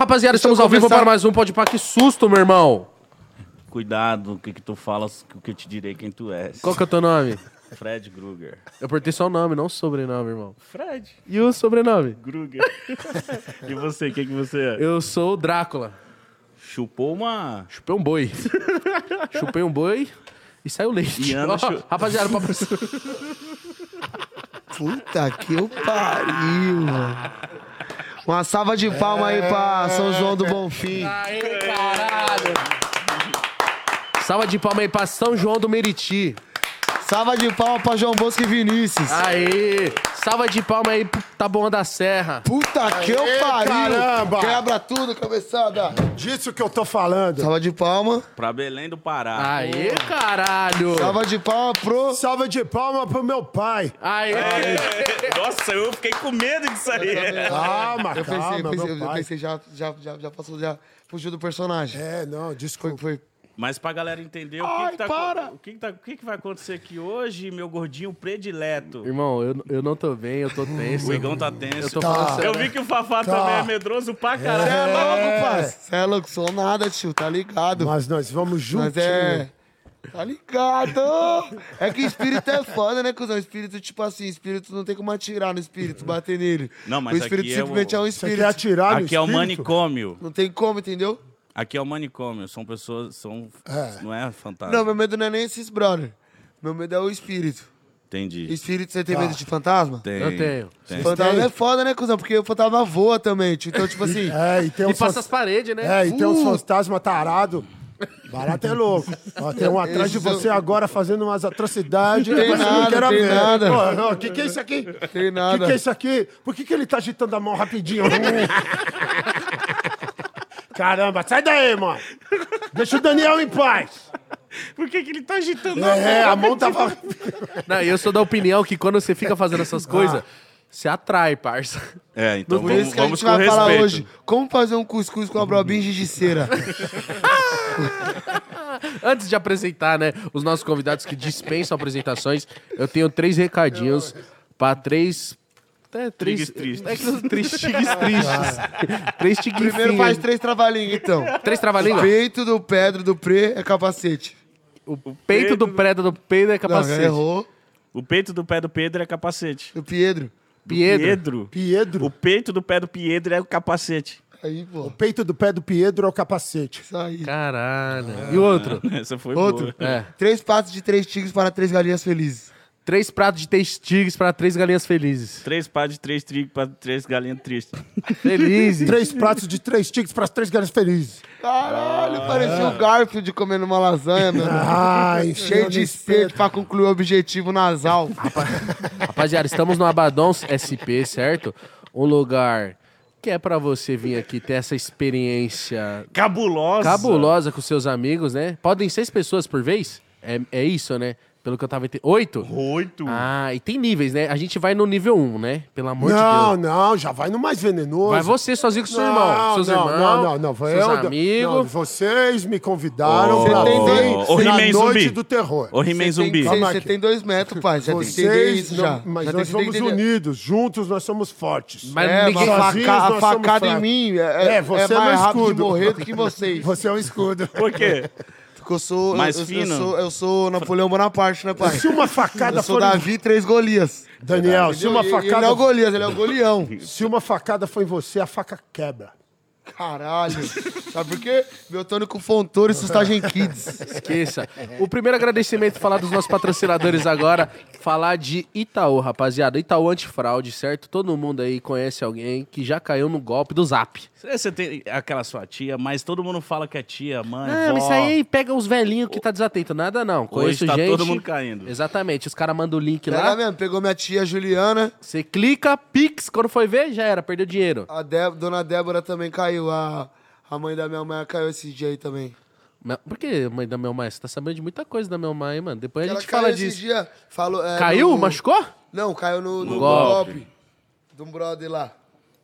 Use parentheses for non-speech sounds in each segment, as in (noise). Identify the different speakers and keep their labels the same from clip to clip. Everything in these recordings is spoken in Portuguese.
Speaker 1: Rapaziada, estamos ao vivo
Speaker 2: começar.
Speaker 1: para mais um Pode Pá. Que susto, meu irmão.
Speaker 3: Cuidado, o que, que tu falas, o que eu te direi quem tu és.
Speaker 1: Qual que é o teu nome?
Speaker 3: Fred Gruger.
Speaker 1: Eu perguntei só o nome, não o sobrenome, irmão.
Speaker 3: Fred
Speaker 1: E o sobrenome?
Speaker 3: Gruger. e você, quem que você é?
Speaker 1: Eu sou o Drácula.
Speaker 3: Chupou uma.
Speaker 1: Chupei um (laughs) boi. Chupei um boi e saiu leite.
Speaker 3: E anda
Speaker 1: Ó,
Speaker 3: chu-
Speaker 1: Rapaziada, papo...
Speaker 2: Puta que eu pariu, mano. Uma salva de palma aí pra São João do
Speaker 1: (laughs)
Speaker 2: Bonfim.
Speaker 1: Aê, caralho. Salva de palma aí pra São João do Meriti.
Speaker 2: Salva de palma pra João Bosco e Vinícius.
Speaker 1: Aê. Salva de palma aí pro Taboão da Serra.
Speaker 2: Puta que eu pariu.
Speaker 4: caramba.
Speaker 2: Quebra tudo, cabeçada.
Speaker 4: Disso que eu tô falando.
Speaker 2: Salva de palma.
Speaker 3: Pra Belém do Pará.
Speaker 1: Aê, caralho.
Speaker 2: Salva de palma pro...
Speaker 4: Salva de palma pro meu pai.
Speaker 1: Aê.
Speaker 3: Nossa, eu fiquei com medo disso aí.
Speaker 4: Calma,
Speaker 2: Eu pensei,
Speaker 4: calma,
Speaker 2: pensei-
Speaker 4: meu
Speaker 2: eu
Speaker 4: pai.
Speaker 2: pensei, já, já, já, já passou, já fugiu do personagem.
Speaker 4: É, não,
Speaker 2: Foi,
Speaker 4: desculpa.
Speaker 2: foi.
Speaker 3: Mas pra galera entender o que,
Speaker 4: Ai,
Speaker 3: que tá acon-
Speaker 4: para!
Speaker 3: O que, que tá- o que que vai acontecer aqui hoje, meu gordinho predileto.
Speaker 1: Irmão, eu, eu não tô bem, eu tô tenso.
Speaker 3: O Igão tá tenso.
Speaker 1: Eu tô falando sério.
Speaker 3: Eu vi que o Fafá também é medroso pra caralho.
Speaker 2: é louco, parceiro. Cê é louco, sou nada, tio, tá ligado?
Speaker 4: Mas nós vamos juntinho.
Speaker 2: Mas é. Tá ligado? É que espírito é foda, né, cuzão? Espírito, tipo assim, espírito não tem como atirar no espírito, bater nele.
Speaker 3: Não, mas
Speaker 2: O espírito
Speaker 3: aqui é
Speaker 2: simplesmente é,
Speaker 3: o-
Speaker 2: um
Speaker 4: Você quer
Speaker 2: espírito.
Speaker 4: atirar no
Speaker 3: Aqui é o
Speaker 4: espírito?
Speaker 3: manicômio.
Speaker 2: Não tem como, entendeu?
Speaker 3: Aqui é o manicômio. São pessoas. São...
Speaker 4: É.
Speaker 3: Não é fantasma.
Speaker 2: Não, meu medo não é nem esses brother. Meu medo é o espírito.
Speaker 3: Entendi.
Speaker 2: Espírito, você tem medo de fantasma?
Speaker 3: Tem,
Speaker 1: Eu tenho.
Speaker 3: tem.
Speaker 2: Fantasma
Speaker 4: Ah. Tem.
Speaker 2: é foda, né, cuzão? Porque o fantasma voa também, tio. Então, tipo
Speaker 4: (laughs)
Speaker 2: assim.
Speaker 4: É, e tem
Speaker 1: E
Speaker 4: um
Speaker 1: passa as paredes, né?
Speaker 4: É, e tem uns
Speaker 2: Uh!
Speaker 4: fantasmas tarados. Barato é louco. Ó, tem um atrás de
Speaker 2: Eles são-
Speaker 4: você agora fazendo umas atrocidades.
Speaker 2: Tem
Speaker 4: Mas eu não
Speaker 2: nada,
Speaker 4: quero
Speaker 2: tem
Speaker 4: ver.
Speaker 2: nada.
Speaker 4: Ó, ó, que que é isso aqui?
Speaker 2: Tem
Speaker 4: Que que é
Speaker 2: nada.
Speaker 4: isso aqui? Por que, que ele tá agitando a mão
Speaker 2: (laughs)
Speaker 4: rapidinho? Caramba, sai daí, mano. Deixa o Daniel em paz.
Speaker 1: Uh,
Speaker 3: Por que, que ele tá agitando
Speaker 4: É, a mão tava...
Speaker 1: Não, e eu sou da opinião que quando você fica fazendo essas
Speaker 2: Ah.
Speaker 1: coisas, você atrai, parça. (laughs)
Speaker 3: É, então
Speaker 2: Por
Speaker 3: vamos,
Speaker 2: isso que a
Speaker 3: vamos
Speaker 2: gente
Speaker 3: com
Speaker 2: vai
Speaker 3: respeito.
Speaker 2: falar hoje como fazer um cuscuz com a brobinha
Speaker 4: (laughs)
Speaker 2: de cera.
Speaker 1: Antes de apresentar, né, os nossos convidados que dispensam apresentações, eu tenho três recadinhos pra três... É, três
Speaker 3: Tigres tristes.
Speaker 1: É que- três tigres tristes. três tigres
Speaker 2: Ah. Primeiro faz três trabalhinhos,
Speaker 4: (laughs)
Speaker 2: então.
Speaker 1: Três trava-língua?
Speaker 2: Peito do Pedro do Pre é capacete.
Speaker 1: O peito do Pedro do Pedro é
Speaker 2: Não,
Speaker 1: capacete.
Speaker 2: errou.
Speaker 3: O peito do pé do Pedro é capacete.
Speaker 2: Do Pedro.
Speaker 1: Piedro.
Speaker 3: Pedro.
Speaker 4: Piedro.
Speaker 3: O peito do pé do Pedro é o capacete.
Speaker 2: Aí, pô.
Speaker 4: O peito do pé do Piedro é o capacete.
Speaker 2: Isso aí.
Speaker 1: Caralho.
Speaker 2: Ah.
Speaker 1: E outro?
Speaker 3: (laughs) Essa foi
Speaker 2: Outro.
Speaker 3: boa.
Speaker 1: É.
Speaker 2: Três patos de três tigres para três galinhas felizes.
Speaker 1: Três pratos de três tigres pra três galinhas
Speaker 2: (laughs)
Speaker 1: felizes.
Speaker 3: Três pá de três trigos pra três galinhas tristes.
Speaker 1: Felizes.
Speaker 4: Três pratos de três tigres para as três galinhas felizes.
Speaker 2: Caralho, parecia o Garfield comendo uma lasanha, meu. irmão.
Speaker 4: Ah,
Speaker 2: Cheio de espeto pra concluir o
Speaker 4: (laughs)
Speaker 2: objetivo nasal.
Speaker 1: Rapaziada, estamos no Abadons SP, certo? Um lugar que é pra você vir aqui ter essa experiência
Speaker 3: Cabulosa.
Speaker 1: cabulosa com seus amigos, né? Podem seis pessoas por vez? É, é isso, né? Pelo que eu tava entendendo. Oito?
Speaker 3: Oito.
Speaker 1: Ah, e tem níveis, né? A gente vai no nível um, né? Pelo amor de
Speaker 4: Não,
Speaker 1: Deus.
Speaker 4: não, já vai no mais venenoso.
Speaker 1: Vai você sozinho com seu irmão. Seus
Speaker 4: não,
Speaker 1: irmãos,
Speaker 4: não, não, não. Foi
Speaker 1: seus
Speaker 4: eu, não,
Speaker 1: amigos.
Speaker 4: vocês me convidaram
Speaker 3: Ô,
Speaker 4: pra
Speaker 2: tem
Speaker 4: vir
Speaker 2: dois-
Speaker 3: ô,
Speaker 4: na noite
Speaker 3: He-Man zumbi.
Speaker 4: do terror.
Speaker 3: Ô, He-Man zumbi.
Speaker 4: Calma
Speaker 2: Você
Speaker 4: aqui.
Speaker 2: tem dois metros, pai. Já tem que entender
Speaker 4: Vocês,
Speaker 2: isso
Speaker 4: não-
Speaker 2: já.
Speaker 4: mas
Speaker 2: já tem
Speaker 4: nós
Speaker 2: que
Speaker 4: vamos
Speaker 2: entender.
Speaker 4: unidos, juntos nós somos fortes.
Speaker 1: Mas
Speaker 2: É,
Speaker 1: ninguém
Speaker 2: mas
Speaker 4: sozinhos
Speaker 2: a faca-
Speaker 4: nós
Speaker 2: a
Speaker 4: somos
Speaker 2: facada em
Speaker 4: fracos.
Speaker 2: mim é,
Speaker 4: É, você
Speaker 2: é
Speaker 4: é
Speaker 2: mais
Speaker 4: meu
Speaker 2: rápido de
Speaker 4: escudo.
Speaker 2: morrer do
Speaker 4: (laughs)
Speaker 2: que vocês.
Speaker 4: Você é um escudo.
Speaker 3: Por quê?
Speaker 2: Porque eu sou.
Speaker 3: Mais
Speaker 2: eu, eu-
Speaker 3: fino.
Speaker 2: Eu sou, eu sou Napoleão Bonaparte, né, pai?
Speaker 4: Se uma
Speaker 2: Eu
Speaker 4: facada
Speaker 2: sou
Speaker 4: for.
Speaker 2: Davi e três Golias.
Speaker 4: Daniel, se uma
Speaker 2: Ele- Ele é o
Speaker 4: facada.
Speaker 2: Golias, ele é o Golião.
Speaker 4: Se uma facada for em você, a faca quebra.
Speaker 2: Caralho. Sabe por quê? Meu tônico Fontoura e Sustagem Kids.
Speaker 1: Esqueça. O primeiro agradecimento é falar dos nossos patrocinadores agora, falar de Itaú, rapaziada. Itaú antifraude, certo? Todo mundo aí conhece alguém que já caiu no golpe do Zap.
Speaker 3: Você tem aquela sua tia, mas todo mundo fala que é tia, mãe,
Speaker 1: Ah, mas
Speaker 3: vó.
Speaker 1: isso aí pega os velhinhos que tá desatento. Nada não. Conheço
Speaker 3: tá
Speaker 1: gente.
Speaker 3: todo mundo caindo.
Speaker 1: Exatamente. Os caras mandam o link
Speaker 2: Pega
Speaker 1: lá.
Speaker 2: mesmo, pegou minha tia Juliana,
Speaker 1: Você clica, pix, quando foi ver, já era, perdeu dinheiro.
Speaker 2: a Dé- dona Débora também caiu, a, a mãe da minha mãe caiu esse dia aí também.
Speaker 1: Mas Por que, mãe da minha mãe? Você tá sabendo de muita coisa da minha mãe, mano. Depois a
Speaker 2: Ela
Speaker 1: gente
Speaker 2: caiu
Speaker 1: fala
Speaker 2: esse
Speaker 1: disso.
Speaker 2: dia, falou... é,
Speaker 1: Caiu?
Speaker 2: no-
Speaker 1: Machucou?
Speaker 2: Não, caiu no, no
Speaker 1: golpe.
Speaker 2: golpe. De um brother lá.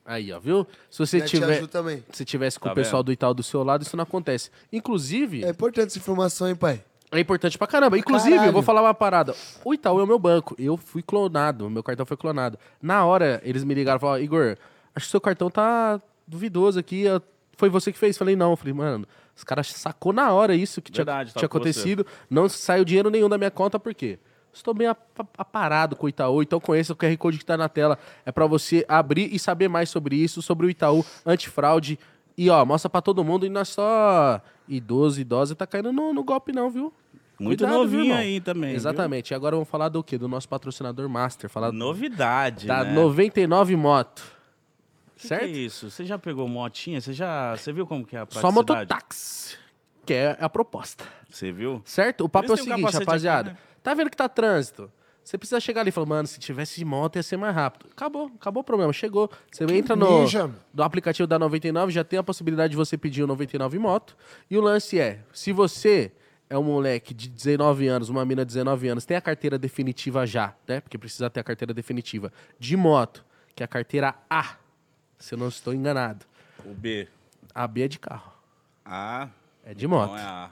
Speaker 1: Aí, ó, viu? Se você
Speaker 2: Minha tia
Speaker 1: tiver.
Speaker 2: Ju também.
Speaker 1: Se tivesse com
Speaker 3: Tá
Speaker 1: o pessoal
Speaker 3: vendo?
Speaker 1: do Itaú do seu lado, isso não acontece. Inclusive,
Speaker 2: É importante essa informação, hein, pai?
Speaker 1: É importante pra caramba. Inclusive, eu vou
Speaker 2: caralho.
Speaker 1: falar uma parada. O Itaú é o meu banco. Eu fui clonado, meu cartão foi clonado. Na hora, eles me ligaram e falaram, "Ó, Igor, acho que seu cartão tá duvidoso aqui. Eu Foi você que fez? Falei, não. Falei, mano, os caras sacou na hora isso que tinha-
Speaker 3: Verdade,
Speaker 1: tinha,
Speaker 3: tava com
Speaker 1: acontecido. Não saiu dinheiro nenhum da minha conta, por quê? Estou bem apa- aparado com o Itaú, então conheça o QR Code que tá na tela. É para você abrir e saber mais sobre isso, sobre o Itaú antifraude. E ó, mostra para todo mundo e não é só idoso, idosa, tá caindo no, no golpe não, viu?
Speaker 3: Muito
Speaker 1: Cuidado, viu,
Speaker 3: novinho
Speaker 1: irmão?
Speaker 3: aí também. viu?
Speaker 1: Exatamente. E agora vamos falar do quê? Do nosso patrocinador master, falar
Speaker 3: Novidade.
Speaker 1: da
Speaker 3: né?
Speaker 1: 99 Moto.
Speaker 3: Que
Speaker 1: Tá certo?
Speaker 3: Que é isso? Você já pegou motinha? Você já. Você viu como que é a
Speaker 1: Só
Speaker 3: praticidade?
Speaker 1: mototáxi, que é a proposta.
Speaker 3: Você viu?
Speaker 1: Certo? O papo é o
Speaker 3: Eles têm um
Speaker 1: seguinte,
Speaker 3: capacete
Speaker 1: rapaziada.
Speaker 3: aqui,
Speaker 1: Tá vendo que tá trânsito? Você precisa chegar ali e falar, mano, se tivesse de moto ia ser mais rápido. Acabou, acabou o problema, chegou. Você entra no,
Speaker 4: ninja.
Speaker 1: no aplicativo da 99, já tem a possibilidade de você pedir o 99 moto. E o lance é, se você é um moleque de 19 anos, uma mina de 19 anos, tem a carteira definitiva já, né? Porque precisa ter a carteira definitiva de moto, que é a carteira A, se eu não estou enganado.
Speaker 3: O B.
Speaker 1: A B é de carro,
Speaker 3: A.
Speaker 1: é de moto.
Speaker 3: Não é a.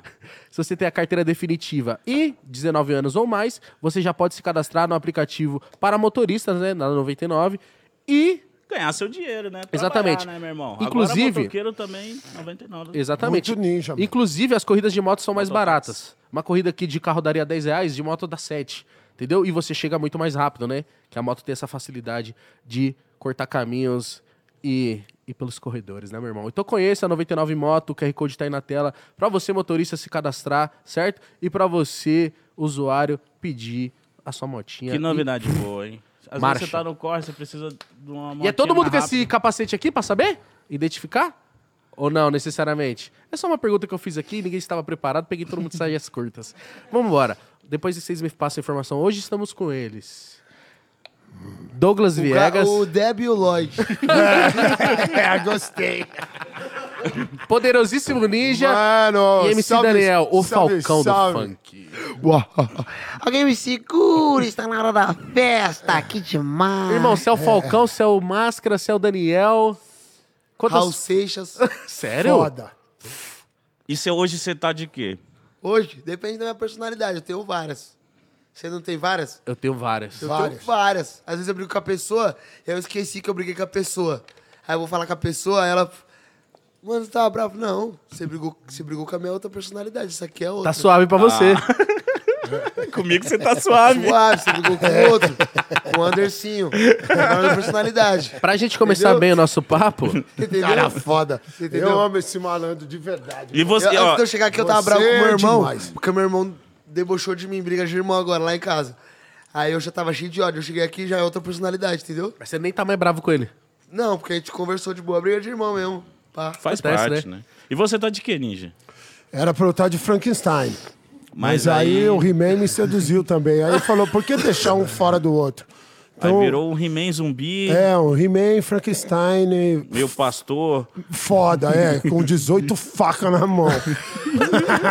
Speaker 1: Se você tem a carteira definitiva e 19 anos ou mais, você já pode se cadastrar no aplicativo para motoristas, né? Na 99. E.
Speaker 3: Ganhar seu dinheiro, né? Trabalhar,
Speaker 1: Exatamente.
Speaker 3: né, meu irmão?
Speaker 1: Inclusive-
Speaker 3: Agora, motoqueiro também, 99.
Speaker 1: Exatamente.
Speaker 4: Muito ninja, mano.
Speaker 1: Inclusive, as corridas de moto são mais
Speaker 3: Mototáxi.
Speaker 1: baratas. Uma corrida aqui de carro daria 10 reais, de moto dá 7. Entendeu? E você chega muito mais rápido, né? Que a moto tem essa facilidade de cortar caminhos e ir pelos corredores, né, meu irmão? Então conheça a 99 Moto, o QR Code tá aí na tela, para você motorista se cadastrar, certo? E para você, usuário, pedir a sua motinha.
Speaker 3: Que
Speaker 1: e-
Speaker 3: novidade boa, hein? Às
Speaker 1: Marcha.
Speaker 3: vezes você tá no corre, você precisa de uma
Speaker 1: E é
Speaker 3: motinha
Speaker 1: todo mundo
Speaker 3: mais
Speaker 1: com
Speaker 3: rápida.
Speaker 1: esse capacete aqui pra saber? Identificar? Ou não, necessariamente? É só uma pergunta que eu fiz aqui, ninguém estava preparado, peguei todo mundo de saias (laughs) curtas. Vamos embora. Depois vocês me passam a informação. Hoje estamos com eles. Douglas
Speaker 2: O, ca-
Speaker 1: Viegas.
Speaker 2: o Deb e o Lloyd.
Speaker 4: é, gostei.
Speaker 1: Poderosíssimo Ninja.
Speaker 4: Mano,
Speaker 1: e MC Daniel, o Falcão do Funk.
Speaker 2: Alguém me segura, está na hora da festa. Que demais.
Speaker 1: Irmão, se é o Falcão, se é o Máscara, se é o Daniel. Quantas...
Speaker 2: Raul Seixas.
Speaker 1: Sério?
Speaker 4: Foda.
Speaker 3: E se hoje você tá de quê?
Speaker 2: Hoje, depende da minha personalidade. Eu tenho várias. Você não tem várias?
Speaker 1: Eu tenho várias.
Speaker 2: Eu
Speaker 4: Várias.
Speaker 2: tenho várias. Às vezes eu brigo com a pessoa e eu esqueci que eu briguei com a pessoa. Aí eu vou falar com a pessoa, ela. Mano, você tava bravo? Não. Você brigou, você brigou com a minha outra personalidade. Isso aqui é outra.
Speaker 1: Tá suave pra você.
Speaker 3: (laughs) Comigo você tá suave.
Speaker 2: suave. Você brigou com o outro. com o Andercinho. Com a outra personalidade.
Speaker 1: Pra gente começar
Speaker 2: Entendeu?
Speaker 1: bem o nosso papo, (laughs)
Speaker 2: Entendeu?
Speaker 4: Cara foda.
Speaker 2: entendeu?
Speaker 4: Eu amo esse malandro de verdade.
Speaker 3: E você,
Speaker 2: Eu, antes
Speaker 3: Tipo assim, ó,
Speaker 2: de eu chegar aqui, eu tava
Speaker 4: você
Speaker 2: bravo com meu
Speaker 4: é
Speaker 2: irmão.
Speaker 4: demais.
Speaker 2: Porque meu irmão debochou de mim, briga de irmão agora, lá em casa. Aí eu já tava cheio de ódio. Eu cheguei aqui já é outra personalidade, entendeu?
Speaker 1: mas você nem tá mais bravo com ele.
Speaker 2: Não, porque a gente conversou de boa, briga de irmão mesmo. Pá.
Speaker 3: faz
Speaker 1: Acontece,
Speaker 3: parte, né? E você tá de quê, ninja?
Speaker 4: Era pra eu estar de Frankenstein.
Speaker 3: Mas
Speaker 4: Mas, aí,
Speaker 3: aí-
Speaker 4: o He-Man me seduziu também. Aí falou, por que deixar um fora do outro?
Speaker 3: aí virou um He-Man zumbi,
Speaker 4: É, o He-Man, Frankenstein, e
Speaker 3: meio pastor.
Speaker 4: foda, é, com 18 facas na mão.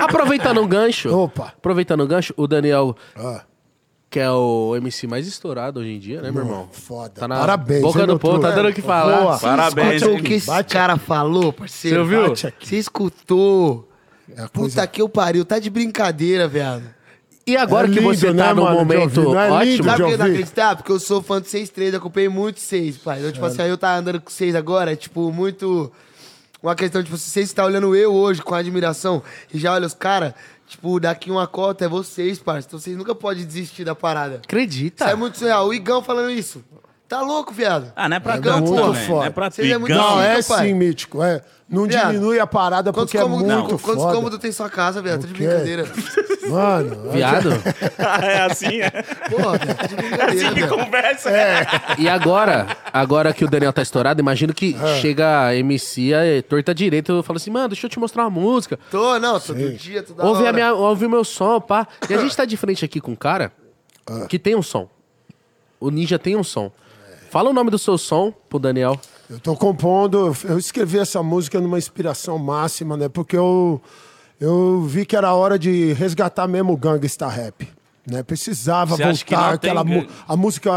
Speaker 1: Aproveitando o gancho.
Speaker 4: Opa.
Speaker 1: Aproveitando o gancho, o Daniel,
Speaker 4: Ah,
Speaker 1: que é o MC mais estourado hoje em dia, né, meu irmão?
Speaker 4: foda.
Speaker 1: Tá na
Speaker 4: Parabéns,
Speaker 1: boca
Speaker 4: hein,
Speaker 1: do povo,
Speaker 4: doutor? É,
Speaker 1: tá dando o que falar.
Speaker 4: Boa.
Speaker 3: Parabéns.
Speaker 2: Escuta o que esse
Speaker 4: Bate
Speaker 2: cara falou,
Speaker 1: Você
Speaker 2: parceiro.
Speaker 1: ouviu?
Speaker 4: Bate aqui.
Speaker 2: Você escutou?
Speaker 4: É a coisa-
Speaker 2: Puta que eu pariu, tá de brincadeira, viado.
Speaker 1: E agora
Speaker 4: É
Speaker 1: que
Speaker 4: lindo,
Speaker 1: você tá
Speaker 4: né,
Speaker 1: num
Speaker 4: mano, de
Speaker 1: momento
Speaker 4: ouvir, não é lindo?
Speaker 1: ótimo,
Speaker 2: Sabe
Speaker 4: Já
Speaker 2: por que eu não
Speaker 4: ouvi.
Speaker 2: acreditar? Porque eu sou fã de vocês três, eu acompanhei muito vocês, pai. Então, tipo assim, aí eu tá andando com vocês agora, é tipo, muito. Uma questão, tipo, se vocês estão olhando eu hoje com admiração e já olha os caras, tipo, daqui uma cota é vocês, parceiro. Então vocês nunca podem desistir da parada.
Speaker 1: acredita.
Speaker 4: Tá.
Speaker 2: Isso é muito surreal. O Igão falando isso. Tá louco, viado?
Speaker 3: Ah, não é pra
Speaker 4: É
Speaker 3: tanto,
Speaker 4: muito
Speaker 3: também. Não é
Speaker 4: foda.
Speaker 3: pra
Speaker 2: Vocês é
Speaker 3: pigão.
Speaker 2: muito
Speaker 4: Não,
Speaker 2: Sim,
Speaker 4: é
Speaker 2: pai.
Speaker 4: sim, mítico. É. Não
Speaker 2: Viado,
Speaker 4: diminui a parada
Speaker 2: Quantos
Speaker 4: porque é
Speaker 2: cômodos,
Speaker 4: muito
Speaker 2: quantos
Speaker 4: foda.
Speaker 2: cômodos tem sua casa, viado? Tá de
Speaker 4: O quê?
Speaker 2: brincadeira.
Speaker 4: (laughs) Mano,
Speaker 1: Viado.
Speaker 3: (laughs) é assim, é.
Speaker 2: Porra, tá de
Speaker 3: (laughs)
Speaker 2: brincadeira. viado.
Speaker 3: tipo conversa.
Speaker 4: É.
Speaker 1: E agora, agora que o Daniel tá estourado, imagino que
Speaker 4: Ah.
Speaker 1: chega a MC é, torta direito e fala assim, mano, deixa eu te mostrar uma música.
Speaker 2: Tô, não, todo dia, toda
Speaker 1: Ouve, a
Speaker 2: hora.
Speaker 1: minha, ouve o meu som, pá. E a gente tá de frente aqui com um cara
Speaker 4: Ah.
Speaker 1: que tem um som. O Ninja tem um som. Fala o nome do seu som pro Daniel.
Speaker 4: Eu tô compondo, eu escrevi essa música numa inspiração máxima, né? Porque eu, eu vi que era hora de resgatar mesmo o gangsta rap.
Speaker 5: Né? Precisava
Speaker 3: Você acha que
Speaker 5: voltar
Speaker 3: não tem
Speaker 5: aquela mu-
Speaker 3: ganho?
Speaker 5: a música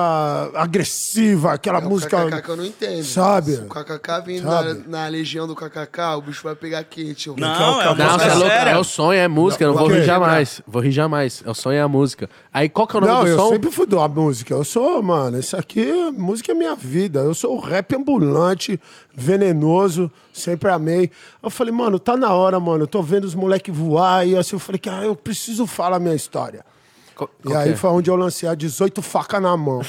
Speaker 5: agressiva, aquela
Speaker 2: É o
Speaker 5: música.
Speaker 2: KKK que eu não entendo.
Speaker 5: Sabe?
Speaker 2: Se o KKK vindo na,
Speaker 5: Sabe? Então,
Speaker 2: na legião do KKK, o bicho vai pegar quente. eu-
Speaker 3: Não, é
Speaker 5: Não,
Speaker 3: uma
Speaker 1: Não,
Speaker 3: música
Speaker 1: você é louco.
Speaker 3: séria.
Speaker 1: É o sonho, é música. eu não vou
Speaker 5: ok.
Speaker 1: rir jamais. Vou rir jamais. É o sonho, é a música. Aí qual que é o nome
Speaker 5: Não,
Speaker 1: do
Speaker 5: eu
Speaker 1: som?
Speaker 5: sempre fui da música. Eu sou, mano, isso aqui, música é minha vida. Eu sou o rap ambulante, venenoso, sempre amei. Eu falei, mano, tá na hora, mano. Eu tô vendo os moleques voar. E assim, eu falei, cara, eu preciso falar minha história.
Speaker 1: Qual-
Speaker 5: E
Speaker 1: qual que
Speaker 5: aí
Speaker 1: é?
Speaker 5: foi onde eu lancei a 18 facas
Speaker 1: (laughs)
Speaker 5: na mão.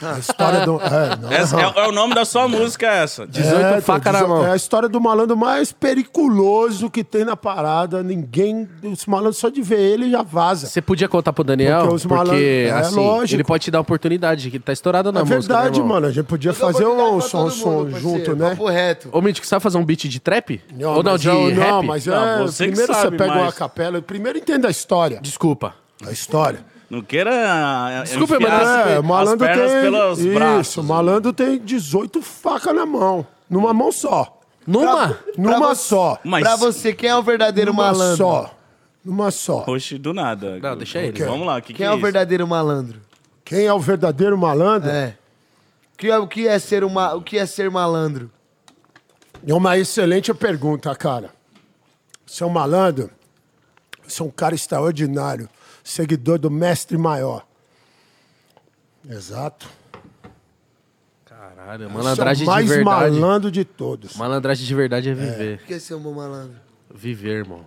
Speaker 5: a história do. É, não,
Speaker 3: Essa é, é o nome da sua música, essa.
Speaker 1: 18
Speaker 5: é,
Speaker 1: facas na
Speaker 5: dezo-
Speaker 1: mão.
Speaker 5: É a história do malandro mais periculoso que tem na parada. Ninguém. Os malandros, só de ver ele, já vaza.
Speaker 1: Você podia contar pro Daniel,
Speaker 5: Porque os
Speaker 1: porque,
Speaker 5: malandros- é,
Speaker 1: assim,
Speaker 5: lógico.
Speaker 1: ele pode te dar oportunidade, que ele tá estourado na
Speaker 5: é
Speaker 1: música,
Speaker 5: verdade,
Speaker 1: né, irmão?
Speaker 5: mano. A gente podia
Speaker 2: Dá
Speaker 5: fazer um
Speaker 2: oportunidade pra
Speaker 5: som,
Speaker 2: todo
Speaker 5: som
Speaker 2: mundo,
Speaker 5: junto,
Speaker 2: parceiro,
Speaker 5: né?
Speaker 2: Papo reto.
Speaker 1: Ô, Mítico, sabe fazer um beat de trap? Ou não,
Speaker 5: mas
Speaker 1: de
Speaker 5: é,
Speaker 1: rap?
Speaker 5: não, mas é,
Speaker 3: Não, você que
Speaker 5: primeiro você
Speaker 3: sabe,
Speaker 5: pega
Speaker 3: mas-
Speaker 5: uma capela, primeiro entenda a história.
Speaker 1: Desculpa.
Speaker 5: A história.
Speaker 3: Não queira.
Speaker 1: Desculpa,
Speaker 3: enfiar
Speaker 1: mas
Speaker 3: as,
Speaker 5: É, o malandro
Speaker 3: as pernas
Speaker 5: tem.
Speaker 3: pelos
Speaker 5: isso,
Speaker 3: braços.
Speaker 1: né?
Speaker 5: o malandro tem 18 facas na mão. Numa mão só.
Speaker 1: Numa!
Speaker 5: Numa
Speaker 2: pra você-
Speaker 5: só.
Speaker 3: Mas.
Speaker 2: Pra você, quem é o verdadeiro
Speaker 5: Numa
Speaker 2: malandro?
Speaker 5: só. Numa só.
Speaker 3: Oxe, do nada.
Speaker 1: Não, deixa ele.
Speaker 3: Vamos lá, o que, que
Speaker 2: Quem é o
Speaker 3: isso?
Speaker 2: verdadeiro malandro?
Speaker 5: Quem é o verdadeiro malandro é,
Speaker 2: É. Que é- O que é ser, uma, o que é ser malandro?
Speaker 5: É uma excelente pergunta, cara. Seu malandro, você é um cara extraordinário, seguidor do mestre maior. Exato.
Speaker 1: Caralho,
Speaker 5: Você
Speaker 1: malandragem
Speaker 5: é o mais
Speaker 1: de verdade.
Speaker 5: malandro de todos.
Speaker 1: Malandragem de verdade é viver.
Speaker 2: O que é ser um bom malandro?
Speaker 1: Viver, irmão.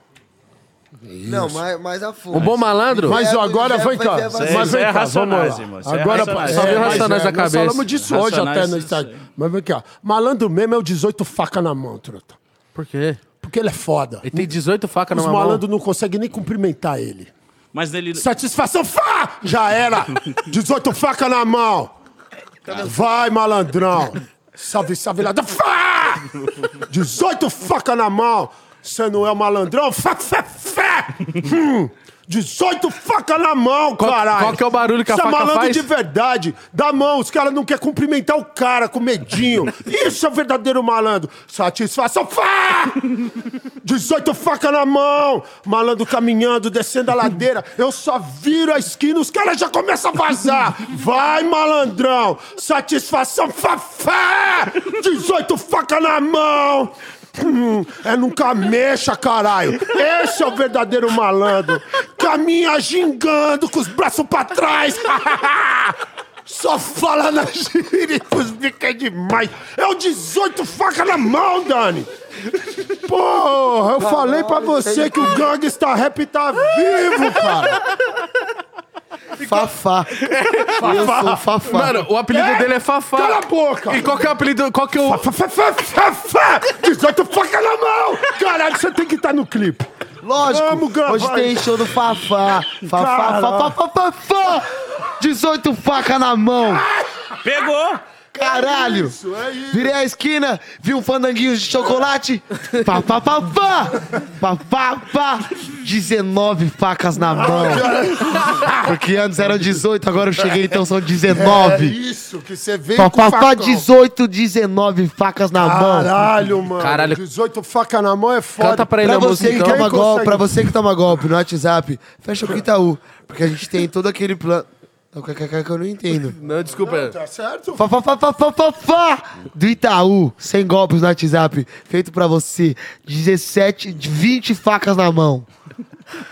Speaker 2: Não, mais, mais a fundo.
Speaker 1: Um bom malandro?
Speaker 5: Mas
Speaker 2: É,
Speaker 5: agora
Speaker 2: é,
Speaker 5: vem cá.
Speaker 2: mas é
Speaker 5: Mas
Speaker 3: Isso
Speaker 5: vem
Speaker 3: é
Speaker 5: cá,
Speaker 3: Racionais,
Speaker 5: vamos
Speaker 3: irmão.
Speaker 5: lá.
Speaker 3: Isso é
Speaker 5: Agora
Speaker 3: Racionais.
Speaker 1: Só veio
Speaker 5: mas
Speaker 1: Racionais na
Speaker 5: Nós
Speaker 1: cabeça.
Speaker 5: falamos disso hoje
Speaker 3: é Racionais,
Speaker 5: até no
Speaker 3: isso
Speaker 5: Instagram.
Speaker 3: aí.
Speaker 5: Mas vem cá. Malandro mesmo é o 18 faca na mão, truta.
Speaker 1: Por quê?
Speaker 5: Porque ele é foda.
Speaker 1: Ele tem 18 facas
Speaker 5: Os
Speaker 1: numa Tá mão.
Speaker 5: malandros não conseguem nem cumprimentar ele.
Speaker 3: Mas ele.
Speaker 5: Satisfação, fá!
Speaker 1: (laughs)
Speaker 5: Já era! 18 faca na mão! Vai, malandrão! Salve, salve, lá! Fá! 18 faca na mão! Você não é o malandrão? Fá, fá, fá! Hum. 18 faca na mão,
Speaker 1: Qual-
Speaker 5: caralho!
Speaker 1: qual que é o barulho que a
Speaker 5: Isso é
Speaker 1: faca
Speaker 5: malandro
Speaker 1: faz?
Speaker 5: de verdade. Dá mão, os caras não querem cumprimentar o cara com medinho. Isso é o verdadeiro malandro. Satisfação, fá! 18 faca na mão, malandro caminhando, descendo a ladeira. Eu só viro a esquina, os caras já começam a vazar. Vai, malandrão! Satisfação, fafá! 18 faca na mão! Hum, é nunca mexa, caralho. Esse é o verdadeiro malandro. Caminha gingando com os braços pra trás. (laughs) Só fala na gíria e cusbica demais. É o 18 faca na mão, Dani. Porra, eu falei pra você que o gangsta rap tá vivo, cara.
Speaker 2: Fafá. (laughs) Eu sou o Fafá.
Speaker 1: Mano, o apelido
Speaker 5: É?
Speaker 1: dele é Fafá.
Speaker 5: Cala a boca.
Speaker 1: E qual que é o apelido? Qual que é o.
Speaker 5: Fá, fá, fá, fá, fá. 18 faca na mão. Caralho, você tem que estar no clipe.
Speaker 2: Lógico,
Speaker 5: Vamos gravar
Speaker 2: hoje tem
Speaker 5: isso.
Speaker 2: show do Fafá. Fafá,
Speaker 5: Caralho.
Speaker 2: Fafá, Fafá, Fafá. 18 faca na mão.
Speaker 3: Pegou!
Speaker 2: Caralho.
Speaker 5: é
Speaker 2: Virei a esquina, vi um fandanguinho de chocolate. Fafá, Fafá. Fafá, Fafá. 19 facas na mão. Porque antes eram 18, agora eu cheguei, então são
Speaker 5: É
Speaker 2: 19.
Speaker 5: isso que você vem com
Speaker 2: Fafá, Fafá,
Speaker 5: facão.
Speaker 2: 18, 19 facas na mão.
Speaker 5: Caralho, mano.
Speaker 1: Caralho.
Speaker 5: 18 faca na mão é foda.
Speaker 1: Canta pra ele
Speaker 2: Pra
Speaker 1: a música.
Speaker 2: você, que
Speaker 1: então.
Speaker 5: quer-
Speaker 2: toma
Speaker 5: Quem
Speaker 2: golpe,
Speaker 5: consegue?
Speaker 2: pra você que toma golpe no WhatsApp, fecha o Quitaú. Porque a gente tem todo aquele plano. É o KKK que eu não entendo.
Speaker 1: Não, desculpa.
Speaker 5: Tá certo?
Speaker 2: Fá, fá, fá, fá, fá, fá, fá, do Itaú, sem golpes no WhatsApp, feito pra você. 17, 20 facas na mão.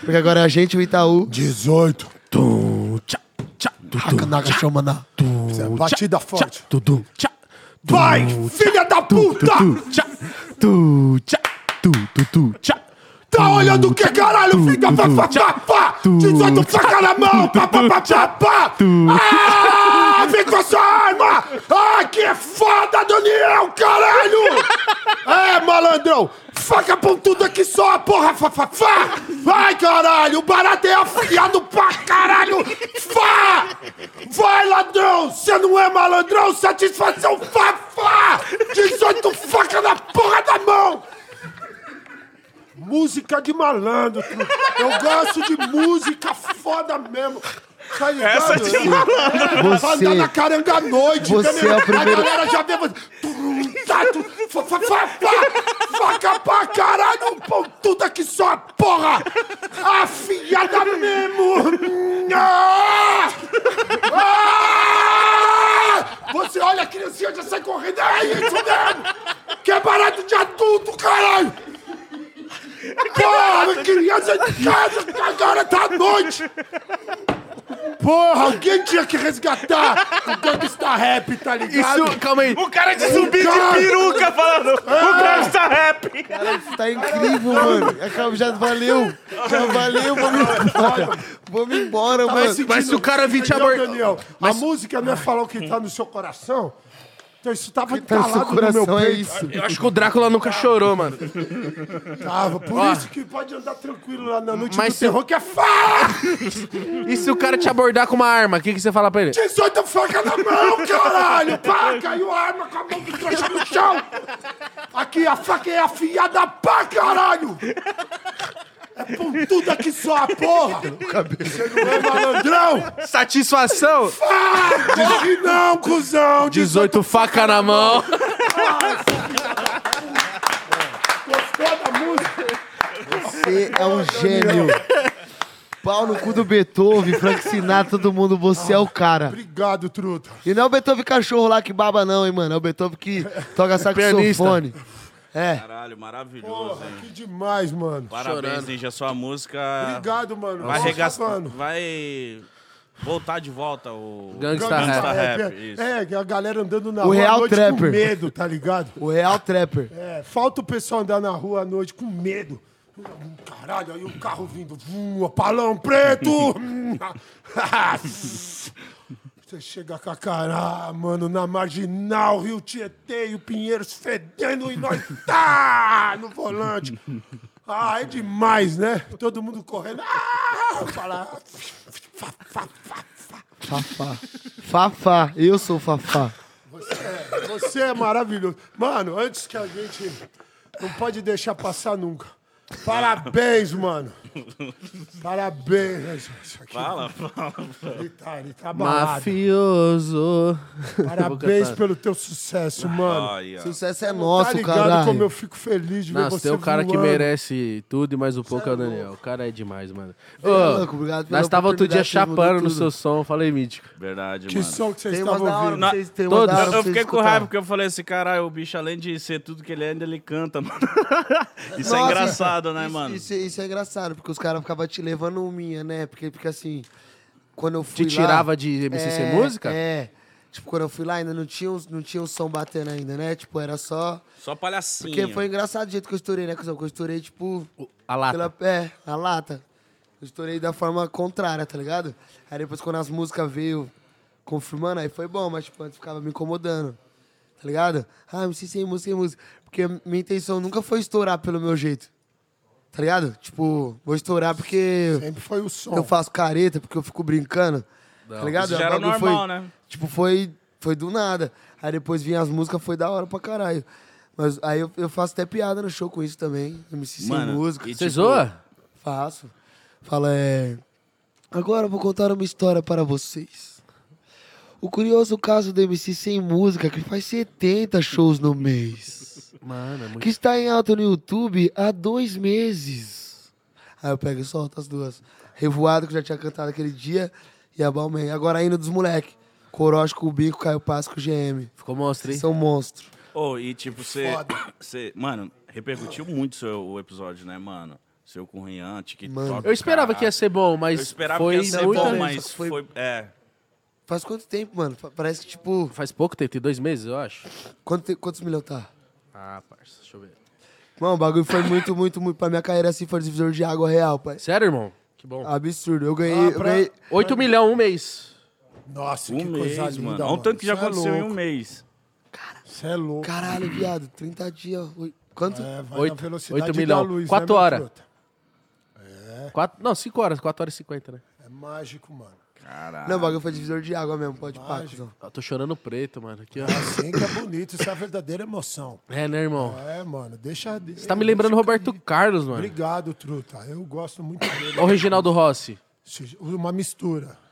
Speaker 2: Porque agora a gente, o Itaú.
Speaker 5: 18. é
Speaker 1: Tum, tchá, tchá, tum,
Speaker 2: Taca, naga, chama na.
Speaker 1: tum,
Speaker 5: Isso é
Speaker 1: tchá,
Speaker 5: batida
Speaker 1: tchá,
Speaker 5: forte.
Speaker 1: tum, tum, tchá, tum,
Speaker 5: Vai, filha da puta!
Speaker 1: tum, tchá, tum, tchá, tum, tum, tum, tchá.
Speaker 5: Tá olhando o que, caralho? Fica pá, pá, pá, pá! 18 faca na mão! Pá, pá, pá, pá, pá! Ah, vem com essa arma! Ah, que foda, Daniel, caralho! É, malandrão! Faca pontuda aqui só, porra, fá, fá, fá! Vai, caralho! O barato é afiado pra caralho! Fá! Vai, ladrão! Você não é malandrão! Satisfação, fá, fá! 18 faca na porra da mão! Música de malandro. truta. Eu gosto de música foda mesmo. Tá ligado?
Speaker 3: Essa é de malandro.
Speaker 5: Pra
Speaker 2: Você-
Speaker 5: andar na caranga à noite.
Speaker 2: Você
Speaker 5: entendeu?
Speaker 2: é o primeiro-
Speaker 5: A galera já vê você... Tum, tá, tu, fa, fa, fa, fa, faca pra caralho, um pontudo aqui só, porra! Afiada mesmo! Criancinha! Ah! Você olha a criancinha já sai correndo. É isso mesmo! Que é barato de adulto, caralho! Porra, criança de casa, agora tá à noite! Porra, alguém tinha que resgatar o gangsta rap, tá ligado?
Speaker 1: Isso, calma aí.
Speaker 6: O cara de zumbi de
Speaker 5: Cara.
Speaker 6: peruca falando. O gangsta rap.
Speaker 2: Isso tá incrível, mano. Acaba- Já valeu. Já valeu, vamos embora. Vamos embora, mano.
Speaker 5: Esse
Speaker 1: Mas se o cara vir te
Speaker 5: Entendeu,
Speaker 1: abordar-
Speaker 5: Daniel, a música não é falar o que tá no seu coração. Então isso
Speaker 2: Tá
Speaker 5: tava
Speaker 2: no seu
Speaker 5: entalado no meu
Speaker 2: coração, é
Speaker 5: peito.
Speaker 2: isso.
Speaker 1: Eu acho que o Drácula nunca chorou, mano.
Speaker 5: Tava. Por
Speaker 1: Ó.
Speaker 5: isso que pode andar tranquilo lá na noite
Speaker 1: Mas
Speaker 5: do
Speaker 1: se-
Speaker 5: terror, que é fá!
Speaker 1: E se o cara te abordar com uma arma, o que, que você fala pra ele?
Speaker 5: 18 facas na mão, caralho! Pá, caiu a arma com a mão do trouxa no chão! Aqui, a faca é afiada, pá, caralho! É pontuda aqui só, a porra! Você não é malandrão?
Speaker 1: Satisfação?
Speaker 5: Pá! Diz que não, cuzão! Diz
Speaker 1: 18 faca na mão.
Speaker 5: gostou da música?
Speaker 2: Você é um gênio. Pau no cu do Beethoven, Frank Sinatra, todo mundo. Você é o cara.
Speaker 5: Obrigado, truta.
Speaker 2: E não é o Beethoven cachorro lá que baba, não, hein, mano. É o Beethoven que toca saxofone. É.
Speaker 3: Caralho, maravilhoso,
Speaker 5: Porra,
Speaker 3: hein?
Speaker 5: que demais, mano.
Speaker 3: Parabéns,
Speaker 1: Chorando.
Speaker 3: Ninja. Sua música.
Speaker 5: Obrigado, mano.
Speaker 3: Vai
Speaker 5: Nossa,
Speaker 3: arregaçar.
Speaker 5: mano.
Speaker 3: Vai voltar de volta o.
Speaker 1: Gangsta
Speaker 5: Gangsta
Speaker 1: Rap.
Speaker 3: rap,
Speaker 5: rap,
Speaker 3: isso.
Speaker 5: é, é, a galera andando na
Speaker 2: O
Speaker 5: rua
Speaker 2: real
Speaker 5: à noite com
Speaker 2: trapper.
Speaker 5: medo, tá ligado?
Speaker 2: O real trapper.
Speaker 5: É, falta o pessoal andar na rua à noite com medo. Hum, Caralho, aí o carro vindo. Hum, palão preto! hum, Você chega com a cara, ah, mano, na marginal, Rio Tietê e o Pinheiros fedendo e nós tá no volante. Ah, é demais, né? Todo mundo correndo. Ah, fala,
Speaker 2: Fafá. Fafá. Eu sou o Fafá.
Speaker 5: Você é maravilhoso. Mano, antes que a gente. Não pode deixar passar nunca. Parabéns, mano. Parabéns. né, Isso aqui,
Speaker 3: Fala, fala.
Speaker 5: ele tá, ele tá abalado.
Speaker 1: (laughs) Mafioso.
Speaker 5: Parabéns pelo teu sucesso, mano.
Speaker 3: Aí, ó.
Speaker 2: Sucesso é
Speaker 5: tá
Speaker 2: nosso,
Speaker 5: ligado como eu
Speaker 2: caralho.
Speaker 5: fico feliz de ver
Speaker 1: Nossa,
Speaker 5: você
Speaker 1: tem um cara que
Speaker 5: voando.
Speaker 1: merece tudo e mais um pouco é o Daniel. O cara é demais, mano. Ô,
Speaker 2: louco, obrigado pela
Speaker 1: nós tava outro dia
Speaker 2: oportunidade, vocês mandou
Speaker 1: chapando no
Speaker 2: tudo.
Speaker 1: seu som. Falei, Mítico.
Speaker 3: Verdade,
Speaker 5: Que
Speaker 3: mano.
Speaker 5: som que vocês
Speaker 2: Tem umas
Speaker 5: estavam
Speaker 2: da hora
Speaker 5: ouvindo?
Speaker 2: pra vocês, tem umas
Speaker 1: Todos.
Speaker 2: da hora
Speaker 3: Eu,
Speaker 2: pra
Speaker 3: eu
Speaker 2: vocês
Speaker 3: fiquei com
Speaker 2: escutar.
Speaker 3: raiva porque eu falei assim, caralho, o bicho além de ser tudo que ele é, ainda ele canta, mano. (laughs) Isso é
Speaker 2: Nossa,
Speaker 3: engraçado, né,
Speaker 2: isso-
Speaker 3: mano?
Speaker 2: Isso, isso é engraçado, porque os caras ficavam te levando minha, né? Porque fica assim. Quando eu fui
Speaker 1: Te
Speaker 2: lá-
Speaker 1: tirava de MC
Speaker 2: é,
Speaker 1: ser música?
Speaker 2: É. Tipo, quando eu fui lá, ainda não tinha, os- não tinha o som batendo ainda, né? Tipo, era só.
Speaker 3: Só palhacinho.
Speaker 2: Porque foi engraçado o jeito que eu estourei, né, cuzão? Que eu estourei, tipo.
Speaker 1: A lata.
Speaker 2: Pela, é, a lata. Eu estourei da forma contrária, tá ligado? Aí depois quando as músicas veio confirmando, aí foi bom, mas tipo, antes ficava me incomodando. Tá ligado? Ah, me sei sem música, sem música. Porque minha intenção nunca foi estourar pelo meu jeito. Tá ligado? Tipo, vou estourar porque
Speaker 5: Sempre foi o som.
Speaker 2: eu faço careta, porque eu fico brincando. Tá ligado?
Speaker 3: Isso já era
Speaker 2: O bagulho
Speaker 3: normal,
Speaker 2: foi-
Speaker 3: né?
Speaker 2: Tipo, foi, foi do nada. Aí depois vinha as músicas, foi da hora pra caralho. Mas aí eu, eu faço até piada no show com isso também. MC sem
Speaker 3: Mano,
Speaker 2: música.
Speaker 3: e tipo,
Speaker 1: Você zoa?
Speaker 2: Faço. Fala, é. Agora eu vou contar uma história para vocês. O curioso caso do MC Sem Música, é que faz 70 shows no mês.
Speaker 1: Mano, é muito...
Speaker 2: Que está em alta no YouTube há dois meses. Aí eu pego e solto as duas. Revoado, que eu já tinha cantado aquele dia, e a Balmain. Agora ainda dos moleque. Coroche com o Bico, Caio Passo com o GM.
Speaker 1: Ficou monstro, hein?
Speaker 2: São monstros.
Speaker 3: Oh, e tipo, você. você mano, repercutiu muito seu, o episódio, né, mano? Seu com o Rian, TikTok.
Speaker 2: Mano.
Speaker 1: Eu esperava
Speaker 3: caralho.
Speaker 1: que ia ser bom, mas
Speaker 3: Eu esperava
Speaker 1: foi
Speaker 3: que ia ser
Speaker 1: muita-
Speaker 3: bom,
Speaker 2: gente.
Speaker 3: mas
Speaker 2: Foi-
Speaker 3: foi... É.
Speaker 2: Faz quanto tempo, mano? Fa- Parece que, tipo,
Speaker 1: Faz pouco tempo, tem dois meses, eu acho.
Speaker 2: quanto te- quantos milhões tá?
Speaker 1: Ah, parça, deixa eu ver.
Speaker 2: Mano, o bagulho foi muito, (laughs) muito, muito. Pra minha carreira assim, foi um divisor de água real, pai.
Speaker 1: Sério, irmão? Que bom.
Speaker 2: Absurdo. Eu ganhei. eu ganhei-
Speaker 1: 8 milhões um mês.
Speaker 5: Nossa,
Speaker 3: Um
Speaker 5: que coisa
Speaker 3: mês,
Speaker 5: linda,
Speaker 3: mano. Olha o tanto que já
Speaker 5: Cê
Speaker 3: aconteceu
Speaker 5: é
Speaker 3: em um
Speaker 5: louco.
Speaker 3: mês.
Speaker 5: Você é louco.
Speaker 2: Caralho, viado. 30 dias. oi, Quanto?
Speaker 5: É, vai
Speaker 1: Oito-
Speaker 5: na velocidade
Speaker 1: oito
Speaker 5: da
Speaker 1: milhão.
Speaker 5: luz,
Speaker 1: Quatro
Speaker 5: né, meu
Speaker 1: horas.
Speaker 5: truta?
Speaker 1: Quatro, não, 5 horas, 4 horas e 50, né?
Speaker 5: É mágico, mano.
Speaker 3: Caralho.
Speaker 2: Não, o bagulho foi divisor de água mesmo. Pode pá, cuzão.
Speaker 1: Eu Ah, tô chorando preto, mano. Aqui, ó.
Speaker 5: Assim que é bonito, isso é a verdadeira emoção.
Speaker 1: É, né, irmão?
Speaker 5: É, mano, deixa. Você
Speaker 1: Tá me lembrando Roberto Carlos, mano.
Speaker 5: Obrigado, truta. Eu gosto muito dele.
Speaker 1: Olha o Reginaldo Rossi.
Speaker 5: Uma mistura.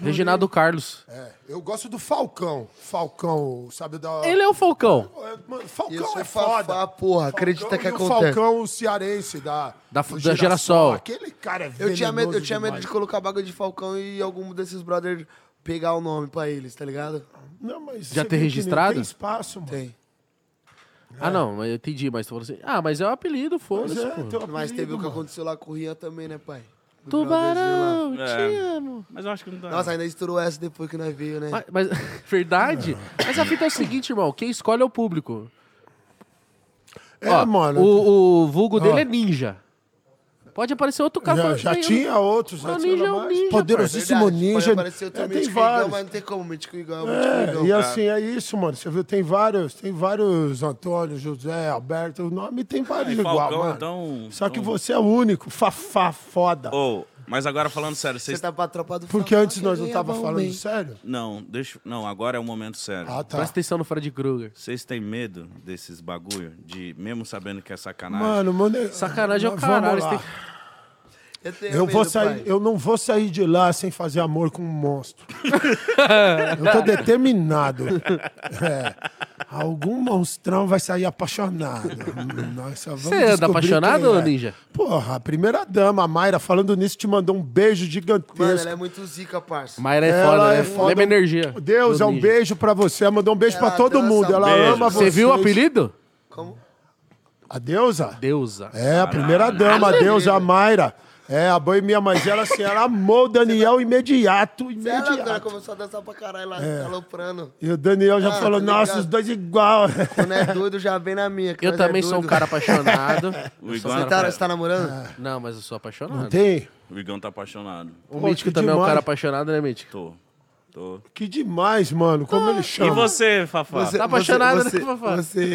Speaker 1: Reginaldo Carlos.
Speaker 5: É, eu gosto do Falcão. Falcão, sabe da.
Speaker 1: Ele é o Falcão.
Speaker 5: Mano,
Speaker 2: E
Speaker 5: Falcão
Speaker 2: esse
Speaker 5: é
Speaker 2: Fafá,
Speaker 5: foda.
Speaker 2: porra, acredita que
Speaker 5: e o
Speaker 2: acontece.
Speaker 5: Falcão o cearense da,
Speaker 1: Da-
Speaker 5: do
Speaker 1: da Girassol.
Speaker 5: Aquele cara é
Speaker 2: Eu tinha medo, eu
Speaker 5: venenoso
Speaker 2: tinha medo
Speaker 5: demais.
Speaker 2: de colocar bagulho de Falcão e algum desses brothers pegar o nome pra eles, tá ligado?
Speaker 5: Não, mas
Speaker 1: Já ter
Speaker 5: você vê que
Speaker 1: registrado?
Speaker 5: nem Tem espaço, mano.
Speaker 2: Tem.
Speaker 1: Ah, não, mas eu entendi, mas tu falou assim. Ah, mas então, é um apelido,
Speaker 5: Mas,
Speaker 1: foda-se,
Speaker 5: é,
Speaker 1: pô.
Speaker 5: tem um
Speaker 2: Mas teve
Speaker 5: apelido,
Speaker 2: o que
Speaker 5: mano.
Speaker 2: aconteceu lá com o Rian também, né, pai? Do brotherzinho lá.
Speaker 1: Tubarão, te
Speaker 3: É.
Speaker 1: amo.
Speaker 3: Mas eu acho que não dá. né?
Speaker 2: Nossa, ainda estourou essa depois que nós veio, né?
Speaker 1: Mas, mas- (laughs) verdade? Mas a fita é o seguinte, irmão. Quem escolhe é o público.
Speaker 5: É,
Speaker 1: Ó,
Speaker 5: mano.
Speaker 1: O, o vulgo dele é ninja. Pode aparecer outro cara
Speaker 5: já
Speaker 1: falando
Speaker 5: já
Speaker 1: que tem- um
Speaker 5: tinha outros.
Speaker 1: Não,
Speaker 5: já
Speaker 1: ninja
Speaker 5: tinha
Speaker 1: é um
Speaker 5: mais.
Speaker 1: ninja,
Speaker 5: Poderosíssimo
Speaker 2: Verdade, pode
Speaker 5: ninja.
Speaker 2: aparecer outro
Speaker 5: É, tem
Speaker 2: mítico igual,
Speaker 5: vários.
Speaker 2: mas não tem como, mítico igual,
Speaker 5: É,
Speaker 2: mítico
Speaker 5: e
Speaker 2: igual.
Speaker 5: assim, é isso, mano. Você viu, tem vários, tem vários Antônio, José, Alberto, o nome tem vários
Speaker 3: Ah, e
Speaker 5: é igual,
Speaker 3: Falcão,
Speaker 5: mano.
Speaker 3: então-
Speaker 5: Só que
Speaker 3: então-
Speaker 5: você é o único, Fafá, foda.
Speaker 3: Ô, mas agora falando sério, vocês.
Speaker 2: Você tá pra tropa do
Speaker 5: Porque
Speaker 2: Fafá,
Speaker 5: antes nós não
Speaker 2: quem
Speaker 5: tava
Speaker 2: ganhava um
Speaker 5: falando
Speaker 2: bem?
Speaker 5: sério.
Speaker 3: Não, deixa. Não, agora é o momento sério.
Speaker 5: Ah, tá.
Speaker 1: Presta atenção no Fred Krueger.
Speaker 3: Vocês têm medo desses bagulho? De, mesmo sabendo que é sacanagem?
Speaker 5: Mano, mano,
Speaker 1: Sacanagem é o
Speaker 5: vamos
Speaker 1: caralho.
Speaker 5: lá.
Speaker 1: você tem-
Speaker 2: Eu, tenho
Speaker 5: Eu, vou
Speaker 2: medo,
Speaker 5: sair,
Speaker 2: pai.
Speaker 5: eu não vou sair de lá sem fazer amor com um monstro.
Speaker 1: (laughs)
Speaker 5: eu tô determinado. É. Algum monstrão vai sair apaixonado. Hum, nós só vamos
Speaker 1: Você anda
Speaker 5: descobrir
Speaker 1: apaixonado,
Speaker 5: quem é.
Speaker 1: ninja?
Speaker 5: Porra, a primeira dama, a Mayra, falando nisso, te mandou um beijo gigantesco.
Speaker 2: Mano, ela é muito zica, parça.
Speaker 1: Mayra é
Speaker 5: Ela
Speaker 1: foda,
Speaker 5: é
Speaker 1: né?
Speaker 5: foda.
Speaker 1: Lembra a energia.
Speaker 5: Deus,
Speaker 1: do
Speaker 5: é um
Speaker 1: ninja.
Speaker 5: beijo pra você. Ela mandou um beijo
Speaker 2: Ela
Speaker 5: pra todo
Speaker 2: dança,
Speaker 5: mundo. Ela
Speaker 3: beijo.
Speaker 5: ama você.
Speaker 1: Você viu o apelido?
Speaker 2: Como?
Speaker 5: A deusa?
Speaker 1: Deusa.
Speaker 5: É, a primeira dama, a deusa, a Mayra. É, a boi minha mãe, ela assim, ela amou o Daniel imediato,
Speaker 2: Ela agora
Speaker 5: imediato.
Speaker 2: começou a dançar pra caralho lá,
Speaker 5: É.
Speaker 2: tá aloprando.
Speaker 5: E o Daniel já
Speaker 2: Ah,
Speaker 5: falou,
Speaker 2: tô
Speaker 5: nossa,
Speaker 2: ligado.
Speaker 5: os dois igual.
Speaker 2: Quando é doido, já vem na minha. que
Speaker 1: Eu
Speaker 2: nós é
Speaker 1: também sou um
Speaker 2: doido.
Speaker 1: cara apaixonado.
Speaker 3: O
Speaker 1: Eu sou um
Speaker 3: Iguana
Speaker 2: Você
Speaker 1: cara
Speaker 2: tá,
Speaker 3: cara.
Speaker 2: você tá
Speaker 5: Ah.
Speaker 2: namorando?
Speaker 1: apa- Não, mas eu sou apaixonado.
Speaker 5: Tem?
Speaker 3: O Igão tá apaixonado.
Speaker 1: O
Speaker 5: Pô,
Speaker 1: Mítico
Speaker 5: que
Speaker 1: também é um
Speaker 5: demais.
Speaker 1: cara apaixonado, né, Mítico?
Speaker 3: Tô. Tô.
Speaker 5: Que demais, mano,
Speaker 2: Ah.
Speaker 5: como ele chama.
Speaker 3: E você, Fafá?
Speaker 1: Tá apaixonado,
Speaker 2: você,
Speaker 1: né, Fafá? (laughs)
Speaker 2: Você...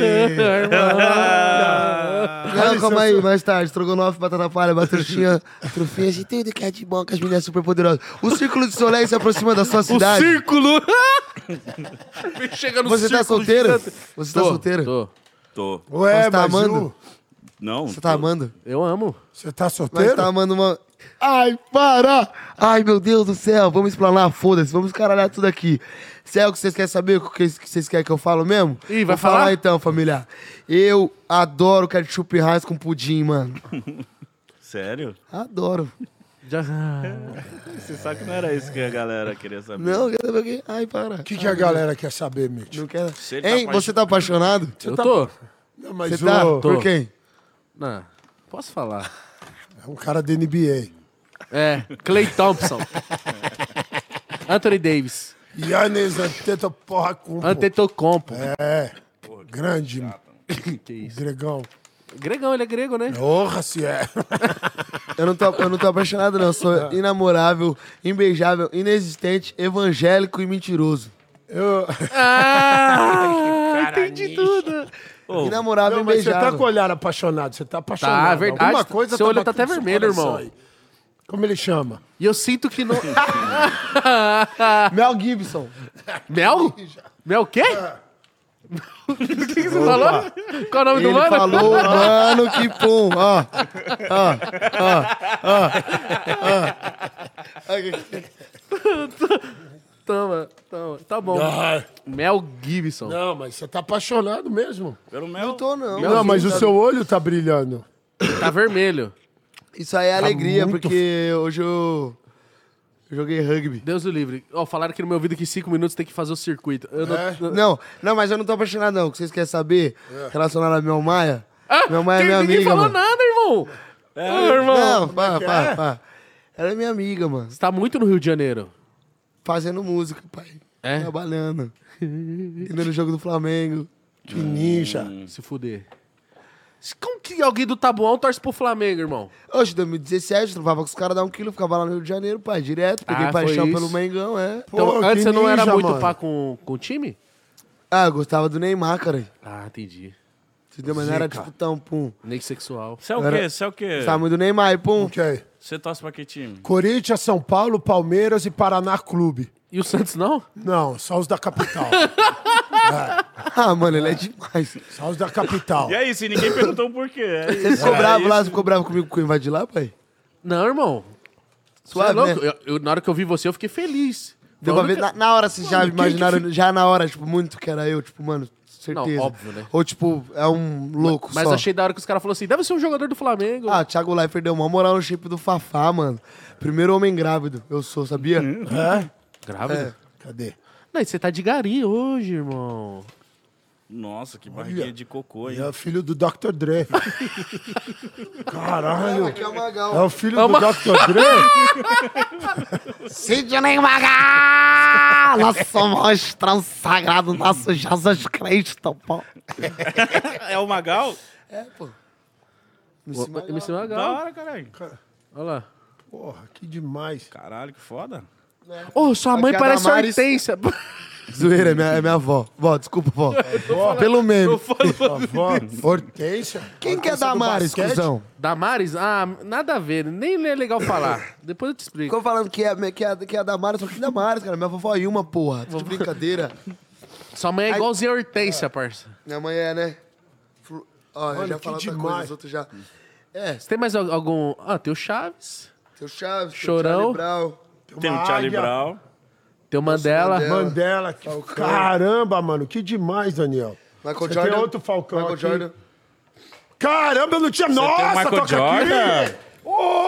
Speaker 2: Não, calma aí, mais tarde. Trogonofe, batata palha, batutinha, trufinhas e tudo que é de bom com as meninas super poderosas. O Círculo de Soleil se aproxima da sua cidade.
Speaker 1: Círculo! (laughs) Chega no
Speaker 2: Você tá
Speaker 1: círculo
Speaker 2: solteiro?
Speaker 1: gigante.
Speaker 2: Você tá
Speaker 1: Tô,
Speaker 2: solteiro?
Speaker 1: Tô.
Speaker 3: Tô.
Speaker 5: Ué,
Speaker 2: Você tá
Speaker 5: mas
Speaker 2: amando?
Speaker 5: Ju,
Speaker 3: Não.
Speaker 2: Você tá
Speaker 3: tô.
Speaker 2: amando?
Speaker 1: Eu amo.
Speaker 5: você tá
Speaker 2: Mas
Speaker 5: solteiro?
Speaker 2: tá amando uma... Ai, para! Ai, meu Deus do céu, vamos explanar, foda-se, vamos caralhar tudo aqui. Se é o que vocês querem saber, o que que vocês querem que eu falo mesmo?
Speaker 1: Ih, vai
Speaker 2: Vou falar?
Speaker 1: falar?
Speaker 2: então, família. Eu adoro ketchup Heinz com pudim, mano.
Speaker 3: Sério?
Speaker 2: Adoro.
Speaker 1: Já...
Speaker 3: Você sabe que não era isso que a galera queria saber.
Speaker 2: Não, eu quero ver aqui. Ai, para. Ah,
Speaker 5: O que, é que a galera quer saber, Mitch?
Speaker 2: Não quero.
Speaker 3: Se ele tá
Speaker 2: Hein, você tá apaixonado?
Speaker 1: Eu tô.
Speaker 5: Não, mas
Speaker 2: Você tá?
Speaker 5: o-
Speaker 1: Tô.
Speaker 2: Por quem?
Speaker 1: Não, posso falar.
Speaker 5: é um cara da NBA.
Speaker 1: É, Clay Thompson. Anthony Davis.
Speaker 5: Yannis Antetokounmpo.
Speaker 1: Antetokounmpo.
Speaker 5: um Grande,
Speaker 2: (laughs)
Speaker 1: Que isso.
Speaker 5: gregão.
Speaker 1: Gregão, ele é grego, né?
Speaker 5: Porra, se é.
Speaker 2: Eu não tô, eu não tô apaixonado, não. Eu
Speaker 5: Tá.
Speaker 2: sou inamorável, imbeijável, inexistente, evangélico e mentiroso.
Speaker 5: Eu...
Speaker 1: Ah, (laughs) entendi tudo.
Speaker 2: Inamorável
Speaker 5: Não,
Speaker 2: e
Speaker 5: mas você tá
Speaker 2: beijável.
Speaker 5: com o olhar apaixonado, você tá apaixonado.
Speaker 1: Tá, é verdade.
Speaker 5: Alguma coisa
Speaker 1: Seu olho tá
Speaker 5: batendo
Speaker 1: até
Speaker 5: no seu
Speaker 1: vermelho, irmão.
Speaker 5: coração aí. Como ele chama?
Speaker 1: E eu sinto que não...
Speaker 2: Mel Gibson.
Speaker 1: Mel? Mel o quê?
Speaker 2: Ah.
Speaker 1: (laughs) O que, que você falou? Qual é o nome do
Speaker 2: Ele
Speaker 1: mano?
Speaker 5: (laughs)
Speaker 2: falou, mano, que pum. Ó, ó, ó, ó, ó. Aqui.
Speaker 1: Toma, toma. Tá bom. Mel Gibson.
Speaker 5: Ah. Não, mas você tá apaixonado mesmo.
Speaker 3: Pelo
Speaker 2: Não
Speaker 3: menos.
Speaker 2: tô, não.
Speaker 5: Não, mas o seu olho tá brilhando.
Speaker 1: Tá vermelho.
Speaker 2: Isso aí é alegria,
Speaker 5: tá muito
Speaker 2: porque hoje eu eu joguei rugby.
Speaker 1: Deus o livre. Ó, falaram aqui no meu ouvido que cinco minutos tem que fazer o circuito. Eu não...
Speaker 2: Não, não, mas eu não tô apaixonado, não. O que vocês querem saber
Speaker 5: É.
Speaker 2: relacionado a Mel Maia?
Speaker 1: Ah,
Speaker 2: Mel Maia é
Speaker 1: quem-
Speaker 2: minha
Speaker 1: ninguém
Speaker 2: amiga,
Speaker 1: falou
Speaker 2: mano.
Speaker 1: nada, irmão. Ô, irmão.
Speaker 2: Não, pá,
Speaker 5: é?
Speaker 2: pá, pá. Ela é minha amiga, mano.
Speaker 1: Você tá muito no Rio de Janeiro.
Speaker 2: Fazendo música, pai.
Speaker 1: É?
Speaker 2: Trabalhando. (laughs) Indo no jogo do Flamengo.
Speaker 5: Que ninja.
Speaker 1: Se fuder. Como que alguém do Tabuão torce pro Flamengo, irmão?
Speaker 2: Hoje, 2017, trovava com os caras, dá um quilo, ficava lá no Rio de Janeiro, pai, direto. Peguei
Speaker 1: Ah, foi
Speaker 2: paixão
Speaker 1: isso.
Speaker 2: pelo Mengão, é.
Speaker 5: Pô,
Speaker 1: então,
Speaker 5: que
Speaker 1: antes você não era
Speaker 5: ninja,
Speaker 1: muito
Speaker 5: mano.
Speaker 1: pá com, com o time?
Speaker 2: Ah, eu gostava do Neymar, cara.
Speaker 1: Ah, entendi.
Speaker 2: Entendeu? Mas não era tipo tão, pum.
Speaker 1: Nem sexual.
Speaker 3: Você é o quê? Você é o quê?
Speaker 2: Gostava muito do Neymar e pum.
Speaker 5: Ok.
Speaker 3: Você torce pra que time?
Speaker 5: Corinthians, São Paulo, Palmeiras e Paraná Clube.
Speaker 1: E o Santos não?
Speaker 5: Não, só os
Speaker 1: (laughs)
Speaker 5: da capital.
Speaker 2: Ah, mano, ele é demais.
Speaker 5: só os da capital.
Speaker 3: E é isso, e ninguém perguntou por quê. É isso.
Speaker 2: Você ficou
Speaker 3: É
Speaker 2: bravo lá,
Speaker 3: isso.
Speaker 2: você ficou bravo comigo porque eu invadi lá, pai?
Speaker 1: Não, irmão. Você é
Speaker 2: Suave, né?
Speaker 1: louco? Eu- eu- na hora que eu vi você, eu fiquei feliz.
Speaker 2: Deu pra
Speaker 1: Falando
Speaker 2: ver.
Speaker 1: que-
Speaker 2: Na, na hora vocês já
Speaker 1: Mano, que-
Speaker 2: imaginaram,
Speaker 1: que-
Speaker 2: já na hora, tipo, muito que era eu, tipo, mano, certeza.
Speaker 1: óbvio, né?
Speaker 2: Ou, tipo, é um louco
Speaker 1: Mas
Speaker 2: só.
Speaker 1: achei da hora que os caras falaram assim, deve ser um jogador do Flamengo.
Speaker 2: Ah, o Thiago Leifert deu uma moral no shape do Fafá, mano. Primeiro homem grávido, eu sou, sabia?
Speaker 5: Hum.
Speaker 2: é.
Speaker 1: Grávida.
Speaker 5: Cadê?
Speaker 1: né? Não, e você tá de gari hoje, irmão.
Speaker 3: Nossa, que barriguinha de cocô, hein?
Speaker 5: É o filho do Dr.
Speaker 1: (laughs)
Speaker 5: Dre. Caralho.
Speaker 2: Aqui é o Magal.
Speaker 5: É o filho do Dr.
Speaker 1: (laughs)
Speaker 5: Dre?
Speaker 2: Sítio nem (laughs) Magal! Nosso monstrão sagrado, nosso Jesus Cristo, pô.
Speaker 6: É o Magal?
Speaker 1: O- MC
Speaker 6: Da
Speaker 1: Magal.
Speaker 6: hora, caralho.
Speaker 1: Olha lá.
Speaker 5: Porra, que demais.
Speaker 3: Caralho, que foda.
Speaker 1: Ô, sua mãe
Speaker 2: Aqui é a
Speaker 1: parece uma
Speaker 2: Damares.
Speaker 1: hortência. (laughs)
Speaker 2: Zoeira, é minha, é minha avó. Vó, desculpa, vó. Pelo meme.
Speaker 5: Avó, Hortência.
Speaker 2: Quem que é
Speaker 5: Hortência do
Speaker 2: Damares,
Speaker 5: basquete?
Speaker 2: cuzão?
Speaker 1: Damares? Ah, nada a ver. Nem é legal
Speaker 2: (coughs)
Speaker 1: falar. Depois eu te explico.
Speaker 2: Ficou falando que é, que, é, que é a Damares, só que Damares, cara. Minha vovó é uma, porra. Tá de brincadeira.
Speaker 1: Sua mãe é igualzinha a hortência, parça.
Speaker 2: Minha mãe é, né? Flu... Ó, eu
Speaker 5: Olha,
Speaker 2: já
Speaker 5: que
Speaker 2: falo outra
Speaker 5: demais.
Speaker 2: coisa, os outros já. É,
Speaker 1: Você tem mais al- algum... Ah, tem o Chaves.
Speaker 2: seu Chaves,
Speaker 1: Chorão.
Speaker 2: seu Charlie Brown.
Speaker 3: Tem
Speaker 5: Uma
Speaker 3: o Charlie
Speaker 5: águia.
Speaker 3: Brown.
Speaker 1: Tem o Mandela.
Speaker 2: Mandela.
Speaker 5: Mandela. que- Caramba, mano. Que demais, Daniel.
Speaker 2: Michael
Speaker 5: Você
Speaker 2: Jordan.
Speaker 5: Tem outro Falcão
Speaker 2: Michael
Speaker 5: aqui.
Speaker 2: Jordan.
Speaker 5: Caramba, eu não tinha... Nossa,
Speaker 3: Michael
Speaker 5: toca
Speaker 3: Jordan.
Speaker 5: aqui.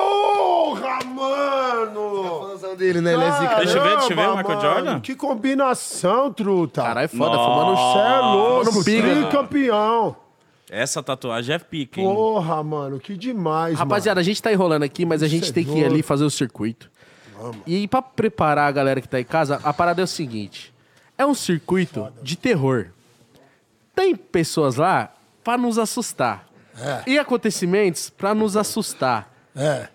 Speaker 5: Porra, mano.
Speaker 2: Fãzão dele, né? Ele é zica.
Speaker 3: Deixa eu ver, deixa eu ver o
Speaker 5: Caramba,
Speaker 3: Michael
Speaker 5: mano,
Speaker 3: Jordan.
Speaker 5: Que combinação, truta.
Speaker 1: Caralho, foda. Fumando um
Speaker 5: Cê é louco,
Speaker 1: Pica.
Speaker 5: tricampeão.
Speaker 3: Essa tatuagem é pique, hein?
Speaker 5: Porra, mano, que demais,
Speaker 1: Rapaziada, a gente tá enrolando aqui, mas a gente tem que ir ali fazer o circuito. E aí, pra preparar a galera que tá em casa, a parada é o seguinte: é um circuito de terror. Tem pessoas lá pra nos assustar. E acontecimentos pra nos assustar.
Speaker 5: mano. É.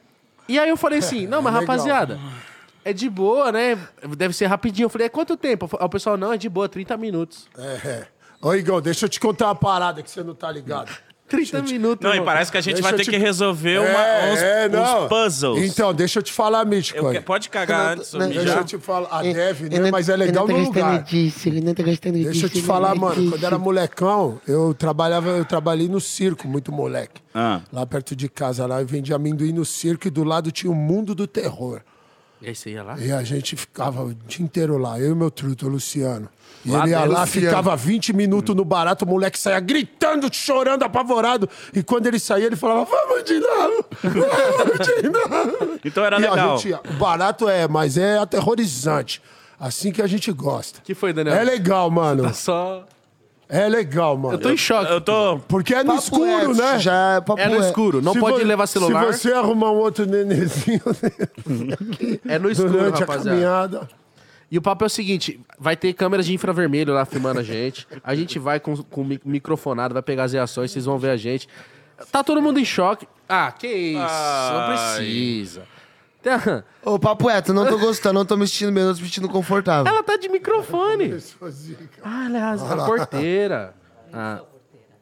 Speaker 1: E aí eu falei assim, não, mas rapaziada, é de boa, né? Deve ser rapidinho. Eu falei, é quanto tempo? Aí O pessoal, não, é de boa, 30 minutos.
Speaker 5: É. Ô, Igor, deixa eu te contar uma parada que você não tá ligado.
Speaker 1: 30 minutos.
Speaker 3: Não, e
Speaker 1: irmão.
Speaker 3: parece que a gente
Speaker 5: Deixa
Speaker 3: vai
Speaker 5: eu
Speaker 3: ter
Speaker 5: te- É,
Speaker 3: que resolver uma- uns, uns puzzles.
Speaker 5: Então, deixa eu te falar,
Speaker 3: Eu
Speaker 5: Mítico.
Speaker 3: que- pode cagar antes, ou
Speaker 2: não,
Speaker 5: Deixa
Speaker 3: mijar.
Speaker 5: eu te falar. A deve, né? Mas é legal no lugar.
Speaker 2: disso, ele não tá gostando disso.
Speaker 5: Deixa eu te falar, mano, quando era molecão, eu trabalhava, eu trabalhei no circo, muito moleque.
Speaker 3: Ah.
Speaker 5: Lá perto de casa, lá eu vendia amendoim no circo e do lado tinha o mundo do terror.
Speaker 1: E aí você ia lá?
Speaker 5: E a gente ficava o dia inteiro lá, eu e meu truto, o Luciano. E ele ia
Speaker 2: dentro,
Speaker 5: lá,
Speaker 2: Luciano.
Speaker 5: ficava 20 minutos no barato, o moleque saía gritando, chorando, apavorado. E quando ele saía, ele falava, vamos de novo, vamos
Speaker 1: (laughs)
Speaker 5: de novo.
Speaker 3: Então
Speaker 1: Tá
Speaker 3: era
Speaker 5: E a
Speaker 3: legal.
Speaker 5: gente ia. o barato é, mas é aterrorizante. Assim que a gente gosta.
Speaker 1: que foi, Daniel?
Speaker 5: É legal, mano.
Speaker 1: Só.
Speaker 5: É legal, mano.
Speaker 1: Eu tô em choque.
Speaker 3: Eu tô.
Speaker 5: Porque é no escuro, né?
Speaker 2: Já é papo
Speaker 1: É no
Speaker 2: reto.
Speaker 1: escuro, não
Speaker 5: Se
Speaker 1: pode
Speaker 5: vo-
Speaker 1: levar celular.
Speaker 5: Se você arrumar um outro (laughs) nenenzinho
Speaker 1: É no escuro,
Speaker 5: durante a
Speaker 1: rapaziada.
Speaker 5: caminhada.
Speaker 1: E o papo é o seguinte: vai ter câmeras de infravermelho lá filmando a gente. A gente vai com, com mi- microfonado, vai pegar as reações, vocês vão ver a gente. Tá todo mundo em choque. Ah, que isso? Não
Speaker 3: Ai.
Speaker 1: precisa. Tem-
Speaker 2: Ô, papo reto, não tô gostando, não tô me sentindo bem, não tô me sentindo confortável.
Speaker 1: Ela tá de microfone. Ah, ela é a- a porteira. Ah,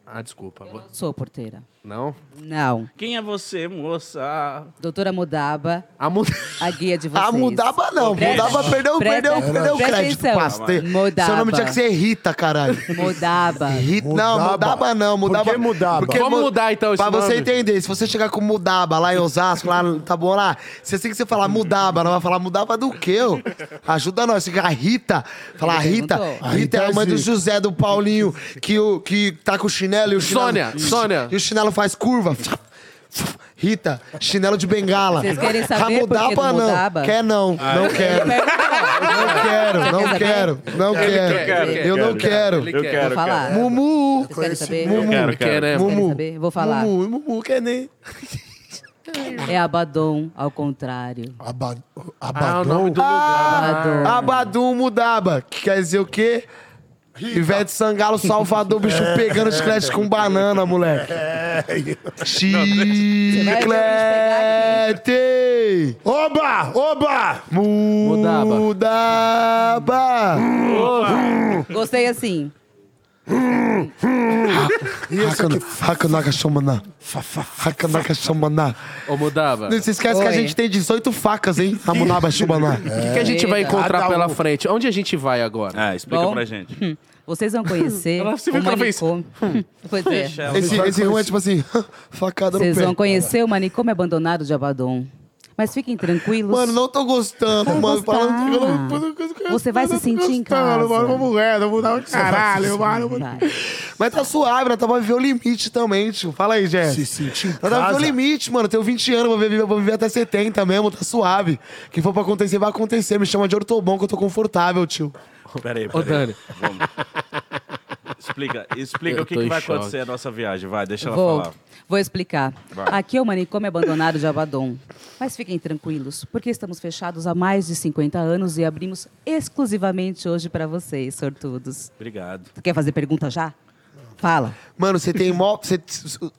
Speaker 1: ah, desculpa.
Speaker 7: Sou porteira.
Speaker 1: Não?
Speaker 7: Não.
Speaker 3: Quem é você, moça?
Speaker 7: Doutora Mudaba,
Speaker 1: A mu-
Speaker 7: a guia de vocês.
Speaker 2: Ah, mudava não,
Speaker 7: Presta-
Speaker 2: mudava, perdeu,
Speaker 7: presta-
Speaker 2: perdeu, perdeu o
Speaker 7: presta
Speaker 2: crédito,
Speaker 7: atenção.
Speaker 2: pasta.
Speaker 7: Mudava.
Speaker 2: Seu nome tinha que ser Rita, caralho.
Speaker 7: Mudaba.
Speaker 2: Rita, não,
Speaker 5: Mudaba.
Speaker 2: mudava não,
Speaker 5: Por
Speaker 2: mudava.
Speaker 5: que mudaba?
Speaker 1: Vamos
Speaker 2: mu-
Speaker 1: mudar, então, esse
Speaker 2: Pra você
Speaker 1: nome.
Speaker 2: entender, se você chegar com mudaba lá em Osasco, lá no Taboão lá, você tem que você falar mudaba, não vai falar mudaba do quê? ô? Ajuda nós, você a Rita, falar
Speaker 7: Ele
Speaker 2: Rita,
Speaker 7: perguntou.
Speaker 2: Rita é a mãe do José, do Paulinho, que, o, que tá com o chinelo e o chinelo...
Speaker 1: Sônia,
Speaker 2: e o-
Speaker 1: Sônia.
Speaker 2: E o chinelo faz curva. Rita, chinelo de bengala.
Speaker 7: Vocês querem saber
Speaker 2: Ah,
Speaker 7: por que
Speaker 2: mudaba,
Speaker 7: do
Speaker 2: não.
Speaker 7: mudaba?
Speaker 2: Quer não, não quero. Não quero, não quero, não quero.
Speaker 1: quer,
Speaker 2: Eu não
Speaker 1: quer,
Speaker 2: quero.
Speaker 1: ele
Speaker 3: Eu
Speaker 1: quero.
Speaker 3: quero.
Speaker 7: Vou falar.
Speaker 2: Mumu.
Speaker 7: Vocês querem saber?
Speaker 2: Mumu.
Speaker 3: quero,
Speaker 1: Ele quer, né?
Speaker 7: Vocês querem
Speaker 2: Mumu.
Speaker 7: saber? Vou falar.
Speaker 2: Mumu, Mumu, quer nem.
Speaker 7: É Abaddon, ao contrário.
Speaker 5: Aba-
Speaker 1: Ah, o nome do
Speaker 5: Abadão.
Speaker 1: lugar.
Speaker 7: Abaddon.
Speaker 2: Abadum Mudaba, que quer dizer o quê? Ivete Sangalo Salvador, bicho pegando chiclete com banana, moleque.
Speaker 1: É.
Speaker 2: Chiclete!
Speaker 5: Oba! Oba!
Speaker 1: Mudaba.
Speaker 2: Mudaba!
Speaker 7: Gostei assim.
Speaker 2: Hakano- Hakanaka Shomana. Hakanaka Shomana.
Speaker 1: Ô, Mudava.
Speaker 2: Não se esquece que a
Speaker 7: Oi.
Speaker 2: gente tem 18 facas, hein? Ramunaba Shumana.
Speaker 1: O que, que a gente vai
Speaker 7: Eita.
Speaker 1: encontrar
Speaker 5: Cada
Speaker 1: pela
Speaker 5: um.
Speaker 1: frente? Onde a gente vai agora?
Speaker 3: Ah, explica
Speaker 7: Bom. hum,
Speaker 3: pra gente.
Speaker 7: Vocês vão
Speaker 2: (laughs)
Speaker 7: conhecer
Speaker 1: Ela se
Speaker 7: o
Speaker 1: viu
Speaker 2: é
Speaker 1: que ela fez.
Speaker 7: manicômio. pois
Speaker 3: Deixa
Speaker 7: é.
Speaker 3: ela.
Speaker 2: Esse, esse rum é tipo um assim, (laughs) facada no
Speaker 7: Vocês
Speaker 2: pé.
Speaker 7: vão conhecer o manicômio abandonado de Abaddon. Mas fiquem tranquilos.
Speaker 2: Mano, não tô gostando,
Speaker 7: Vai
Speaker 2: mano.
Speaker 7: gostar.
Speaker 2: Falando que eu não- eu não- eu não- eu
Speaker 7: Você vai
Speaker 2: não
Speaker 7: se
Speaker 2: tô
Speaker 7: sentir em
Speaker 2: gostando, Mano,
Speaker 7: casa.
Speaker 2: vou morrer, não vou dar um caralho, mano.
Speaker 7: Vai.
Speaker 2: Mas tá suave, nós tá pra viver o limite também, tio. Fala aí, Jess.
Speaker 5: Se sentir em
Speaker 2: Nós tá pra
Speaker 5: casa.
Speaker 2: viver o limite, mano. Eu Tenho 20 anos, vou viver, vou viver até 70 mesmo, tá suave. Quem for pra acontecer, vai acontecer. Me chama de ortobom que eu tô confortável, tio.
Speaker 3: Pera aí, pera
Speaker 1: Ô,
Speaker 3: aí.
Speaker 1: Dani.
Speaker 3: Vamos. Explica, explica
Speaker 1: Eu
Speaker 3: o que,
Speaker 1: tô
Speaker 3: que
Speaker 1: em
Speaker 3: vai
Speaker 1: choque.
Speaker 3: acontecer a nossa viagem. Vai, deixa ela
Speaker 7: Vou,
Speaker 3: falar.
Speaker 7: vou explicar.
Speaker 3: Vai.
Speaker 7: Aqui é o manicômio abandonado de Abaddon. Mas fiquem tranquilos, porque estamos fechados há mais de 50 anos e abrimos exclusivamente hoje para vocês, sortudos.
Speaker 3: Obrigado.
Speaker 7: Tu quer fazer pergunta já? Fala.
Speaker 2: Mano, você tem mó. Você,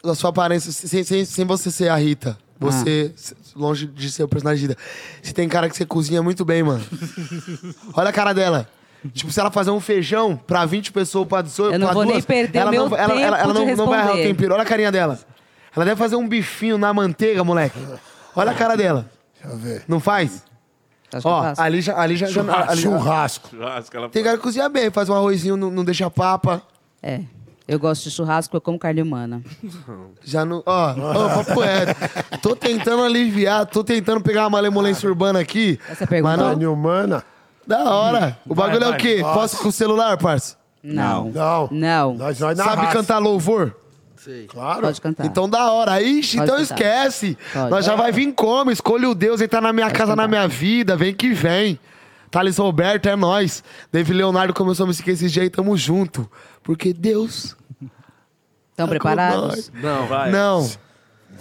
Speaker 2: a sua aparência, sem, sem, sem você ser a Rita. Você, longe de ser o personagem da Rita. Você tem cara que você cozinha muito bem, mano. Olha a cara dela. Tipo, se ela fazer um feijão pra 20 pessoas, pra 18,
Speaker 7: Eu não
Speaker 2: pra
Speaker 7: vou nem
Speaker 2: duas,
Speaker 7: perder
Speaker 2: ela
Speaker 7: o
Speaker 2: não,
Speaker 7: meu
Speaker 2: vai- ela, ela, ela
Speaker 7: tempo
Speaker 2: não,
Speaker 7: de
Speaker 2: não vai errar o
Speaker 7: responder.
Speaker 2: tempero. Olha a carinha dela. Ela deve fazer um bifinho na manteiga, moleque. Olha a cara dela.
Speaker 5: Deixa eu ver.
Speaker 2: Não faz?
Speaker 7: Acho que eu
Speaker 2: Ó,
Speaker 7: faço.
Speaker 2: ali já. Ali já, já-
Speaker 5: Churrasco.
Speaker 2: ali-
Speaker 5: churrasco.
Speaker 3: Churrasco, ela
Speaker 2: Tem cara que cozinha bem, faz um arrozinho, não, não deixa papa.
Speaker 7: É. Eu gosto de churrasco, eu como carne humana.
Speaker 2: Já não. Ó, ó, papo reto. Tô tentando aliviar, tô tentando pegar uma malemolência urbana aqui.
Speaker 7: Essa pergunta-
Speaker 2: Mas não,
Speaker 5: Carne humana.
Speaker 2: da hora. O bagulho
Speaker 5: vai,
Speaker 2: é o quê?
Speaker 5: vai.
Speaker 2: Posso com o celular, parça?
Speaker 7: Não.
Speaker 5: Não.
Speaker 7: Não.
Speaker 5: Nós, nós na
Speaker 2: Sabe
Speaker 5: raça.
Speaker 2: cantar louvor?
Speaker 5: Claro.
Speaker 7: Pode cantar.
Speaker 2: Então da hora. Ixi,
Speaker 7: Pode
Speaker 2: então
Speaker 7: cantar.
Speaker 2: esquece.
Speaker 7: Pode.
Speaker 2: Nós já vai vir como? Escolha o Deus, entrar na minha casa, na minha vida. Vem que vem. Thales Roberto, é nós. David Leonardo começou a me seguir esse jeito, tamo junto. Porque Deus.
Speaker 7: Estão preparados?
Speaker 2: nós.
Speaker 1: Não,
Speaker 3: Vai.
Speaker 2: Não.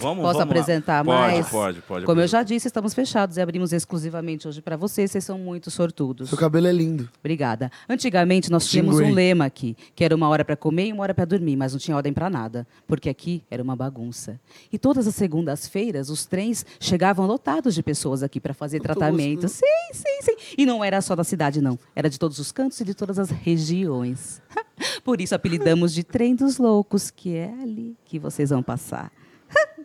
Speaker 3: Vamos, vamos
Speaker 7: Posso
Speaker 3: lá.
Speaker 7: apresentar
Speaker 3: pode,
Speaker 7: mais?
Speaker 3: Pode, pode.
Speaker 7: Como eu já disse, estamos fechados e abrimos exclusivamente hoje para vocês. Vocês são muito sortudos.
Speaker 2: Seu cabelo é lindo.
Speaker 7: Obrigada. Antigamente nós tínhamos
Speaker 2: Stingray.
Speaker 7: um lema aqui, que era uma hora para comer e uma hora para dormir, mas não tinha ordem para nada, porque aqui era uma bagunça. E todas as segundas-feiras os trens chegavam lotados de pessoas aqui para fazer tratamento. Sim, sim, sim. E não era só da cidade não, era de todos os cantos e de todas as regiões. (laughs) Por isso apelidamos de trem dos loucos, que é ali que vocês vão passar. (laughs)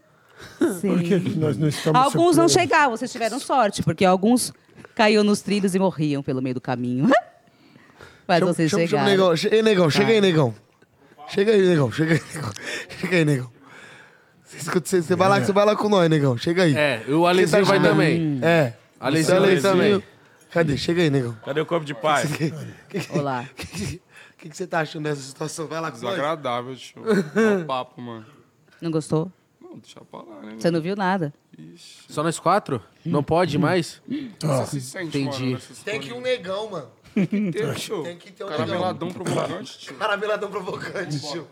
Speaker 7: Sim.
Speaker 5: Por que que nós não estamos
Speaker 7: Alguns não
Speaker 5: surpresos?
Speaker 7: chegavam, vocês tiveram sorte, porque alguns caíam nos trilhos e morriam pelo meio do caminho. (laughs) Mas vocês
Speaker 2: chama, chama um o
Speaker 7: chegaram. Tá.
Speaker 2: negão. Che- Ei, negão, chega aí, negão. Chega aí, negão. Chega aí, negão. Chega aí, negão. Você escuta- Você você vai lá, você vai lá com nós, negão. Chega aí.
Speaker 1: É, o Alezinho
Speaker 2: Você tá
Speaker 1: vai
Speaker 2: chegando.
Speaker 1: também.
Speaker 2: É.
Speaker 1: Alezinho
Speaker 2: Você é
Speaker 1: vai também.
Speaker 2: Cadê? Chega aí, negão. (laughs)
Speaker 3: Cadê o corpo de pai?
Speaker 7: é Olá.
Speaker 2: O que, que- que você tá achando dessa situação? Vai lá com nós.
Speaker 8: Desagradável, tio. Ó o um papo, mano.
Speaker 7: Não gostou?
Speaker 8: Não, deixa pra lá, né?
Speaker 7: Você não viu nada.
Speaker 1: Só nós quatro? Não pode mais?
Speaker 8: Você se sente,
Speaker 1: Entendi.
Speaker 8: mano. nessa
Speaker 2: Tem que ir um
Speaker 1: (laughs)
Speaker 2: negão, mano.
Speaker 8: história, tio.
Speaker 2: Tem que ter um negão.
Speaker 8: Carameladão
Speaker 9: (laughs)
Speaker 8: provocante, tio.
Speaker 2: Carameladão provocante, tio.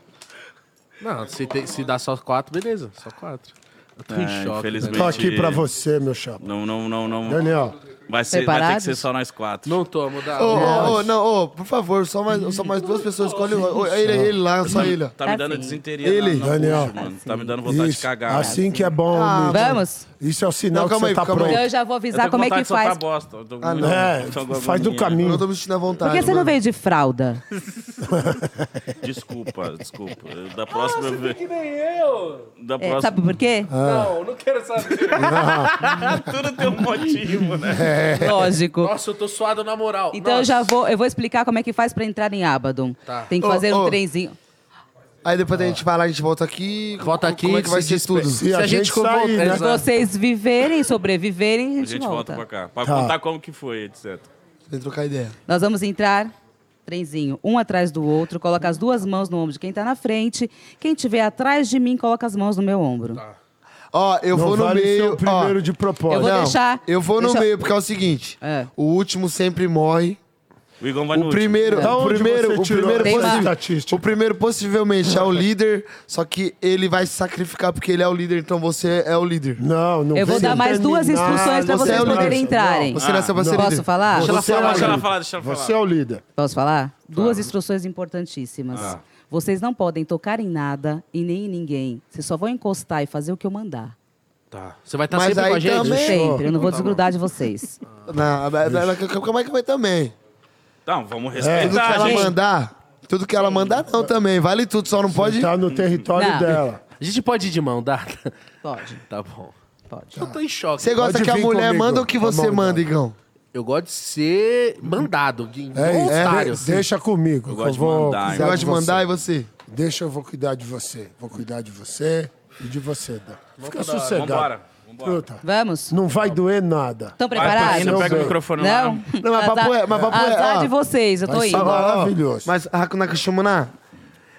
Speaker 1: Não, se, tem- se dá só quatro, beleza. Só quatro. Eu tô em
Speaker 3: É,
Speaker 1: choque.
Speaker 3: infelizmente.
Speaker 1: velho.
Speaker 5: Tô aqui pra você, meu chapa.
Speaker 3: Não, não, não, não.
Speaker 5: Daniel,
Speaker 3: Vai, ser, vai ter que
Speaker 7: Preparados?
Speaker 3: ser só nós quatro.
Speaker 1: Não tô, mudar.
Speaker 2: Ô, ô, ô, não, ô, por favor, só mais, só mais duas pessoas. Escolhe o- ô, ele, ele lá, só ele, ó.
Speaker 3: Tá me dando
Speaker 7: Assim.
Speaker 3: desinteria
Speaker 2: Ele.
Speaker 3: na, na
Speaker 5: Daniel.
Speaker 3: bucha, mano. Tá me dando vontade
Speaker 5: isso,
Speaker 3: de cagar.
Speaker 5: assim que é bom.
Speaker 2: Tá
Speaker 5: amigo.
Speaker 7: Vamos?
Speaker 5: Isso é o sinal
Speaker 2: Não,
Speaker 5: que
Speaker 2: calma
Speaker 5: você
Speaker 2: aí,
Speaker 5: tá
Speaker 2: calma
Speaker 5: pronto.
Speaker 2: aí.
Speaker 7: Eu já vou
Speaker 3: Eu tô
Speaker 7: avisar
Speaker 3: com
Speaker 7: como é
Speaker 3: vontade
Speaker 7: que
Speaker 3: de soltar
Speaker 7: faz.
Speaker 3: bosta. Eu tô com- eu tô com
Speaker 5: É, faz do
Speaker 3: agonia.
Speaker 5: caminho.
Speaker 2: Eu tô me sentindo à vontade.
Speaker 7: Por que você não
Speaker 2: né, mano.
Speaker 7: veio de fralda?
Speaker 3: Desculpa, desculpa. Eu- Da próxima vez.
Speaker 6: Ah, Que nem eu!
Speaker 3: Da
Speaker 7: É,
Speaker 3: próxima.
Speaker 7: sabe por quê?
Speaker 6: Não, não quero saber.
Speaker 3: Tudo tem um motivo, né?
Speaker 7: (laughs)
Speaker 2: É.
Speaker 7: Lógico.
Speaker 1: Nossa, eu tô suado na moral.
Speaker 7: Então eu já vou, eu vou explicar como é que faz para entrar em Abaddon. Tem que
Speaker 2: Tá. Ô,
Speaker 7: fazer um
Speaker 2: ô.
Speaker 7: trenzinho.
Speaker 2: Aí depois a gente vai lá, a gente volta aqui.
Speaker 1: Volta aqui,
Speaker 2: Como é que vai
Speaker 1: se
Speaker 2: ser tudo?
Speaker 1: despe-
Speaker 5: Se a gente sair, né?
Speaker 7: Se
Speaker 2: é.
Speaker 7: vocês viverem, sobreviverem, a gente,
Speaker 3: A gente volta pra cá. Pra
Speaker 5: Tá.
Speaker 3: contar como que foi, etc.
Speaker 2: Vem trocar ideia.
Speaker 7: Nós vamos entrar, trenzinho, um atrás do outro, coloca as duas mãos no ombro de quem tá na frente. Quem tiver atrás de mim, coloca as mãos no meu ombro.
Speaker 5: Tá.
Speaker 2: Ó, eu
Speaker 5: Não
Speaker 2: vou no
Speaker 5: vale ser
Speaker 2: meio.
Speaker 5: o primeiro
Speaker 2: ó,
Speaker 5: de propósito.
Speaker 7: Eu vou
Speaker 2: não,
Speaker 7: deixar-
Speaker 2: Eu vou no
Speaker 7: deixa-
Speaker 2: meio, porque é o seguinte:
Speaker 7: É.
Speaker 2: o último sempre morre.
Speaker 3: O Igor vai no
Speaker 2: O primeiro,
Speaker 5: Da
Speaker 2: o Então,
Speaker 5: onde
Speaker 2: primeiro,
Speaker 5: você
Speaker 2: o
Speaker 5: tirou
Speaker 2: primeiro, assim.
Speaker 7: essa
Speaker 2: possi-
Speaker 5: estatística?
Speaker 2: o primeiro possivelmente é o líder, só que ele vai se sacrificar porque ele é o líder, então você é o líder.
Speaker 5: Não, não
Speaker 7: Eu vou
Speaker 5: vem
Speaker 7: dar mais duas
Speaker 5: terminar.
Speaker 7: instruções pra
Speaker 5: Você
Speaker 7: vocês
Speaker 5: é o
Speaker 7: poderem
Speaker 5: líder.
Speaker 7: entrarem. Ah.
Speaker 2: Você nasceu pra ser
Speaker 5: não.
Speaker 2: líder.
Speaker 7: Posso falar?
Speaker 5: Você
Speaker 3: Deixa ela falar,
Speaker 5: é o Tá.
Speaker 3: deixa ela
Speaker 5: líder.
Speaker 3: falar, deixa ela
Speaker 5: Você
Speaker 3: falar.
Speaker 5: é o líder.
Speaker 7: Posso falar? Duas instruções importantíssimas.
Speaker 5: Ah.
Speaker 7: Vocês não podem tocar em nada e nem em ninguém. Vocês só vão encostar e fazer o que eu mandar.
Speaker 1: Tá. Você vai estar
Speaker 2: Mas
Speaker 1: sempre com a
Speaker 2: aí
Speaker 1: gente?
Speaker 2: também-
Speaker 7: Sempre. Eu não vou
Speaker 5: Tá
Speaker 7: desgrudar de
Speaker 5: (laughs)
Speaker 7: vocês.
Speaker 5: Ah.
Speaker 2: Não, mas- mas- mas como é que vai também?
Speaker 3: Não, vamos
Speaker 2: Tudo que
Speaker 3: respeitar,
Speaker 2: ela
Speaker 3: Tá, gente.
Speaker 2: mandar, tudo que ela mandar não também, vale tudo, só não pode...
Speaker 5: Tá no território
Speaker 7: Não.
Speaker 5: dela.
Speaker 1: A gente pode ir de mão dada? (laughs)
Speaker 7: Pode,
Speaker 1: Tá bom.
Speaker 7: pode.
Speaker 1: Eu tô em choque.
Speaker 2: Você gosta
Speaker 5: Pode
Speaker 2: que a
Speaker 5: vir
Speaker 2: mulher
Speaker 5: comigo,
Speaker 2: manda o que
Speaker 5: tá
Speaker 2: você
Speaker 5: bom,
Speaker 2: manda,
Speaker 5: então.
Speaker 2: Igão?
Speaker 1: Eu gosto de ser mandado, de
Speaker 5: É isso.
Speaker 1: voluntário.
Speaker 5: De- deixa comigo. que Eu,
Speaker 3: gosto de mandar,
Speaker 5: vou
Speaker 3: hein?
Speaker 5: cuidar
Speaker 2: Você gosta de
Speaker 5: você.
Speaker 2: mandar e você?
Speaker 5: Deixa, eu vou cuidar de você. Vou cuidar de você e de você. Dan. Fica
Speaker 1: pra dar-
Speaker 5: sossegado.
Speaker 3: Vambora.
Speaker 5: Truta,
Speaker 7: Vamos?
Speaker 5: não vai doer nada.
Speaker 7: Estão preparados?
Speaker 5: Toninho, pega o
Speaker 3: microfone lá.
Speaker 7: Não?
Speaker 2: Não, mas papo é- mas papo é,
Speaker 7: Azar
Speaker 5: ah.
Speaker 2: ó.
Speaker 7: de vocês, eu tô
Speaker 5: Mas
Speaker 7: indo.
Speaker 5: tá Maravilhoso.
Speaker 2: Mas Hakunaka Shumuna.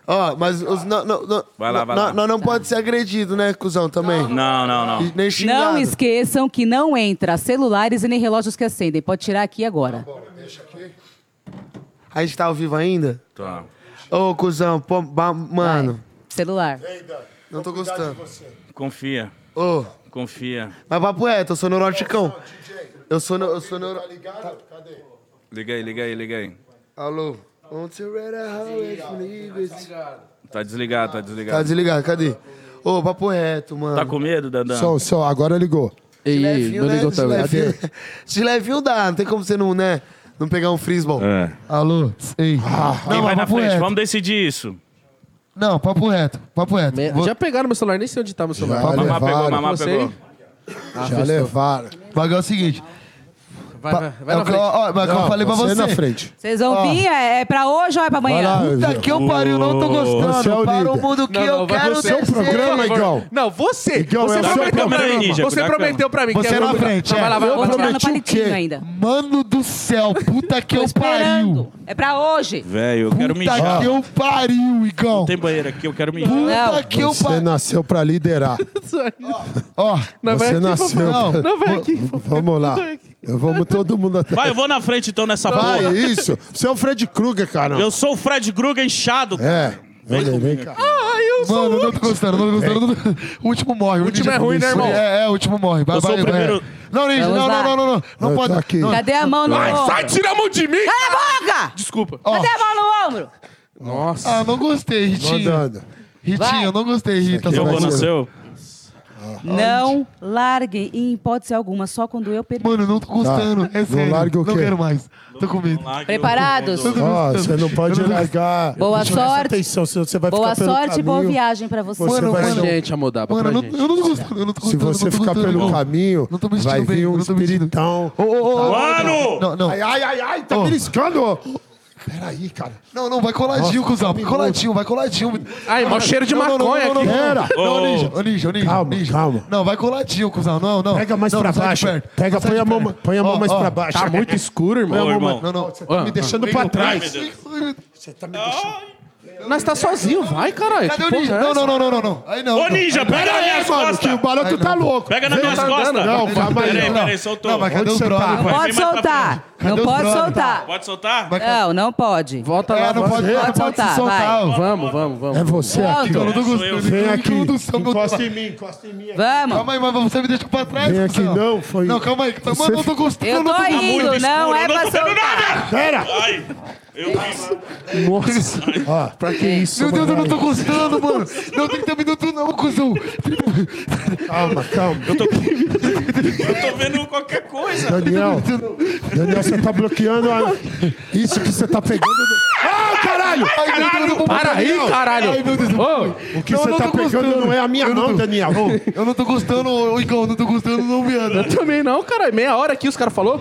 Speaker 2: Ó, mas os, não, não, não,
Speaker 3: Vai lá, vai
Speaker 2: não,
Speaker 3: lá.
Speaker 2: não, não pode ser agredido, né, cuzão, também.
Speaker 3: Não, não, não.
Speaker 2: E Nem xingado.
Speaker 7: Não esqueçam que não entra celulares e nem relógios que acendem. Pode tirar aqui agora.
Speaker 2: A gente tá ao vivo ainda?
Speaker 3: Tá.
Speaker 2: Ô, cuzão, pô, ba- mano,
Speaker 7: Celular.
Speaker 2: não tô gostando.
Speaker 3: Confia,
Speaker 2: Ô,
Speaker 3: confia.
Speaker 2: mas papo é, eu sou neuroticão. Eu sou, neu- eu
Speaker 1: tá
Speaker 2: sou neuro...
Speaker 3: Liga aí, liga aí, liga aí.
Speaker 2: Alô? Won't you
Speaker 1: Tá
Speaker 2: rather how it
Speaker 1: né?
Speaker 2: leaves?
Speaker 3: Tá desligado, tá
Speaker 2: Tá
Speaker 3: desligado.
Speaker 2: desligado, cadê? Ô, papo reto, mano.
Speaker 3: Tá com medo, Dandan?
Speaker 2: um
Speaker 5: Só, só, agora ligou.
Speaker 1: Ei, ei,
Speaker 2: Levinho,
Speaker 1: não
Speaker 2: né?
Speaker 1: ligou também.
Speaker 2: Gilevinho- Gilevinho dá, não tem como você não, né? Não pegar um frisball.
Speaker 3: É.
Speaker 2: Alô? Ei.
Speaker 3: Quem
Speaker 2: não,
Speaker 3: vai
Speaker 2: mas
Speaker 3: na
Speaker 2: papo
Speaker 3: frente?
Speaker 2: reto.
Speaker 3: Vamos decidir isso.
Speaker 2: Não, papo reto. Papo reto.
Speaker 1: Me-
Speaker 2: Vou-
Speaker 1: Já pegaram meu celular, nem sei onde tá meu celular.
Speaker 5: Já
Speaker 1: Vai,
Speaker 3: Mamá pegou,
Speaker 5: levaram,
Speaker 3: mamá
Speaker 1: Você?
Speaker 3: pegou.
Speaker 5: já levaram.
Speaker 2: O bagulho é o seguinte.
Speaker 1: vai, vai,
Speaker 2: é
Speaker 1: na
Speaker 2: o que eu,
Speaker 1: frente.
Speaker 2: ó, mas que eu
Speaker 5: Não,
Speaker 2: falei pra você.
Speaker 5: você na frente.
Speaker 7: Vocês vão vir? É é pra hoje ou é pra
Speaker 5: Vai lá,
Speaker 7: amanhã?
Speaker 5: Evia.
Speaker 2: Puta que eu pariu, não tô gostando.
Speaker 5: Você é o
Speaker 2: para o
Speaker 5: líder.
Speaker 2: mundo que
Speaker 1: Não,
Speaker 2: eu
Speaker 1: não, vai
Speaker 2: quero
Speaker 1: você é o
Speaker 2: descer.
Speaker 5: programa, Igão.
Speaker 1: Não, você!
Speaker 5: Igão, é
Speaker 1: você
Speaker 5: o seu
Speaker 1: prometeu pra
Speaker 3: programa.
Speaker 1: mim.
Speaker 3: Ninja,
Speaker 1: você
Speaker 3: cuidado com a
Speaker 1: prometeu pra mim.
Speaker 2: Você
Speaker 1: que
Speaker 2: é
Speaker 1: era-
Speaker 2: na frente,
Speaker 1: Não,
Speaker 2: é.
Speaker 1: vai lá, vai
Speaker 5: Eu
Speaker 1: lá. vai
Speaker 7: Vou
Speaker 1: lá.
Speaker 7: tirar no
Speaker 5: prometi o quê?
Speaker 7: palitinho ainda.
Speaker 2: Mano do céu, puta que
Speaker 7: Tô
Speaker 2: eu pariu.
Speaker 7: esperando. É pra hoje.
Speaker 3: Velho, eu quero
Speaker 2: Puta
Speaker 3: mijar.
Speaker 2: que eu pariu, Igão.
Speaker 3: Tem banheiro aqui, eu quero mijar.
Speaker 2: Puta
Speaker 7: Não.
Speaker 2: que eu
Speaker 5: Você
Speaker 2: pariu.
Speaker 5: nasceu pra (laughs) liderar.
Speaker 2: Ó,
Speaker 1: Não, vai
Speaker 5: Você
Speaker 1: aqui,
Speaker 5: nasceu.
Speaker 1: Não,
Speaker 5: pra-
Speaker 1: não, vai aqui.
Speaker 5: Vamos lá. Eu vamos todo mundo até.
Speaker 3: Vai, eu vou na frente então nessa
Speaker 5: (laughs) Vai,
Speaker 3: porra.
Speaker 5: isso. Você é o Fred Krueger, cara.
Speaker 3: Eu sou o Fred Gruga inchado.
Speaker 5: É. Vem, Ah, vem cá.
Speaker 2: mano, não tô gostando, não tô gostando. não tô- O último morre. O
Speaker 1: último é ruim, né, irmão?
Speaker 2: É, é, o último morre. Vai,
Speaker 3: Eu sou
Speaker 2: vai,
Speaker 3: o
Speaker 2: vai.
Speaker 3: primeiro.
Speaker 2: Não, Ninja,
Speaker 7: Vamos
Speaker 2: não, não,
Speaker 7: lá.
Speaker 2: não, não, não. Não
Speaker 5: Eu tô
Speaker 2: pode.
Speaker 5: aqui.
Speaker 2: Não,
Speaker 7: Cadê a mão no ombro?
Speaker 1: Sai, tira a mão de mim!
Speaker 7: Cala a boca!
Speaker 1: Desculpa.
Speaker 7: Cadê a mão no ombro?
Speaker 1: Nossa.
Speaker 2: Ah, não gostei, Ritinho.
Speaker 5: Mandando.
Speaker 2: Ritinho,
Speaker 7: Vai.
Speaker 2: eu não gostei, Rita.
Speaker 5: aqui é
Speaker 3: Eu vou
Speaker 5: Vai,
Speaker 3: no
Speaker 5: Ciro.
Speaker 3: seu.
Speaker 7: Não larguem, em hipótese alguma, só quando eu permitir.
Speaker 2: Mano, eu não tô gostando.
Speaker 5: Tá.
Speaker 2: É
Speaker 5: Não
Speaker 2: sério.
Speaker 5: larga o
Speaker 2: não
Speaker 5: quê?
Speaker 2: quero mais. Tô com medo.
Speaker 7: Preparados?
Speaker 5: Ó, você não pode largar.
Speaker 7: Boa
Speaker 5: Deixa eu prestar
Speaker 7: sorte.
Speaker 5: Atenção, senão você vai
Speaker 7: Boa
Speaker 5: ficar pelo
Speaker 7: sorte e boa
Speaker 5: caminho.
Speaker 7: viagem pra vocês.
Speaker 5: Você
Speaker 2: Mano,
Speaker 5: vai-
Speaker 1: Pra
Speaker 2: mano,
Speaker 1: gente, Amodaba,
Speaker 2: Mano,
Speaker 1: pra
Speaker 2: eu não,
Speaker 1: gente.
Speaker 2: eu não tô gostando, eu não tô
Speaker 5: Se
Speaker 2: gostando,
Speaker 5: você
Speaker 2: eu não tô
Speaker 5: ficar
Speaker 2: gostando,
Speaker 5: pelo
Speaker 2: não.
Speaker 5: caminho,
Speaker 2: Não tô me
Speaker 5: vai
Speaker 2: sentindo bem,
Speaker 5: vir um
Speaker 2: não tô me sentindo-
Speaker 5: espiritão.
Speaker 2: Ô, ô, ô, ô,
Speaker 3: Mano!
Speaker 2: Não, não.
Speaker 5: Ai, ai, ai, ai, tá
Speaker 2: Ô.
Speaker 5: beliscando. ó. Peraí, cara.
Speaker 2: Não, não, vai coladinho,
Speaker 5: Nossa,
Speaker 2: cuzão.
Speaker 5: caminhoso.
Speaker 2: Coladinho, vai coladinho.
Speaker 1: Ai, mó cheiro de
Speaker 2: Não, não, não,
Speaker 1: maconha
Speaker 2: não, não,
Speaker 1: aqui.
Speaker 2: não,
Speaker 5: Pera.
Speaker 2: Não,
Speaker 3: Ô,
Speaker 2: ninja, ô, ninja, ô, ninja.
Speaker 5: Calma,
Speaker 2: ninja.
Speaker 5: calma.
Speaker 2: Não, vai coladinho, cuzão. Não, não.
Speaker 5: Pega mais
Speaker 2: Não,
Speaker 5: pra
Speaker 2: não sai de
Speaker 5: baixo.
Speaker 2: perto,
Speaker 5: Pega,
Speaker 2: não sai
Speaker 5: põe
Speaker 2: de
Speaker 5: a mão,
Speaker 2: perto.
Speaker 5: põe a mão
Speaker 2: Ó,
Speaker 5: mais
Speaker 2: ó.
Speaker 5: pra baixo.
Speaker 1: Tá muito escuro, irmão.
Speaker 3: Ô, irmão.
Speaker 2: Não, não.
Speaker 5: Você tá me deixando pra trás.
Speaker 1: Nós tá sozinho, vai, caralho.
Speaker 2: Cadê
Speaker 1: Que
Speaker 2: o
Speaker 1: porra
Speaker 2: ninja?
Speaker 1: é
Speaker 2: Não,
Speaker 1: essa?
Speaker 2: não, não, não, não, não. Aí não.
Speaker 3: Ô,
Speaker 2: não.
Speaker 3: ninja, pega nas minhas
Speaker 5: Mano, que o
Speaker 3: costas.
Speaker 5: barato tá louco.
Speaker 3: Pega nas minhas costas.
Speaker 5: Não, calma aí.
Speaker 3: Peraí,
Speaker 5: Não,
Speaker 3: peraí, soltou.
Speaker 2: Não, mas cadê
Speaker 5: Onde
Speaker 2: o
Speaker 5: você
Speaker 2: brother?
Speaker 5: tá?
Speaker 7: Pode
Speaker 3: Vem mais pra
Speaker 7: soltar.
Speaker 2: Cadê
Speaker 7: Não
Speaker 2: os
Speaker 7: pode
Speaker 2: brothers?
Speaker 7: soltar.
Speaker 3: Pode soltar?
Speaker 7: Não, não pode.
Speaker 1: Volta lá,
Speaker 2: É, não
Speaker 1: volta.
Speaker 2: pode,
Speaker 7: Pode
Speaker 2: não pode se
Speaker 7: soltar,
Speaker 2: soltar.
Speaker 7: vai.
Speaker 2: ó.
Speaker 1: Vamos, vamos, vamos.
Speaker 5: É você
Speaker 7: Volta.
Speaker 5: aqui, ó.
Speaker 2: Eu não tô
Speaker 3: Sou eu.
Speaker 2: gostando.
Speaker 5: Vem
Speaker 2: eu
Speaker 5: aqui.
Speaker 2: não tô gostando, eu não tô-
Speaker 5: Encosta em mim, encosta em mim. aqui.
Speaker 7: Vamos.
Speaker 2: Calma aí, mas você me deixa pra trás,
Speaker 5: Vem aqui,
Speaker 2: cuzão.
Speaker 5: não, foi-
Speaker 2: Não, calma aí. calma- Mano,
Speaker 5: Você-
Speaker 2: eu não tô gostando.
Speaker 7: Eu tô
Speaker 2: não tô
Speaker 3: Muito
Speaker 7: indo, não
Speaker 3: escuro,
Speaker 7: é pra
Speaker 3: tô vendo
Speaker 7: soltar.
Speaker 3: nada.
Speaker 5: Pera!
Speaker 3: Ai, eu vi.
Speaker 5: Ó, pra que isso?
Speaker 2: Meu Deus, eu não tô
Speaker 5: mano?
Speaker 2: gostando, mano. Não, 30 minutos não, cuzão.
Speaker 5: Calma, calma.
Speaker 3: Eu tô vendo qualquer
Speaker 5: (laughs)
Speaker 3: coisa.
Speaker 5: Daniel, Daniel, você tá bloqueando a... isso que você tá pegando. do- Ah, caralho!
Speaker 2: Ai, meu Deus, eu não vou-
Speaker 1: Para aí, caralho.
Speaker 2: Ai, meu Deus. do
Speaker 1: Ô,
Speaker 2: céu.
Speaker 5: O que
Speaker 2: Não, eu
Speaker 5: você
Speaker 2: não
Speaker 5: tá
Speaker 2: tô
Speaker 5: pegando
Speaker 2: gostando.
Speaker 5: não é a minha
Speaker 2: Eu
Speaker 5: mão,
Speaker 2: tô-
Speaker 5: Daniel.
Speaker 2: Eu não tô gostando, ô, ô, Igão, eu não tô gostando, não, viado.
Speaker 1: também não, caralho. Meia hora aqui os caras falou.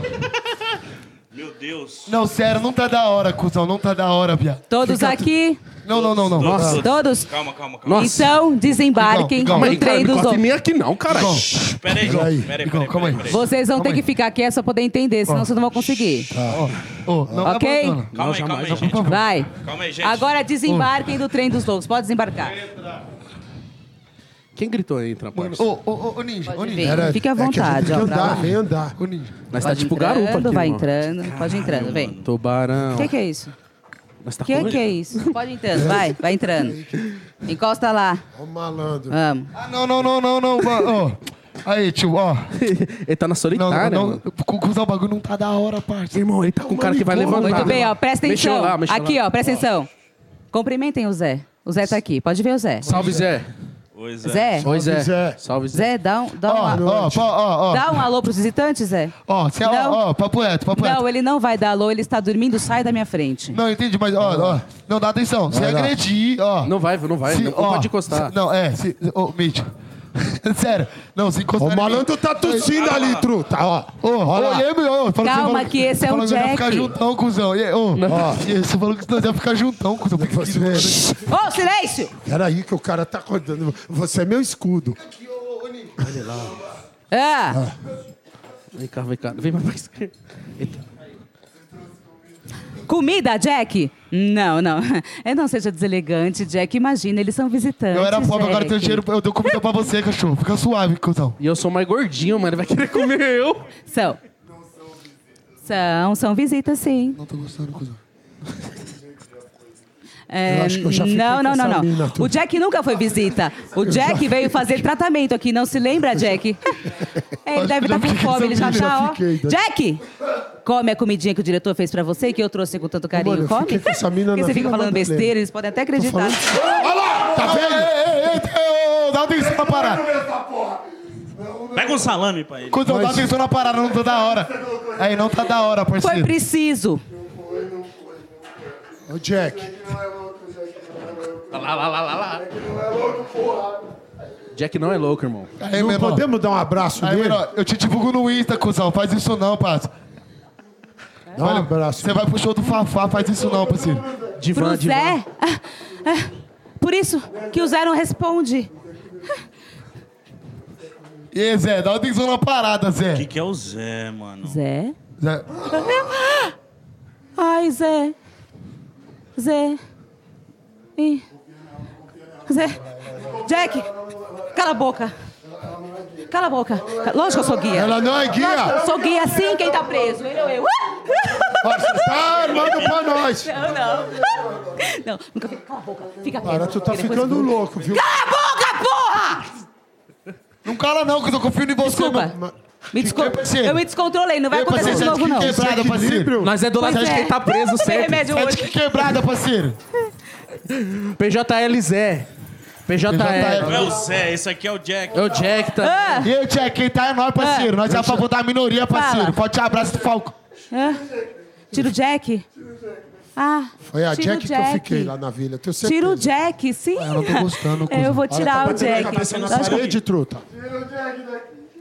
Speaker 3: Meu Deus.
Speaker 2: Não, sério, não tá da hora, cuzão, não tá da hora, viado.
Speaker 7: Todos aqui?
Speaker 2: Não, não, não, não.
Speaker 3: Nossa.
Speaker 7: Todos?
Speaker 3: Calma, calma, calma.
Speaker 1: Nossa.
Speaker 7: Então, desembarquem
Speaker 2: Igão, Igão,
Speaker 1: Mas,
Speaker 7: no
Speaker 1: cara,
Speaker 7: trem
Speaker 1: não
Speaker 7: dos
Speaker 1: encosta em
Speaker 7: homens.
Speaker 1: mim aqui não, caralho.
Speaker 2: Igão,
Speaker 3: Peraí,
Speaker 5: Calma aí.
Speaker 3: peraí, peraí.
Speaker 2: Igão, calma aí.
Speaker 3: peraí.
Speaker 7: Vocês vão
Speaker 2: Calma
Speaker 7: ter
Speaker 2: aí.
Speaker 7: que ficar quietos pra poder entender, senão vocês não vão conseguir.
Speaker 2: ô, não me
Speaker 7: Ok?
Speaker 10: tá
Speaker 2: abandona.
Speaker 3: Calma aí, calma aí, gente.
Speaker 7: Vai.
Speaker 3: Calma aí, Tá gente.
Speaker 7: Agora desembarquem do trem dos loucos. Pode desembarcar.
Speaker 1: Quem gritou entra, parça?
Speaker 2: Ô, ô, ô, ô, Ninja, ô, Ninja.
Speaker 7: Vem, fique à vontade.
Speaker 5: Vem
Speaker 7: ó, pra lá.
Speaker 5: andar, vem andar.
Speaker 2: Ô, Ninja.
Speaker 1: Nós tá
Speaker 7: Pode
Speaker 1: tipo
Speaker 7: entrando,
Speaker 1: garupa aqui,
Speaker 7: Vai
Speaker 1: irmão.
Speaker 7: entrando, pode entrando, vem.
Speaker 1: Tubarão.
Speaker 7: O que, que é isso?
Speaker 1: Nós tá
Speaker 7: O que,
Speaker 1: com-
Speaker 7: que é isso? Pode entrando, vai, vai entrando. Encosta lá.
Speaker 5: Ó, o malandro.
Speaker 7: Vamos.
Speaker 2: Ah, não, não, não, não, não, mano. Ó. Aí, tio, ó.
Speaker 1: Ele tá na
Speaker 2: Não,
Speaker 1: solitária,
Speaker 2: não,
Speaker 1: mano.
Speaker 2: cu- cuzão, o bagulho não tá da hora, parça.
Speaker 1: Irmão, ele tá com um cara que vai levantar.
Speaker 7: Muito bem, ó, presta
Speaker 1: Mexeu
Speaker 7: atenção.
Speaker 1: lá, mexeu
Speaker 7: aqui,
Speaker 1: lá.
Speaker 7: ó, presta atenção. Cumprimentem o Zé. O Zé tá aqui, pode ver o Zé.
Speaker 1: Salve, Zé.
Speaker 3: Oi, Zé.
Speaker 7: Zé,
Speaker 1: Oi, Zé.
Speaker 5: Zé.
Speaker 1: Salve, Zé.
Speaker 7: Zé, dá um, dá um,
Speaker 2: Ó,
Speaker 7: a-
Speaker 2: ó, pô, ó, ó.
Speaker 7: dá um alô pros visitantes, Zé?
Speaker 2: Ó, cê, é, ó,
Speaker 7: Não.
Speaker 2: ó, papo reto, papo reto.
Speaker 7: Não, ele não vai dar alô, ele está dormindo, sai da minha frente.
Speaker 2: Não, entendi, mas ó, ó. Não, dá atenção. Se
Speaker 5: lá.
Speaker 2: agredir, ó.
Speaker 1: Não vai, não vai.
Speaker 2: se-
Speaker 1: não
Speaker 2: ó,
Speaker 1: pode encostar.
Speaker 2: se- não, é, se. Ô, Mitch. (laughs) Sério. Não, se encostar.
Speaker 5: O
Speaker 2: em mim-
Speaker 5: malandro tá tossindo ali, truta. Ó,
Speaker 2: Ô, olha, meu, ó, falou
Speaker 7: Calma,
Speaker 2: você falou-
Speaker 7: que esse é
Speaker 2: falou
Speaker 7: um
Speaker 2: que nós ia
Speaker 7: Jack.
Speaker 2: ficar juntão, cuzão. E, ô, ó, e você falou que nós ia ficar juntão, cuzão. Por que que
Speaker 5: você.
Speaker 7: Ô, silêncio!
Speaker 5: Peraí, que o cara tá acordando. Você é meu escudo.
Speaker 7: Ah,
Speaker 1: Vem cá, vem cá. Vem mais pra esquerda.
Speaker 7: comida, Jack? Não, (laughs) não. É, não seja deselegante, Jack. Imagina, eles são visitantes.
Speaker 10: Eu era pobre, agora eu tenho
Speaker 7: Jack.
Speaker 10: dinheiro, pra- eu dou comida pra você, cachorro. Fica suave, cuzão.
Speaker 1: E eu sou mais gordinho, mano. Ele vai querer comer eu.
Speaker 7: São. São, são visitas, sim.
Speaker 10: Não tô gostando, cuzão.
Speaker 7: É,
Speaker 5: Eu acho que eu já fiquei
Speaker 7: não,
Speaker 5: com
Speaker 7: não,
Speaker 5: essa
Speaker 7: não, não.
Speaker 5: mina, tudo.
Speaker 7: O Jack nunca foi visita. O Jack veio fazer tratamento aqui, não se lembra, Jack? É, (laughs) ele
Speaker 10: Acho
Speaker 7: deve
Speaker 10: que eu já
Speaker 7: estar com
Speaker 10: fiquei com
Speaker 7: fome,
Speaker 10: essa
Speaker 7: ele já
Speaker 10: mina, já
Speaker 7: tá, ó.
Speaker 5: né?
Speaker 10: fiquei, Dani.
Speaker 7: Jack! Come a comidinha que o diretor fez pra você, que eu trouxe com tanto carinho.
Speaker 5: Mano, eu
Speaker 7: Come.
Speaker 5: fiquei com essa mina
Speaker 7: Porque
Speaker 5: na
Speaker 7: você
Speaker 5: vida,
Speaker 7: fica falando
Speaker 5: nada a ver.
Speaker 7: besteira, eles podem até acreditar.
Speaker 10: Olha lá! Tá vendo? Ei, ei, ei, ei, dá atenção na parada.
Speaker 3: Pega um salame pra ele.
Speaker 10: Cuzão, dá atenção na parada, não tá da hora. Aí, não tá da hora,
Speaker 7: Foi
Speaker 10: parceiro.
Speaker 7: preciso.
Speaker 5: Ô, Jack.
Speaker 1: Jack não é louco, irmão.
Speaker 10: Aí,
Speaker 5: não
Speaker 10: meu irmão.
Speaker 5: podemos dar um abraço
Speaker 10: Aí, meu
Speaker 5: nele?
Speaker 10: irmão, eu te divulgo no Insta, cuzão. Faz isso não, parça.
Speaker 5: Dá um abraço.
Speaker 10: Você vai pro show do Fafá, faz isso não, parceiro.
Speaker 1: Divã,
Speaker 7: Pro Zé.
Speaker 1: divã.
Speaker 7: Ah, ah, Por isso que o Zé não responde.
Speaker 10: E aí, Zé, dá atenção na parada, Zé.
Speaker 3: O que é o Zé, mano?
Speaker 7: Zé?
Speaker 10: Zé.
Speaker 7: Ai, Zé. Zé. Ih. Zé. Jack, cala a boca. Cala a boca. Ca- Lógico que eu sou guia.
Speaker 5: Ela não é
Speaker 7: Lógico que
Speaker 5: guia.
Speaker 7: eu sou guia, sim, quem tá preso. Ele ou eu. Ah!
Speaker 5: Ó, Você tá armando pra nós.
Speaker 7: Não, não. Não, nunca fica. Cala a boca. Fica quieto.
Speaker 5: Cara, tu tá
Speaker 7: porque depois-
Speaker 5: ficando louco, viu?
Speaker 7: Cala a boca, porra!
Speaker 10: Não cala não, que eu confio em você.
Speaker 7: Desculpa.
Speaker 10: mano.
Speaker 7: Me desculpa.
Speaker 10: parceiro?
Speaker 7: Eu me descontrolei, não vai
Speaker 10: Ei,
Speaker 7: acontecer
Speaker 10: parceiro,
Speaker 7: de
Speaker 10: você
Speaker 7: novo, não.
Speaker 10: acha que quebrada, parceiro.
Speaker 1: Nós é do lado
Speaker 7: Pois
Speaker 1: de
Speaker 7: é.
Speaker 1: quem tá
Speaker 7: Eu (laughs)
Speaker 1: preso
Speaker 7: tomei
Speaker 1: sempre.
Speaker 7: remédio
Speaker 10: Sete
Speaker 7: hoje.
Speaker 10: que quebrada, parceiro.
Speaker 1: PJL Zé. PJL.
Speaker 7: Tá,
Speaker 10: Tá,
Speaker 3: Não é o Zé, esse aqui é o Jack.
Speaker 1: É o Jack também.
Speaker 7: Ah,
Speaker 10: E aí, Tchek, quem tá é nós, parceiro. Nós é a favor da minoria, parceiro.
Speaker 7: Fala.
Speaker 10: Forte abraço do Falco.
Speaker 7: ah. Tira o Jack. Ah,
Speaker 5: Foi a
Speaker 7: tira o
Speaker 5: Jack, que eu fiquei lá na vila. Tenho certeza.
Speaker 7: Tira o Jack, sim.
Speaker 5: eu não tô gostando, cuzão.
Speaker 7: Eu vou tirar o Jack.
Speaker 5: Cabeça na
Speaker 7: Lógico-
Speaker 5: parede, truta.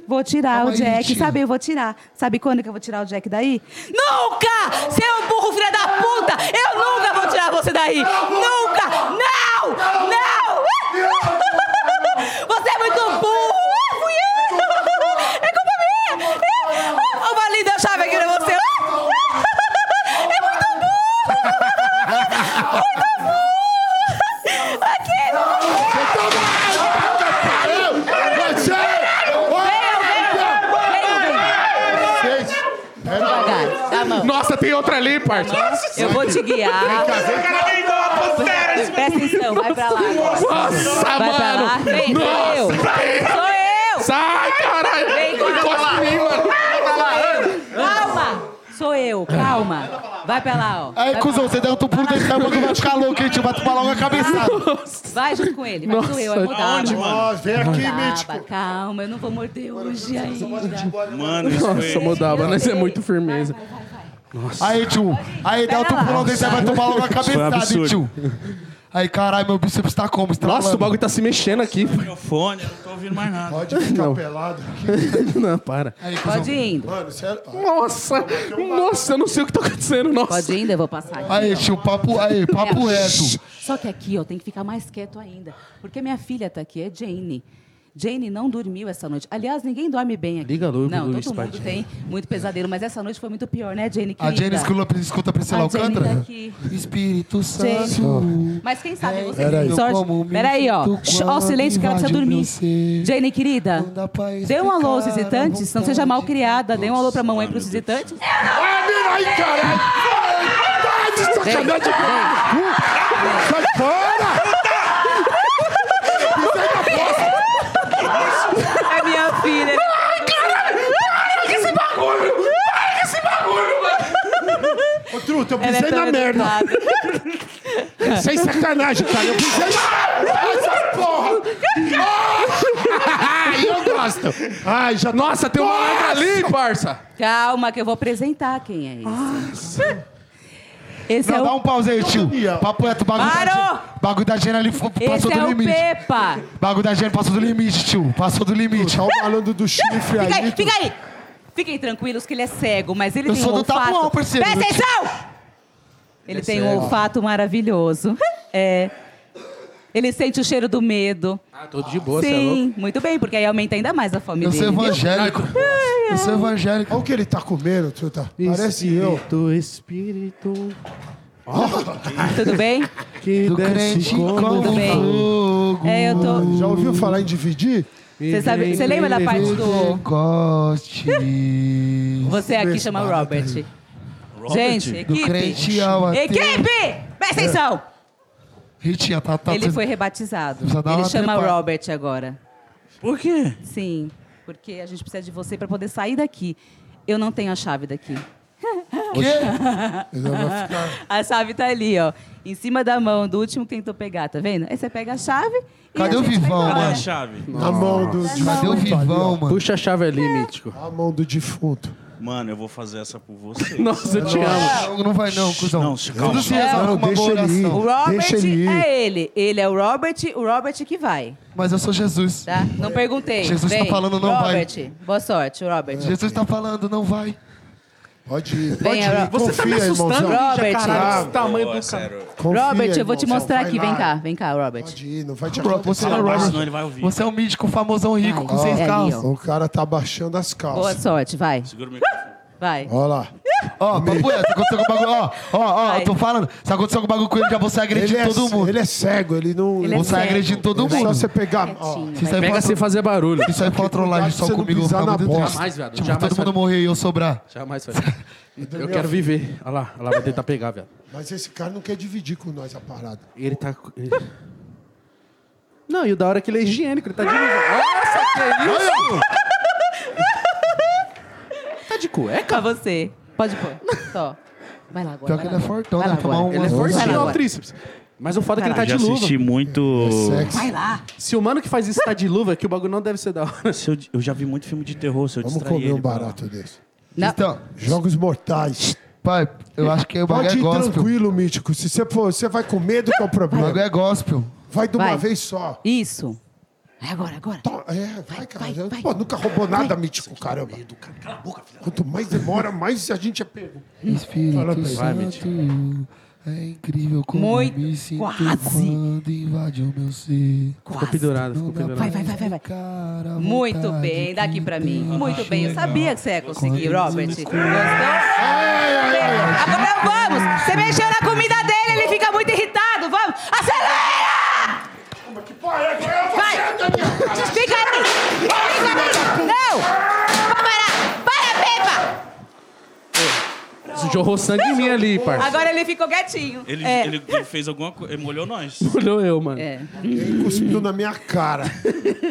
Speaker 7: Vou tirar o
Speaker 10: aí,
Speaker 7: Jack.
Speaker 10: tira.
Speaker 7: Sabe, eu vou tirar. Sabe quando que eu vou tirar o Jack daí? Nunca! Seu burro filho da puta! Eu nunca vou tirar você daí! Nunca! Não! Não! Você é muito burro! Ah, fui eu! É culpa minha! Eu- Ah, Ô, Valinho, deu chave aqui pra você! Ah! É muito burro! Muito burro! Aqui!
Speaker 5: Você! Vocês! Pera,
Speaker 7: Devagar, dá a mão.
Speaker 1: Nossa, tem outra ali, parça.
Speaker 7: Eu vou te guiar. Presta atenção, vai pra lá.
Speaker 1: Nossa,
Speaker 7: Vai pra lá.
Speaker 1: mano.
Speaker 7: Vem, sou eu.
Speaker 1: Nossa,
Speaker 7: Sou
Speaker 1: Sai, caralho.
Speaker 7: Vem, corre pra
Speaker 1: Encosta em mim, mano.
Speaker 7: eu. Calma. Sou eu, calma. Vai pra lá, ó.
Speaker 10: Aí, cuzão, você deu um pulo desse cara, que vai ficar louco, hein? Tio, vai tomar logo a cabeçada.
Speaker 7: Vai junto com ele. Vai, sou eu. Vai mudar.
Speaker 3: Aonde,
Speaker 7: vai
Speaker 3: mano?
Speaker 5: ó, vem aqui,
Speaker 7: mudar,
Speaker 5: Mítico.
Speaker 7: vai, Calma, eu não vou morder hoje ainda.
Speaker 3: Mano, isso
Speaker 1: Nossa,
Speaker 3: foi...
Speaker 1: mudava, mas é muito firmeza.
Speaker 10: Aí, tio. Aí,
Speaker 7: Pera
Speaker 10: dá um outro
Speaker 7: lá.
Speaker 10: pulo desse aí, vai tomar logo a
Speaker 1: é um
Speaker 10: cabeçada, hein,
Speaker 3: absurdo.
Speaker 10: tio. Aí, caralho, meu bíceps tá como? Estralando.
Speaker 1: Nossa, o bagulho tá se mexendo aqui. (laughs)
Speaker 3: Meu fone, eu não tô ouvindo mais nada.
Speaker 5: Pode ficar
Speaker 1: Não.
Speaker 5: pelado.
Speaker 1: Não, para.
Speaker 7: Pode ir indo.
Speaker 5: Mano, sério. ó,
Speaker 1: Nossa, nossa, eu não sei o que tá acontecendo,
Speaker 7: Pode
Speaker 1: nossa.
Speaker 7: ir indo, eu vou passar aqui.
Speaker 10: Aí, tio, papo, aí, papo
Speaker 7: É.
Speaker 10: reto.
Speaker 7: Só que aqui, ó, tem que ficar mais quieto ainda. Porque minha filha tá aqui, é Jane. Jane não dormiu essa noite. Aliás, ninguém dorme bem aqui.
Speaker 1: Liga logo
Speaker 7: Não,
Speaker 1: pro
Speaker 7: todo
Speaker 1: Spike.
Speaker 7: mundo tem muito pesadelo, mas essa noite foi muito pior, né, Jane?
Speaker 10: A
Speaker 7: querida?
Speaker 10: Jenny escuta, escuta Priscila
Speaker 7: A Jane tá
Speaker 10: Alcântara?
Speaker 7: aqui.
Speaker 10: Espírito
Speaker 7: Jane.
Speaker 10: Santo.
Speaker 7: Mas quem sabe você
Speaker 5: Peraí.
Speaker 7: tem sorte.
Speaker 10: Eu como me
Speaker 7: Peraí, ó.
Speaker 10: sinto
Speaker 7: Shh, Ó,
Speaker 10: quando
Speaker 7: silêncio que ela precisa
Speaker 10: invade
Speaker 7: dormir.
Speaker 10: meu ser.
Speaker 7: Jane, querida,
Speaker 10: Não dá pra
Speaker 7: dê um alô aos
Speaker 10: explicar a
Speaker 7: visitantes. Não seja
Speaker 10: vontade.
Speaker 7: mal criada. Dê um alô pra mamãe pros visitantes.
Speaker 5: Ai, caralho! Ai, de sacanagem! Uh, Sai fora!
Speaker 7: É minha filha.
Speaker 5: Ô, Truta, eu
Speaker 7: Ela é
Speaker 5: pisei
Speaker 7: tão
Speaker 5: na merda.
Speaker 7: educada.
Speaker 5: Sem sacanagem, cara. Eu pisei Essa porra! Ai, eu gosto. Ai, já...
Speaker 1: Nossa, tem uma outra ali, parça.
Speaker 7: Calma, que eu vou apresentar quem é esse. Esse é
Speaker 10: Não, dá
Speaker 7: o,
Speaker 10: um pause aí, tio.
Speaker 5: Daniel.
Speaker 10: Papo reto, bagulho da
Speaker 7: Parou!
Speaker 10: Gena. Bagulho da Gena ali fo- passou
Speaker 7: esse é
Speaker 10: do
Speaker 7: o
Speaker 10: limite.
Speaker 7: Pepa.
Speaker 10: Bagulho da Gena passou do limite, tio. Passou do limite.
Speaker 5: Tá o malandro do chifre
Speaker 7: Fica aí,
Speaker 5: aí.
Speaker 7: fica aí. Fiquem tranquilos que ele é cego, mas ele
Speaker 10: Eu
Speaker 7: tem
Speaker 10: sou
Speaker 7: um
Speaker 10: do
Speaker 7: olfato.
Speaker 10: Tapuão, parceiro.
Speaker 7: Presta
Speaker 10: é
Speaker 7: atenção! Ele tem um olfato maravilhoso. (laughs) É. Ele sente o cheiro do medo.
Speaker 1: Ah, tô de boa, você é louco.
Speaker 7: Sim, muito bem, porque aí aumenta ainda mais a fome
Speaker 10: Eu sou
Speaker 7: dele. viu?
Speaker 10: evangélico. Eu sou evangélico.
Speaker 5: Olha o que ele tá comendo, truta. Parece eu.
Speaker 1: Espírito, espírito,
Speaker 7: Tudo
Speaker 10: (laughs)
Speaker 7: bem?
Speaker 1: que
Speaker 10: Do
Speaker 1: desce
Speaker 10: crente
Speaker 1: como... um
Speaker 7: Tudo bem.
Speaker 10: fogo.
Speaker 7: É, eu tô.
Speaker 5: Já ouviu falar em dividir?
Speaker 7: Você sabe, você lembra da parte do
Speaker 10: Goste.
Speaker 7: você aqui chama Robert? Gente,
Speaker 10: tá Do É.
Speaker 7: equipe.
Speaker 10: crente ao ateu.
Speaker 7: Equipe! Presta atenção!
Speaker 10: Hit, a Tatá.
Speaker 7: Ele foi rebatizado.
Speaker 10: Tá Precisa dar
Speaker 7: Ele
Speaker 10: uma
Speaker 7: chama
Speaker 10: trepada.
Speaker 7: Robert agora.
Speaker 3: Por quê?
Speaker 7: Sim, porque a gente precisa de você para poder sair daqui. Eu não tenho a chave daqui. (laughs) A chave tá ali, ó. Em cima da mão do último que tentou pegar, tá vendo? Aí você pega a chave e.
Speaker 10: Cadê
Speaker 7: a
Speaker 10: o
Speaker 7: gente vai
Speaker 10: Vivão,
Speaker 7: embora.
Speaker 3: Olha a
Speaker 10: mano?
Speaker 3: chave.
Speaker 5: Na mão do
Speaker 10: Cadê
Speaker 5: defunto
Speaker 10: o
Speaker 5: ali,
Speaker 10: vivão,
Speaker 5: ó.
Speaker 10: mano?
Speaker 1: Puxa a chave ali,
Speaker 7: É.
Speaker 1: mítico.
Speaker 5: A mão do defunto.
Speaker 3: Mano, eu vou fazer essa por você.
Speaker 1: Nossa, eu te amo.
Speaker 10: Não, não vai não, cuzão.
Speaker 3: Não, se calma.
Speaker 10: Tudo se
Speaker 7: É,
Speaker 5: Não,
Speaker 10: resolve com uma
Speaker 5: deixa
Speaker 10: boa
Speaker 5: ele ir.
Speaker 10: oração.
Speaker 7: O Robert
Speaker 5: Deixa ele ir.
Speaker 7: é ele. Ele é o Robert, o Robert que vai,
Speaker 10: Mas eu sou Jesus.
Speaker 7: tá? Não perguntei.
Speaker 10: Jesus tá
Speaker 7: Vem.
Speaker 10: falando, não vai.
Speaker 7: Robert, boa sorte, Robert.
Speaker 10: Jesus tá falando, não vai.
Speaker 5: Pode ir. Pode
Speaker 7: Vem,
Speaker 5: ir.
Speaker 7: Ro-
Speaker 5: Confia,
Speaker 1: Você tá me assustando,
Speaker 5: irmãozão.
Speaker 1: Lígia,
Speaker 7: Robert.
Speaker 1: caralho, esse tamanho do
Speaker 3: Ô, é
Speaker 1: cara.
Speaker 3: sério.
Speaker 5: Confia,
Speaker 7: Robert, eu vou te
Speaker 5: irmãozão.
Speaker 7: mostrar
Speaker 5: Vai
Speaker 7: aqui.
Speaker 5: lá.
Speaker 7: Vem cá, vem cá, Robert.
Speaker 5: Pode ir, não vai te
Speaker 10: Você é,
Speaker 5: acontecer.
Speaker 10: o
Speaker 3: Mas
Speaker 10: Robert.
Speaker 3: senão ele vai ouvir.
Speaker 10: Você é um mítico famosão rico com
Speaker 7: Ó,
Speaker 10: seis
Speaker 7: é ali,
Speaker 10: carros.
Speaker 7: ó.
Speaker 5: O cara tá baixando as
Speaker 7: Boa
Speaker 5: calças.
Speaker 7: sorte, vai,
Speaker 3: Segura o microfone.
Speaker 7: vai.
Speaker 5: Olha lá.
Speaker 10: Ó, papo é, se acontecer algum bagulho, ó, ó, ó,
Speaker 7: Vai.
Speaker 10: eu tô falando, se acontecer algum bagulho com ele, já vou sair
Speaker 5: Ele
Speaker 10: agredindo
Speaker 5: é,
Speaker 10: todo mundo.
Speaker 5: ele é cego, ele não...
Speaker 7: Ele é
Speaker 10: Vou sair
Speaker 7: cego.
Speaker 10: agredindo todo
Speaker 5: Só
Speaker 10: mundo.
Speaker 5: você pegar... ó,
Speaker 7: Quietinho,
Speaker 10: Se
Speaker 7: vai.
Speaker 10: sair
Speaker 1: Pega
Speaker 10: pra-
Speaker 1: sem fazer barulho.
Speaker 10: se sair pra uma trollagem só
Speaker 5: você não
Speaker 10: comigo, eu vou
Speaker 5: pisar
Speaker 10: ficar
Speaker 5: na
Speaker 10: muito triste.
Speaker 5: bosta.
Speaker 1: Jamais, viado.
Speaker 10: Tipo,
Speaker 1: jamais,
Speaker 10: todo mundo
Speaker 1: vai-
Speaker 10: morrer e eu sobrar.
Speaker 1: Jamais, vai. Eu quero viver. Olha lá, olha lá, vai tentar pegar, viado.
Speaker 5: Mas esse cara não quer dividir com nós a parada.
Speaker 1: Ele tá... ele- Não, e o da hora é que ele é higiênico, ele tá de... Nossa, que é isso? Tá de cueca?
Speaker 7: Pra você. Pode pôr. Só. Vai lá agora.
Speaker 10: Pior
Speaker 7: vai
Speaker 10: que
Speaker 7: lá
Speaker 10: ele é
Speaker 7: agora.
Speaker 10: fortão,
Speaker 7: Vai
Speaker 10: né?
Speaker 7: lá
Speaker 10: Tomar
Speaker 7: agora.
Speaker 10: uma-
Speaker 1: Ele é fortinho,
Speaker 7: Vai lá
Speaker 1: ó, o
Speaker 7: agora.
Speaker 1: tríceps. Mas o foda é que ele tá
Speaker 3: Já
Speaker 1: de luva.
Speaker 3: assisti muito.
Speaker 5: Sexo.
Speaker 7: Vai lá.
Speaker 1: Se o mano que faz isso tá de luva, é que o bagulho não deve ser da hora.
Speaker 3: Se eu, eu já vi muito filme de terror, se eu
Speaker 5: Vamos
Speaker 3: distrair
Speaker 5: comer um
Speaker 3: ele, pra lá.
Speaker 5: barato desse.
Speaker 7: Não.
Speaker 10: Então,
Speaker 5: Jogos mortais.
Speaker 10: pai, eu acho que o
Speaker 5: Pode
Speaker 10: bagulho é
Speaker 5: ir
Speaker 10: gospel.
Speaker 5: tranquilo, Mítico. Se você for, você vai com medo que é o
Speaker 10: O
Speaker 5: problema.
Speaker 10: bagulho é gospel.
Speaker 5: Vai de uma
Speaker 7: Vai.
Speaker 5: vez só.
Speaker 7: Isso. Vai agora, agora.
Speaker 5: Tó- É, vai, cara.
Speaker 7: vai, vai.
Speaker 5: Pô, nunca roubou nada, Mítico, caramba. Quanto mais demora, mais a gente é pego.
Speaker 10: Espírito
Speaker 1: Vai,
Speaker 10: Santo, é incrível como
Speaker 7: Muito-
Speaker 10: me sinto
Speaker 7: quase.
Speaker 10: quando invade o meu ser.
Speaker 1: Ficou pendurado, ficou pendurado.
Speaker 7: Vai, vai, vai, vai, vai.
Speaker 10: Cara, a
Speaker 7: Muito
Speaker 10: vontade
Speaker 7: bem, dá aqui
Speaker 10: que
Speaker 7: pra mim.
Speaker 10: tem.
Speaker 7: Muito bem, eu sabia que você ia conseguir, Robert. Gostou? Agora vamos! Você mexeu na comida dele, ele fica muito irritado. Vamos! Acelera! Vai! Fica ali! Fica ali! Não! Vai parar! Para, Pepa!
Speaker 1: (laughs) Jorrou sangue em mim ali, parça.
Speaker 7: Agora ele ficou quietinho.
Speaker 3: Ele,
Speaker 7: é.
Speaker 3: ele, ele fez alguma coisa. Ele molhou nós.
Speaker 1: Olhou eu, mano.
Speaker 7: É.
Speaker 5: Ele cuspiu na minha
Speaker 7: (laughs)
Speaker 5: cara.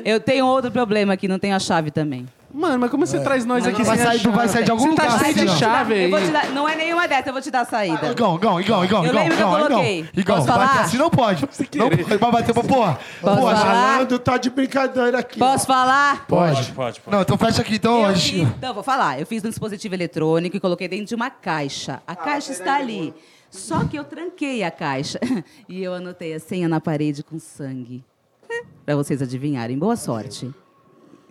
Speaker 7: Eu tenho outro problema aqui, não tenho a chave também.
Speaker 1: É. Mano, mas como você traz nós aqui
Speaker 10: Vai
Speaker 1: sem a
Speaker 10: sair, do- vai sair de algum
Speaker 1: Você tá
Speaker 10: lugar.
Speaker 1: cheio
Speaker 10: assim,
Speaker 1: de
Speaker 10: ó.
Speaker 1: chá. chave
Speaker 7: eu vou
Speaker 1: aí.
Speaker 7: te dar, não é nenhuma dessas, eu vou te dar a saída.
Speaker 10: Igão, Igão, Igão, Igão,
Speaker 7: Eu
Speaker 10: Igão,
Speaker 7: lembro que eu
Speaker 10: Igão,
Speaker 7: coloquei.
Speaker 10: Igão. Igão,
Speaker 7: Posso
Speaker 10: bate
Speaker 7: falar?
Speaker 10: assim não pode. Não pode, vai bater pra porra.
Speaker 7: Posso
Speaker 10: Porra,
Speaker 7: falar?
Speaker 5: Falando, tá de brincadeira aqui.
Speaker 7: Posso falar?
Speaker 10: Pode.
Speaker 3: Pode, pode.
Speaker 10: Não, então fecha aqui, então.
Speaker 7: Eu
Speaker 10: hoje.
Speaker 7: fiz, não, vou falar. Eu fiz no dispositivo eletrônico e coloquei dentro de uma caixa. A caixa está ali. Só que eu tranquei a caixa (laughs) e eu anotei a senha na parede com sangue. É, Pra vocês adivinharem. Boa sorte.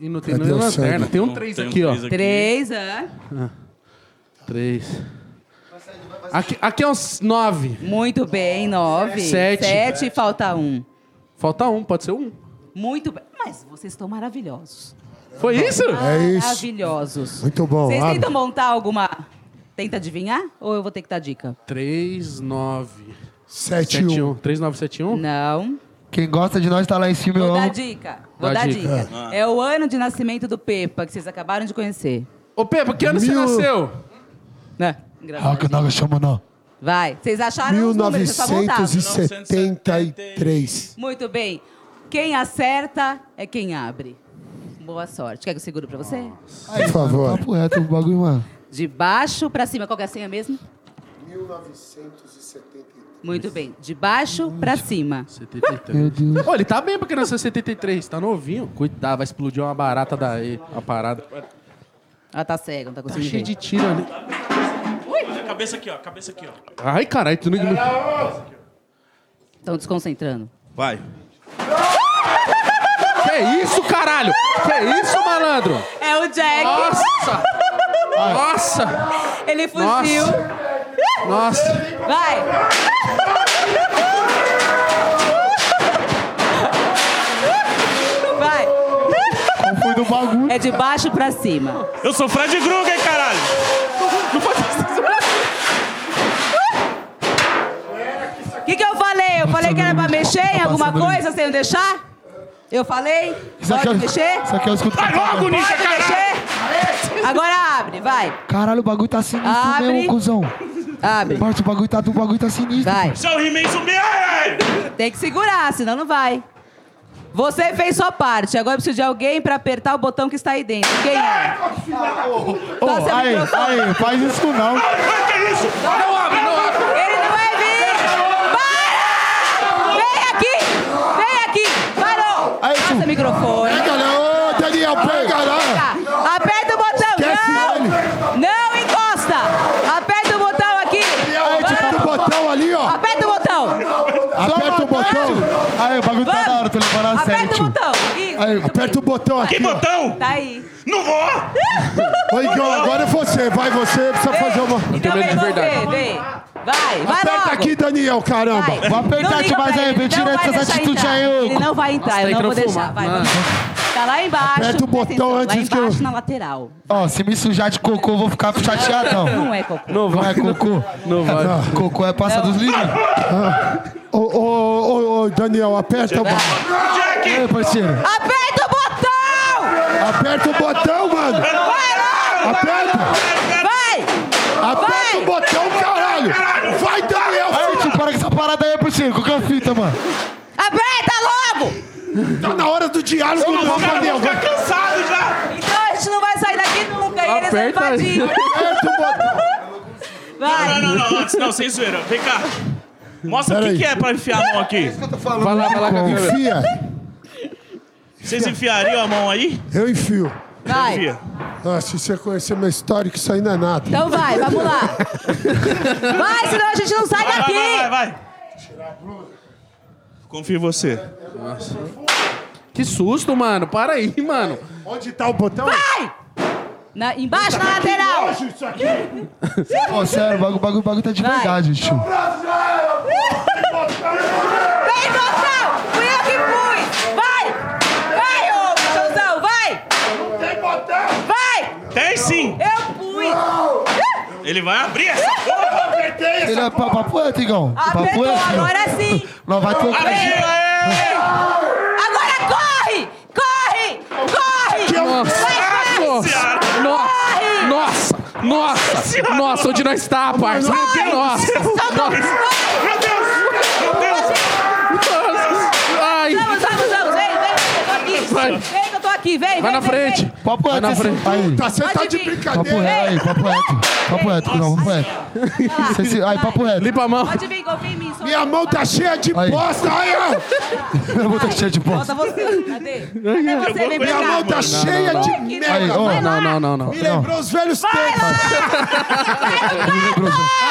Speaker 1: E não tem
Speaker 5: Cadê
Speaker 1: nem
Speaker 5: o
Speaker 1: lanterna.
Speaker 5: sangue?
Speaker 1: Tem um
Speaker 3: Não,
Speaker 1: 3
Speaker 3: tem um
Speaker 1: aqui, ó.
Speaker 3: três aqui.
Speaker 7: Três, hã?
Speaker 1: 3. Aqui, aqui é uns 9.
Speaker 7: Muito bem, nove.
Speaker 1: Sete.
Speaker 7: Sete, falta um.
Speaker 1: Falta um, pode ser um.
Speaker 7: Muito bem. Mas vocês estão maravilhosos.
Speaker 1: Foi isso?
Speaker 5: isso.
Speaker 7: Maravilhosos.
Speaker 5: Muito bom,
Speaker 7: Vocês
Speaker 5: abre.
Speaker 7: tentam montar alguma... Tenta adivinhar? Ou eu vou ter que dar dica?
Speaker 1: 3, 9.
Speaker 5: 7
Speaker 1: 7,
Speaker 5: 1.
Speaker 1: 1. 3, 9, 7, 1?
Speaker 7: Não.
Speaker 10: Quem gosta de nós tá lá em cima,
Speaker 7: Vou
Speaker 10: eu
Speaker 7: dar
Speaker 10: amo.
Speaker 7: dica. Vou
Speaker 1: Dá
Speaker 7: dar
Speaker 1: dica.
Speaker 7: dica. É o ano de nascimento do Pepa, que vocês acabaram de conhecer.
Speaker 1: Ô, Pepa, que ano você
Speaker 5: Mil-
Speaker 1: nasceu?
Speaker 7: Né?
Speaker 10: Rock, não, Ah, chama não.
Speaker 7: Vai. Vocês acharam os números, eu só voltava.
Speaker 5: 1973.
Speaker 7: Muito bem. Quem acerta é quem abre. Boa sorte. Quer que eu seguro pra você?
Speaker 5: Por favor.
Speaker 10: Papo reto, o é, um bagulho, mano.
Speaker 7: De baixo pra cima. Qual que é a senha mesmo? 1973. Muito bem. De baixo pra cima.
Speaker 1: 73.
Speaker 10: Meu Deus.
Speaker 1: Ô, ele tá bem pra criança 73, tá novinho. Cuidado, vai explodir uma barata daí, a parada.
Speaker 7: Ela tá cega, não tá
Speaker 1: Tá
Speaker 7: conseguindo
Speaker 1: cheio
Speaker 7: ver.
Speaker 1: de tiro ali.
Speaker 3: Olha a cabeça aqui, ó. a Cabeça aqui, ó.
Speaker 1: Ai, caralho, tu não...
Speaker 7: Estão desconcentrando.
Speaker 3: Vai.
Speaker 1: Que isso, caralho? Que isso, malandro?
Speaker 7: É o Jack.
Speaker 1: Nossa! Nossa!
Speaker 7: Ele fugiu.
Speaker 1: Nossa!
Speaker 7: Vai! É de baixo pra cima.
Speaker 9: Eu sou Fred Krueger, caralho! Não pode
Speaker 7: O que, que eu falei? Eu falei que era pra mexer em alguma
Speaker 10: Tá passando ali.
Speaker 7: coisa sem eu deixar? Eu falei?
Speaker 10: Isso aqui
Speaker 7: Pode
Speaker 10: é o-
Speaker 7: mexer?
Speaker 10: Isso aqui eu escuto.
Speaker 9: Vai logo, Ninja,
Speaker 7: Pode
Speaker 9: caralho!
Speaker 7: mexer? Agora abre, vai.
Speaker 10: Caralho, o bagulho tá sinistro
Speaker 7: Abre.
Speaker 10: mesmo, cuzão.
Speaker 7: Abre.
Speaker 10: Parça, o bagulho tá, o bagulho tá sinistro.
Speaker 7: Vai.
Speaker 9: Seu He-Man sumir! ai, ai.
Speaker 7: Tem que segurar, senão não vai. Você fez sua parte. Agora eu preciso de alguém pra apertar o botão que está aí dentro. Quem é? Dá
Speaker 10: Ô,
Speaker 7: seu
Speaker 10: aí,
Speaker 7: microfone.
Speaker 10: aí, faz isso não.
Speaker 9: Ai, que isso?
Speaker 7: Ele não vai vir! Para! Vem aqui! Vem aqui! Parou!
Speaker 10: Aí,
Speaker 7: Passa
Speaker 10: tu-
Speaker 7: o microfone.
Speaker 10: Pega lá, ô Daniel, pega lá.
Speaker 7: Tá. Aperta o botão!
Speaker 10: Esquece ele.
Speaker 7: não! Não encosta! Aperta o botão aqui!
Speaker 10: Aí, tu aperta o
Speaker 7: Vamos.
Speaker 10: botão ali, ó.
Speaker 7: Aperta o botão!
Speaker 10: Aperta o botão. Aí, o bagulho tá da hora, tô levando a sério,
Speaker 7: Aperta o
Speaker 10: tio.
Speaker 7: botão! Isso,
Speaker 10: Aí,
Speaker 7: muito
Speaker 10: aperta o
Speaker 7: bem.
Speaker 10: botão aqui.
Speaker 9: Que
Speaker 10: ó.
Speaker 9: botão?
Speaker 7: Tá aí.
Speaker 9: Então, Não vou!
Speaker 10: Ô, Igão, agora é você. Vai, você precisa fazer uma...
Speaker 7: Então
Speaker 1: tenho medo
Speaker 7: vem
Speaker 1: de é verdade.
Speaker 7: você, vem. Vai, vai
Speaker 10: Aperta
Speaker 7: logo.
Speaker 10: aqui, Daniel, caramba.
Speaker 7: Vai.
Speaker 10: Vou apertar
Speaker 7: Não liga
Speaker 10: demais
Speaker 7: pra
Speaker 10: aí,
Speaker 7: ele,
Speaker 10: vem
Speaker 7: não
Speaker 10: tirar
Speaker 7: vai
Speaker 10: essas
Speaker 7: deixar
Speaker 10: atitudes
Speaker 7: entrar.
Speaker 10: aí,
Speaker 7: Ele
Speaker 10: ô.
Speaker 7: não vai entrar, eu não vou
Speaker 1: entrando
Speaker 7: deixar.
Speaker 1: fumado.
Speaker 7: Vai,
Speaker 1: Mano.
Speaker 7: vamos. Tá lá embaixo.
Speaker 10: Aperta o botão
Speaker 7: presta atenção,
Speaker 10: antes que
Speaker 7: Lá
Speaker 10: eu-
Speaker 7: embaixo na lateral.
Speaker 10: Ó, se me sujar de cocô, eu vou ficar
Speaker 7: (laughs)
Speaker 10: chateadão.
Speaker 7: Não é cocô.
Speaker 1: Não
Speaker 10: Não é
Speaker 1: vai,
Speaker 10: cocô?
Speaker 1: não vai.
Speaker 10: Não, cocô é passa dos livros.
Speaker 5: Ô, ô, ô, ô, Daniel,
Speaker 10: É,
Speaker 5: aperta o botão.
Speaker 9: Jack!
Speaker 10: Aí, parceiro.
Speaker 7: Aperta o botão!
Speaker 5: Aperta o botão, mano. Aperta.
Speaker 7: Vai!
Speaker 5: Aperta
Speaker 7: Vai.
Speaker 5: o botão, caralho. Vai, Daniel.
Speaker 10: Aí, tio, para com essa parada aí, parceiro. Qual que é a fita, mano?
Speaker 7: Aperta logo!
Speaker 5: Tá na hora do diálogo, não,
Speaker 9: Os caras
Speaker 5: Daniel.
Speaker 9: vão ficar cansados já!
Speaker 7: Então a gente não vai sair daqui nunca. E eles vão
Speaker 1: Aperta aí.
Speaker 7: invadir.
Speaker 5: Aperta o botão.
Speaker 9: Não,
Speaker 7: Vai.
Speaker 9: não, não, antes não, sem zoeira. Vem cá. Mostra o que,
Speaker 5: Peraí.
Speaker 9: que é pra enfiar a mão aqui.
Speaker 1: Vai lá, vai lá, Gabriel.
Speaker 5: Enfia.
Speaker 9: Vocês enfiariam a mão aí?
Speaker 5: Eu enfio.
Speaker 7: Vai.
Speaker 9: Enfia.
Speaker 5: Ah, se você conhecer meu histórico, isso aí não é nada.
Speaker 7: Então vai, vamos lá. Vai, senão a gente não sai
Speaker 9: Vai,
Speaker 7: daqui.
Speaker 9: vai, vai, vai. Confio em você.
Speaker 1: Que susto, mano. Para aí, mano.
Speaker 5: Onde tá o botão?
Speaker 7: Na- embaixo na lateral.
Speaker 10: Pô, sério, o bagulho, bagulho, bagulho tá de
Speaker 7: Vai.
Speaker 10: verdade, tio.
Speaker 7: Vem, Gonçal! Fui eu que fui! Vai! Vai, ô bichãozão, vai! Vai!
Speaker 9: Tem sim!
Speaker 7: Eu fui!
Speaker 9: Ele vai abrir essa
Speaker 10: Ele é pa- papo reto, Igão. Papo
Speaker 7: Ah, Apertou,
Speaker 10: reto.
Speaker 7: agora sim!
Speaker 10: Não vai ter
Speaker 9: Aê,
Speaker 10: que...
Speaker 9: aê!
Speaker 7: Agora corre! Corre! Corre!
Speaker 1: Nossa.
Speaker 7: Vai, vai!
Speaker 1: Nossa. Nossa. Nossa. Nossa. Nossa, onde nós tá, parça?
Speaker 7: Vai!
Speaker 1: Nossa.
Speaker 7: Solta-
Speaker 1: Nossa.
Speaker 9: Meu Deus! Meu Deus!
Speaker 1: Ai.
Speaker 7: Vamos, vamos, vamos! Vem, vem, eu tô
Speaker 1: Vai.
Speaker 7: aqui! Vem que eu tô aqui, vem!
Speaker 1: Vai
Speaker 7: vem,
Speaker 1: na
Speaker 7: vem,
Speaker 1: frente.
Speaker 7: vem.
Speaker 10: Papo
Speaker 1: Vai
Speaker 10: reto.
Speaker 1: na
Speaker 10: esse-
Speaker 1: frente.
Speaker 10: Aí.
Speaker 5: Tá, você tá
Speaker 7: Pode
Speaker 5: de
Speaker 7: vir.
Speaker 5: brincadeira.
Speaker 10: Papo reto, aí, papo reto. Papo reto, Igão, papo reto. Cê se- Aí, papo reto.
Speaker 1: Limpa a mão.
Speaker 7: Pode vir, confia em mim! solta-
Speaker 5: Minha mão tá cheia de
Speaker 10: Aí.
Speaker 5: bosta. Aí, ó.
Speaker 10: Eu vou tá cheio de bosta.
Speaker 7: Solta você! Cadê? Cadê você? Vem pra
Speaker 5: Minha mão
Speaker 7: cá!
Speaker 5: tá cheia
Speaker 7: não.
Speaker 5: de
Speaker 7: Aqui,
Speaker 10: Aí,
Speaker 5: merda.
Speaker 10: ó.
Speaker 7: Vai
Speaker 1: Não,
Speaker 7: lá!
Speaker 1: não, Tá não, não.
Speaker 5: Me lembrou os velhos tempos.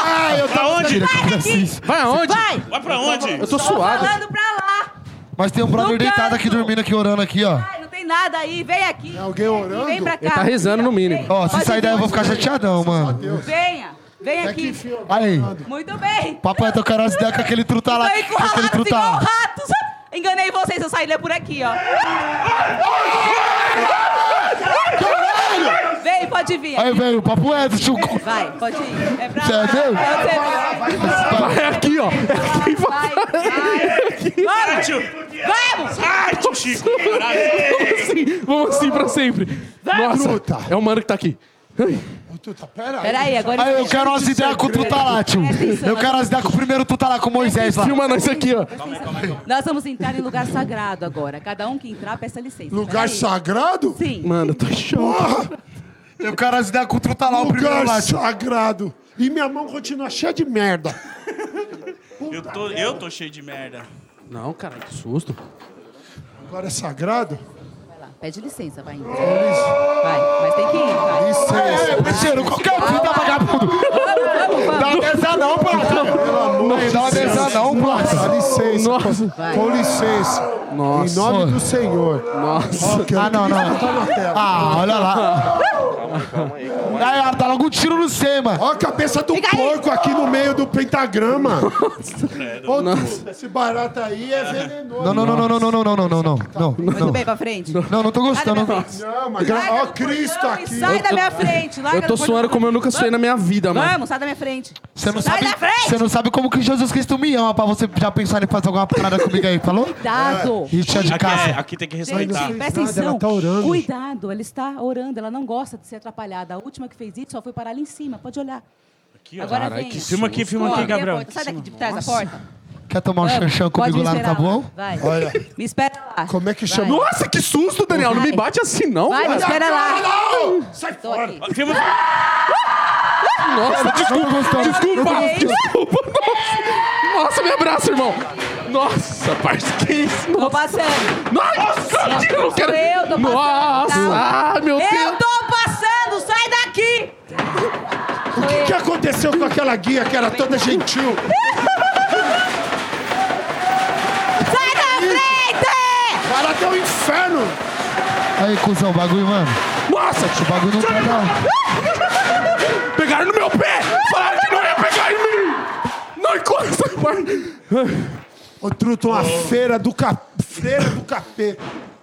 Speaker 5: Ah, eu tava...
Speaker 9: Aonde?
Speaker 7: Sai daqui!
Speaker 1: Vai aonde?
Speaker 7: Vai!
Speaker 9: Vai pra onde?
Speaker 1: Eu tô
Speaker 7: Tô
Speaker 1: suado.
Speaker 7: falando pra lá!
Speaker 10: Mas tem um brother
Speaker 7: No
Speaker 10: deitado aqui,
Speaker 7: canto.
Speaker 10: dormindo aqui, orando aqui, ó.
Speaker 7: Ai, não tem nada aí, vem aqui.
Speaker 5: alguém
Speaker 7: vem aqui,
Speaker 5: orando?
Speaker 7: Vem pra cá.
Speaker 1: Ele tá rezando no mínimo.
Speaker 7: Vem,
Speaker 10: Ó, se
Speaker 7: pode
Speaker 10: sair daí eu vou
Speaker 7: vir.
Speaker 10: ficar chateadão, mano.
Speaker 7: Venha, vem
Speaker 5: É que
Speaker 7: aqui.
Speaker 5: enfio.
Speaker 10: Aí,
Speaker 7: Muito bem.
Speaker 5: é
Speaker 10: papai tá querendo se dar com aquele truta tá lá.
Speaker 7: Tô
Speaker 10: com Aquele
Speaker 7: encurralado igual um
Speaker 10: truta.
Speaker 7: rato. Enganei vocês, eu saí é por aqui, ó. Vem, pode vir.
Speaker 10: Aí, velho, papo reto, tio. Vai,
Speaker 7: Vai, pode ir. É pra
Speaker 10: Você
Speaker 7: lá.
Speaker 10: é meu?
Speaker 7: É pra lá.
Speaker 1: Vai aqui, ó.
Speaker 7: Vai, vai.
Speaker 9: Ai, tio!
Speaker 7: Vamos! Vamos!
Speaker 9: Ai, tio Chico! Caralho!
Speaker 1: Vamos assim, vamos assim pra sempre. Nossa,
Speaker 5: truta.
Speaker 1: é o mano que tá aqui. Ai.
Speaker 5: Puta, pera aí.
Speaker 7: Peraí, agora...
Speaker 10: Aí, eu quero as ideias com o truta lá, tio.
Speaker 7: É
Speaker 10: Eu quero as ideias com o primeiro truta lá, com o Moisés lá.
Speaker 1: Filma nós aqui, ó.
Speaker 7: Nós vamos entrar em lugar sagrado agora. Cada um que entrar, peça licença.
Speaker 5: é Lugar
Speaker 7: Peraí.
Speaker 5: sagrado?
Speaker 7: Sim.
Speaker 1: Mano, eu tô chorando.
Speaker 10: Eu quero as ideias com o truta lá, o primeiro
Speaker 5: Lugar
Speaker 10: lá, tio.
Speaker 5: sagrado. E minha mão continua cheia de merda.
Speaker 9: Eu tô, eu tô cheio de merda.
Speaker 1: Não, cara, que susto.
Speaker 5: Agora é sagrado?
Speaker 7: Vai lá, pede licença, vai. Então. Vai, mas tem que ir, vai.
Speaker 10: Ei, parceiro, qual
Speaker 1: tá
Speaker 10: que é o truta vagabundo?
Speaker 7: Vamos, vamos,
Speaker 10: Dá
Speaker 7: vamos.
Speaker 10: uma dessa não, parça. Ei, Dá uma dessa não,
Speaker 5: é Dá
Speaker 10: parça.
Speaker 5: licença.
Speaker 1: Nossa.
Speaker 5: com- Com licença. Em
Speaker 1: Nossa.
Speaker 5: nome do Senhor.
Speaker 1: Nossa.
Speaker 5: Ok,
Speaker 10: Ah, não, não.
Speaker 5: tá na tela.
Speaker 10: Ah, olha lá. Aí, ó, tá Tá logo um tiro no sema.
Speaker 5: Ó a cabeça do porco aqui no meio do pentagrama. Ô, Duda, Esse barato aí é venenoso.
Speaker 10: Não, não, não, não, não, não, não, não, não, não, não. Não,
Speaker 7: Muito
Speaker 10: não.
Speaker 7: bem, pra frente.
Speaker 10: Não, não tô
Speaker 7: Sai da
Speaker 10: gostando.
Speaker 7: minha
Speaker 10: não.
Speaker 7: frente.
Speaker 5: Não, mas gra- ó, Cristo aqui.
Speaker 7: Sai da minha frente. larga
Speaker 1: Eu tô
Speaker 7: do
Speaker 1: suando como eu nunca suei na minha vida,
Speaker 7: Vamos,
Speaker 1: mano.
Speaker 7: Vamos, sai da minha frente.
Speaker 10: Você não,
Speaker 7: Sai
Speaker 10: sabe,
Speaker 7: da frente!
Speaker 10: você não sabe como que Jesus Cristo me ama pra você já pensar em fazer alguma parada comigo aí, falou?
Speaker 7: Cuidado.
Speaker 10: E tia de
Speaker 9: Aqui, é-
Speaker 10: casa.
Speaker 9: aqui tem que
Speaker 7: Gente,
Speaker 9: respeitar.
Speaker 7: presta
Speaker 5: nada, ela
Speaker 7: atenção.
Speaker 5: tá orando.
Speaker 7: Cuidado, ela está orando, ela não gosta de ser atrapalhada. A última que fez isso só foi parar ali em cima, pode olhar.
Speaker 9: Aqui, ó.
Speaker 7: Agora
Speaker 1: Carai,
Speaker 7: vem.
Speaker 1: que
Speaker 9: Filma aqui, filma aqui, Gabriel.
Speaker 7: Sai daqui de trás da porta.
Speaker 10: Quer tomar um
Speaker 7: Vamos,
Speaker 10: chanchão
Speaker 7: pode
Speaker 10: comigo
Speaker 7: me
Speaker 10: lá no
Speaker 7: esperar
Speaker 10: Tabuão?
Speaker 7: Vai.
Speaker 5: Olha.
Speaker 7: Me espera lá.
Speaker 5: Como é que chama?
Speaker 1: Nossa, que susto, Daniel. Não me bate assim, não.
Speaker 7: Vai,
Speaker 1: cara.
Speaker 7: me espera lá.
Speaker 5: Não! Sai
Speaker 7: Tô
Speaker 5: fora!
Speaker 7: aqui.
Speaker 9: Filma-
Speaker 1: Nossa, desculpa. Desculpa.
Speaker 7: Ei.
Speaker 1: Desculpa. Nossa. Nossa, me abraça, irmão. Nossa, parça, que isso?
Speaker 7: Tô
Speaker 1: Nossa.
Speaker 7: passando.
Speaker 1: Nossa, eu não quero...
Speaker 7: Eu tô passando,
Speaker 1: Nossa,
Speaker 7: tá?
Speaker 10: Ah,
Speaker 1: ai, meu
Speaker 7: Eu
Speaker 1: Deus.
Speaker 7: tô passando, sai daqui!
Speaker 5: O que, que aconteceu com aquela guia que era toda gentil?
Speaker 7: Sai da frente!
Speaker 5: Ela deu um inferno!
Speaker 10: Aí, cuzão, bagulho, mano.
Speaker 1: Nossa,
Speaker 10: O bagulho não tá
Speaker 5: um-
Speaker 10: não.
Speaker 1: pegaram no meu pé. Falaram que não ia pegar em mim. Não encosta, pai.
Speaker 5: Ô, Truto, uma feira do cap... Feira do capeta.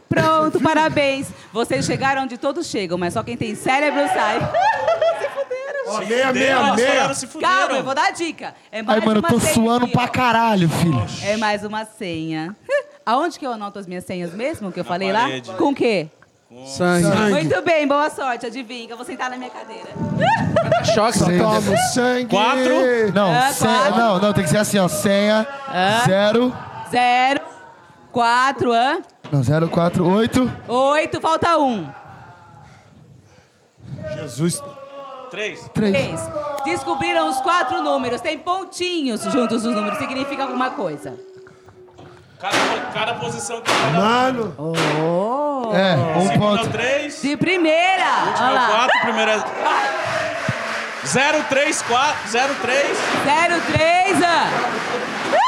Speaker 7: Pronto, parabéns. Vocês chegaram onde todos chegam, mas só quem tem cérebro sai. (laughs) Se fuderam.
Speaker 5: Ó,
Speaker 1: É
Speaker 5: meia, meia,
Speaker 9: Elas
Speaker 5: meia.
Speaker 9: falaram, se fuderam.
Speaker 7: Calma, eu vou dar a dica. É mais
Speaker 10: Aí, mano, eu
Speaker 7: uma
Speaker 10: tô
Speaker 7: senha
Speaker 10: suando
Speaker 7: aqui,
Speaker 10: pra
Speaker 7: ó.
Speaker 10: caralho, filho.
Speaker 7: É mais uma senha. (laughs) Aonde que eu anoto as minhas senhas mesmo? Que eu falei
Speaker 9: parede.
Speaker 7: lá? Com o quê?
Speaker 1: Sangue.
Speaker 7: Muito bem, boa sorte. Adivinha, eu vou sentar na minha cadeira.
Speaker 1: Choque,
Speaker 5: Toma o sangue.
Speaker 9: Quatro.
Speaker 10: Não,
Speaker 7: Ah,
Speaker 10: senha,
Speaker 7: claro.
Speaker 10: não, não, tem que ser assim, ó. Senha, zero,
Speaker 7: Zero, quatro, hã?
Speaker 10: não, zero, quatro, oito.
Speaker 7: oito, falta um.
Speaker 5: Jesus.
Speaker 9: Três.
Speaker 7: Três. Descobriram os quatro números. Tem pontinhos juntos dos números. Significa alguma coisa.
Speaker 9: Cada, cada posição que cada
Speaker 5: Mano.
Speaker 10: É, um
Speaker 9: segunda é
Speaker 10: ponto.
Speaker 9: o três,
Speaker 7: De primeira. Olha
Speaker 9: última é o
Speaker 7: lá.
Speaker 9: quatro, primeira é... Zero, três, quatro, zero, três.
Speaker 7: Zero, três, ah. hã?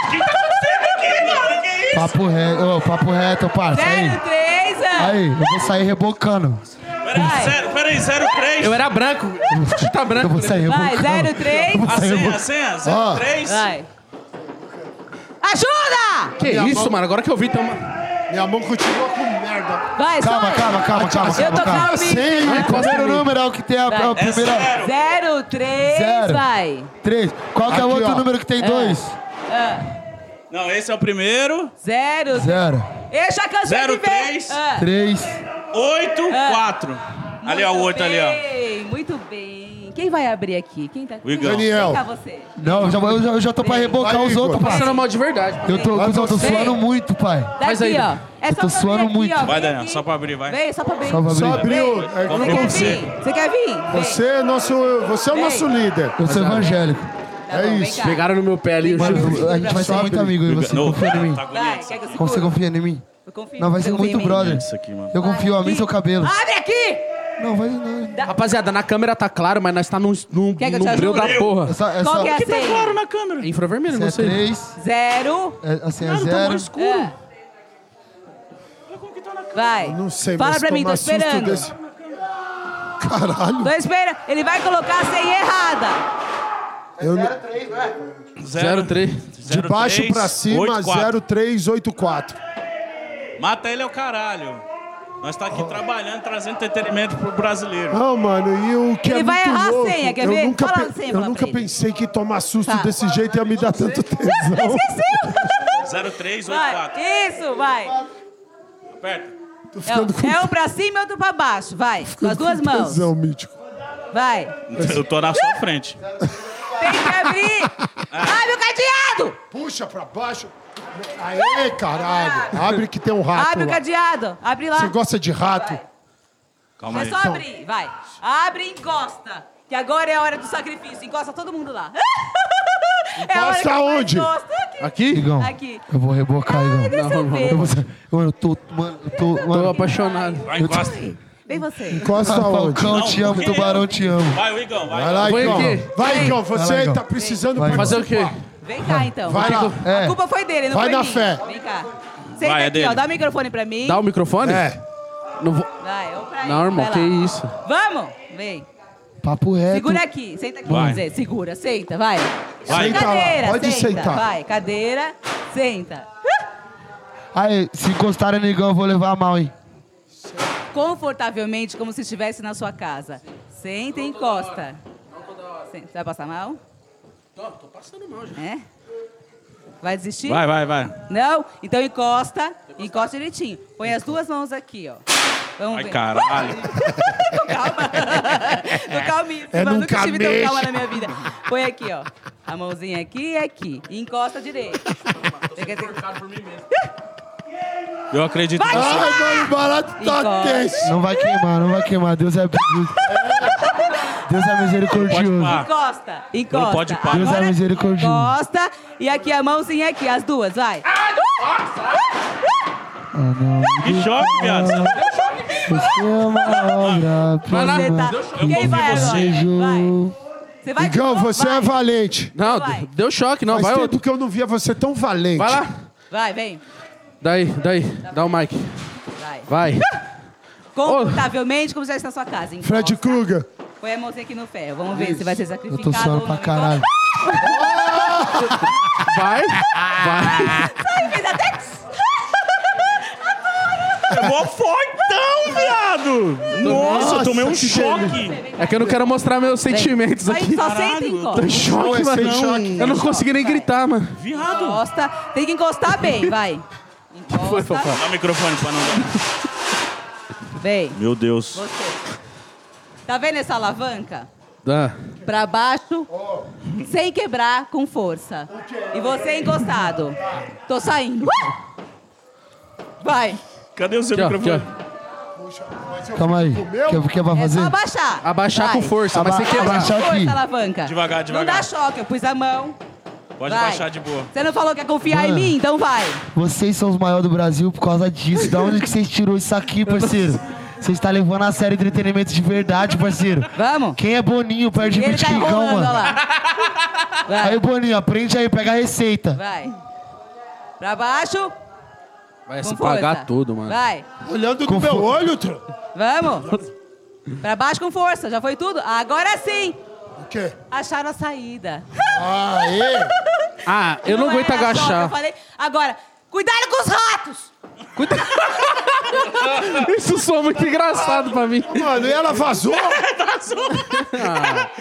Speaker 10: Papo reto, ô, papo reto, parça. Aí,
Speaker 7: Zero, três, ah. hã?
Speaker 10: aí, eu vou sair rebocando.
Speaker 9: Peraí, zero, peraí, zero, três.
Speaker 1: Eu era branco. Tá branco.
Speaker 10: Eu vou sair
Speaker 7: Vai,
Speaker 10: rebocando.
Speaker 7: zero, três.
Speaker 10: Eu vou
Speaker 9: A senha,
Speaker 10: sair
Speaker 9: a
Speaker 8: assim,
Speaker 10: rebocando.
Speaker 9: senha, zero,
Speaker 10: Ó.
Speaker 9: três.
Speaker 7: Vai. Ajuda!
Speaker 1: Que isso, mano? Agora que eu vi, tamo...
Speaker 5: Minha mão continua com merda.
Speaker 7: Vai,
Speaker 10: Calma,
Speaker 7: sai.
Speaker 10: calma, calma, calma,
Speaker 7: Eu tô
Speaker 10: calma, calma.
Speaker 7: calma.
Speaker 10: Senha, o primeiro número é o que tem a, a
Speaker 9: É
Speaker 10: primeira.
Speaker 9: zero.
Speaker 7: Zero, três,
Speaker 10: Zero.
Speaker 7: vai.
Speaker 10: Três. Qual que é o
Speaker 5: Aqui,
Speaker 10: outro
Speaker 5: ó.
Speaker 10: número que tem dois?
Speaker 9: Não, esse é o primeiro.
Speaker 7: Zero.
Speaker 10: Zero.
Speaker 7: Eu já cansei
Speaker 9: Zero,
Speaker 7: de ver.
Speaker 9: três.
Speaker 7: Ah,
Speaker 10: Três.
Speaker 9: Oito, quatro. Ali, ó, o
Speaker 7: muito
Speaker 9: oito ali, ó.
Speaker 7: bem, Muito bem. Quem vai abrir aqui? Quem tá
Speaker 9: O Igão.
Speaker 5: Daniel.
Speaker 7: Quem tá você?
Speaker 10: Não, eu já, eu já, eu já tô pra rebocar
Speaker 5: Vai,
Speaker 10: os
Speaker 5: Igor.
Speaker 10: outros,
Speaker 1: Passando
Speaker 10: parça.
Speaker 1: mal de verdade.
Speaker 10: Eu tô, cuzão, eu tô suando muito, pai.
Speaker 1: Faz
Speaker 7: Daqui,
Speaker 1: aí,
Speaker 7: ó. É
Speaker 10: Eu
Speaker 7: só pra
Speaker 10: tô suando
Speaker 7: abrir aqui,
Speaker 10: muito.
Speaker 7: ó.
Speaker 9: Vai,
Speaker 7: Vem
Speaker 9: Daniel,
Speaker 7: aqui.
Speaker 9: só pra abrir, vai.
Speaker 7: Vem, só pra abrir.
Speaker 10: Só pra
Speaker 5: Só
Speaker 1: Tá
Speaker 10: abrir.
Speaker 5: abriu. É,
Speaker 7: Você
Speaker 5: não
Speaker 7: quer
Speaker 5: consigo.
Speaker 7: vir? Você quer vir? Vem.
Speaker 5: Você é, nosso, você é o nosso líder.
Speaker 10: Eu sou evangélico.
Speaker 7: Tá bom, vem
Speaker 5: isso.
Speaker 7: cá.
Speaker 1: Pegaram no meu pé ali. eu juro.
Speaker 7: é.
Speaker 10: Mano, É a gente vai ser muito amigo e você
Speaker 9: Não,
Speaker 10: confia em mim.
Speaker 9: tá
Speaker 7: Vai,
Speaker 9: bonito.
Speaker 7: quer que eu segure?
Speaker 10: Como você confia em mim?
Speaker 7: Eu confio.
Speaker 10: Não, vai
Speaker 7: Você
Speaker 10: ser
Speaker 7: confia em
Speaker 10: muito
Speaker 7: mim?
Speaker 10: brother.
Speaker 9: Isso aqui, mano.
Speaker 10: Eu confio a mim e
Speaker 7: Aqui.
Speaker 10: seu cabelo.
Speaker 7: Abre aqui!
Speaker 10: Não, vai não.
Speaker 1: Rapaziada, na câmera tá claro, mas nós tá num, num,
Speaker 7: Quer que eu
Speaker 1: num
Speaker 7: te
Speaker 1: breu
Speaker 7: ajude?
Speaker 1: da porra.
Speaker 10: Essa, essa,
Speaker 7: Qual que é a
Speaker 9: Tá claro
Speaker 7: senha?
Speaker 9: na câmera.
Speaker 1: É infravermelho, não
Speaker 10: essa é
Speaker 1: sei.
Speaker 10: três,
Speaker 7: Zero.
Speaker 10: é, a senha é
Speaker 1: Tá
Speaker 10: zero.
Speaker 1: mó escuro.
Speaker 7: Ah. Vai.
Speaker 5: Não sei,
Speaker 7: Fala
Speaker 5: mas
Speaker 7: pra mim, tô
Speaker 5: tomar susto
Speaker 7: esperando.
Speaker 5: desse- Caralho.
Speaker 7: Tô esperando. Ele vai colocar a senha errada.
Speaker 5: Eu não-
Speaker 9: Zero,
Speaker 1: 03.
Speaker 5: De baixo
Speaker 9: três,
Speaker 5: pra cima,
Speaker 9: oito, quatro.
Speaker 5: 0384.
Speaker 9: Mata ele é o caralho. Nós tá aqui trabalhando, trazendo entretenimento pro brasileiro.
Speaker 5: Não, Ah, mano, e o que é
Speaker 7: Ele vai
Speaker 5: muito
Speaker 7: errar a
Speaker 5: louco,
Speaker 7: senha, quer
Speaker 5: eu
Speaker 7: ver?
Speaker 5: Nunca
Speaker 7: Fala
Speaker 5: pe-
Speaker 7: a senha,
Speaker 5: Eu
Speaker 7: fala
Speaker 5: nunca
Speaker 7: pra ele.
Speaker 5: pensei que tomar susto
Speaker 7: Tá.
Speaker 5: desse jeito ia me dar tanto tesão.
Speaker 7: Esqueceu?
Speaker 9: 0384.
Speaker 7: (laughs) Vai. Isso, vai.
Speaker 9: Aperta.
Speaker 7: É, um- é um pra cima e outro pra baixo. Vai. Com as (laughs) duas mãos.
Speaker 5: Tesão, mítico.
Speaker 7: Vai.
Speaker 9: Eu tô na sua frente.
Speaker 7: Tem que abrir. Abre o cadeado!
Speaker 5: Puxa pra baixo. Aê, caralho. (laughs) Abre que tem um rato
Speaker 7: Abre o
Speaker 5: lá.
Speaker 7: cadeado. Abre lá.
Speaker 5: Você gosta de rato?
Speaker 7: Vai.
Speaker 9: Calma
Speaker 7: é
Speaker 9: aí.
Speaker 7: só abrir, vai. Abre e encosta. Que agora é a hora do sacrifício. Encosta todo mundo lá. (laughs) É a hora que
Speaker 5: Encosta
Speaker 7: mais
Speaker 5: onde?
Speaker 7: gosta. Aqui.
Speaker 1: Aqui?
Speaker 10: Igão,
Speaker 7: Aqui.
Speaker 10: eu vou rebocar,
Speaker 7: Ai,
Speaker 10: Igão.
Speaker 7: deixa eu ver.
Speaker 10: Eu, vou ser- Mano, eu tô, mano, eu tô,
Speaker 1: Tô
Speaker 10: mano.
Speaker 1: apaixonado.
Speaker 9: Vai, encosta.
Speaker 7: Vem você.
Speaker 5: Gosta onde?
Speaker 10: Falcão, te amo,
Speaker 9: porque-
Speaker 10: Tubarão, te amo.
Speaker 9: Vai, o Igão, vai.
Speaker 5: Vai lá,
Speaker 1: Vou
Speaker 5: Igão.
Speaker 1: aqui.
Speaker 5: Vai, Igão. Você
Speaker 10: Vai lá, Igão.
Speaker 5: tá precisando
Speaker 10: Vai,
Speaker 1: Fazer
Speaker 5: participar.
Speaker 1: o quê?
Speaker 7: Vem cá, então.
Speaker 5: Vai lá.
Speaker 7: A
Speaker 10: É,
Speaker 7: culpa foi dele, não
Speaker 5: Vai
Speaker 7: foi
Speaker 5: na
Speaker 7: minha.
Speaker 5: fé.
Speaker 7: Vem cá. Senta
Speaker 9: Vai, é
Speaker 7: aqui,
Speaker 9: dele.
Speaker 7: ó. Dá o microfone pra mim.
Speaker 1: Dá o microfone?
Speaker 5: É.
Speaker 1: Não, vou...
Speaker 7: Vai, eu pra ele.
Speaker 1: não irmão,
Speaker 7: vai lá.
Speaker 1: que isso.
Speaker 7: Vamos? Vem.
Speaker 10: Papo reto.
Speaker 7: Segura aqui, senta aqui,
Speaker 10: Vai.
Speaker 7: quer dizer, segura, senta, vai.
Speaker 10: Vai. Senta lá,
Speaker 7: Cadeira,
Speaker 10: pode
Speaker 7: senta,
Speaker 10: sentar.
Speaker 7: Vai, cadeira, senta.
Speaker 10: Aí, se encostarem no Igão, eu vou levar a mal, hein?
Speaker 7: Confortavelmente, como se estivesse na sua casa. Senta e encosta. Senta. Vai passar mal?
Speaker 1: Tô, tô passando mal já.
Speaker 7: É? Vai desistir?
Speaker 9: Vai, vai, vai.
Speaker 7: Não? Então encosta, encosta direitinho. Põe as duas mãos aqui, ó. Vamos
Speaker 9: Ai,
Speaker 7: ver.
Speaker 9: caralho.
Speaker 7: Tô calminha,
Speaker 9: É,
Speaker 7: mano.
Speaker 9: nunca
Speaker 7: Nunca tive tão
Speaker 9: mexa.
Speaker 7: calma na minha vida. Põe aqui, ó. A mãozinha aqui e aqui. E encosta direito.
Speaker 9: Eu acredito
Speaker 7: Vai,
Speaker 9: em você.
Speaker 7: Ai, mano, barato tá Encosta. tenso.
Speaker 10: Não vai queimar, não vai queimar. Deus é... Deus é misericordioso.
Speaker 7: Encosta, encosta.
Speaker 10: Não pode pá. Deus é
Speaker 7: Agora,
Speaker 10: misericordioso.
Speaker 7: encosta. E aqui a mãozinha aqui, as duas, vai.
Speaker 9: Que choque, viado.
Speaker 10: Você é uma obra
Speaker 7: Vai lá.
Speaker 10: prima.
Speaker 7: Deu choque. tá- Quem vai agora? Você vai
Speaker 5: Igão, você é valente.
Speaker 1: Não, deu choque, não.
Speaker 5: Faz
Speaker 1: vai
Speaker 5: tempo
Speaker 1: outro.
Speaker 5: que eu não via você tão valente.
Speaker 1: Vai lá.
Speaker 7: Vai, vem.
Speaker 1: Daí, daí. Dá o mic.
Speaker 7: Vai.
Speaker 1: Vai.
Speaker 7: Confortavelmente, como já está na sua casa. Encosta.
Speaker 5: Fred Krueger.
Speaker 7: Põe a mãozinha aqui no ferro. Vamos ver se vai ser
Speaker 10: Eu
Speaker 7: sacrificado.
Speaker 10: tô suando
Speaker 7: ou
Speaker 10: pra
Speaker 7: não. (laughs)
Speaker 10: caralho.
Speaker 1: Vai. Vai.
Speaker 7: Sai, fez até...
Speaker 9: É mó fortão, viado. Nossa, eu tomei um choque.
Speaker 1: É que eu não quero mostrar meus sentimentos
Speaker 7: Vai,
Speaker 1: aqui.
Speaker 7: só senta e encosta.
Speaker 1: Tô em choque,
Speaker 7: Não, é
Speaker 1: mano.
Speaker 7: sem choque.
Speaker 1: Eu não consegui nem gritar, mano.
Speaker 9: Viado.
Speaker 7: Encosta. Tem que encostar bem, vai.
Speaker 1: Foi, Fofá.
Speaker 9: Dá o microfone pra não dar.
Speaker 7: Vem.
Speaker 9: Meu Deus.
Speaker 7: Tá vendo essa alavanca?
Speaker 1: Dá.
Speaker 7: Pra baixo, sem quebrar, com força. E você encostado. Tô saindo. Ah! Vai.
Speaker 9: Cadê o seu
Speaker 1: Aqui, ó,
Speaker 9: microfone?
Speaker 1: aqui,
Speaker 10: Calma aí. Que, que é pra
Speaker 7: É
Speaker 10: fazer?
Speaker 7: só abaixar.
Speaker 1: Abaixar
Speaker 7: Vai.
Speaker 1: com força, mas sem quebrar.
Speaker 7: Abaixa com
Speaker 10: Abaixar aqui.
Speaker 7: força, alavanca.
Speaker 9: Devagar,
Speaker 7: Não dá
Speaker 9: devagar.
Speaker 7: choque, eu pus a mão.
Speaker 9: Pode
Speaker 7: Vai.
Speaker 9: baixar de boa.
Speaker 7: Você não falou que ia confiar em
Speaker 10: Mano.
Speaker 7: mim, então vai.
Speaker 10: Vocês são os maiores do Brasil por causa disso. Da onde que vocês tirou isso aqui, parceiro? Vocês tá levando a sério entretenimento de verdade, parceiro.
Speaker 7: Vamos.
Speaker 10: Quem é Boninho perde
Speaker 1: tipo
Speaker 7: Ele
Speaker 10: de
Speaker 7: tá
Speaker 10: Bitigão,
Speaker 7: enrolando, olha
Speaker 10: mano?
Speaker 7: lá. Vai.
Speaker 10: Aí, Boninho, aprende aí, pega a receita.
Speaker 7: Vai. Pra baixo.
Speaker 1: Vai
Speaker 7: com
Speaker 1: se pagar
Speaker 7: força.
Speaker 1: tudo, mano.
Speaker 7: Vai.
Speaker 5: Olhando no meu olho, tro...
Speaker 7: Vamos. Pra baixo com força. Já foi tudo? Agora sim.
Speaker 5: O quê?
Speaker 7: Acharam a saída.
Speaker 5: Aê!
Speaker 1: Ah, eu não,
Speaker 7: era
Speaker 1: aguento
Speaker 7: choque,
Speaker 1: agachar.
Speaker 7: eu falei. Agora, cuidado com os ratos.
Speaker 1: (laughs) Isso soa muito engraçado pra mim.
Speaker 5: Mano, e ela vazou?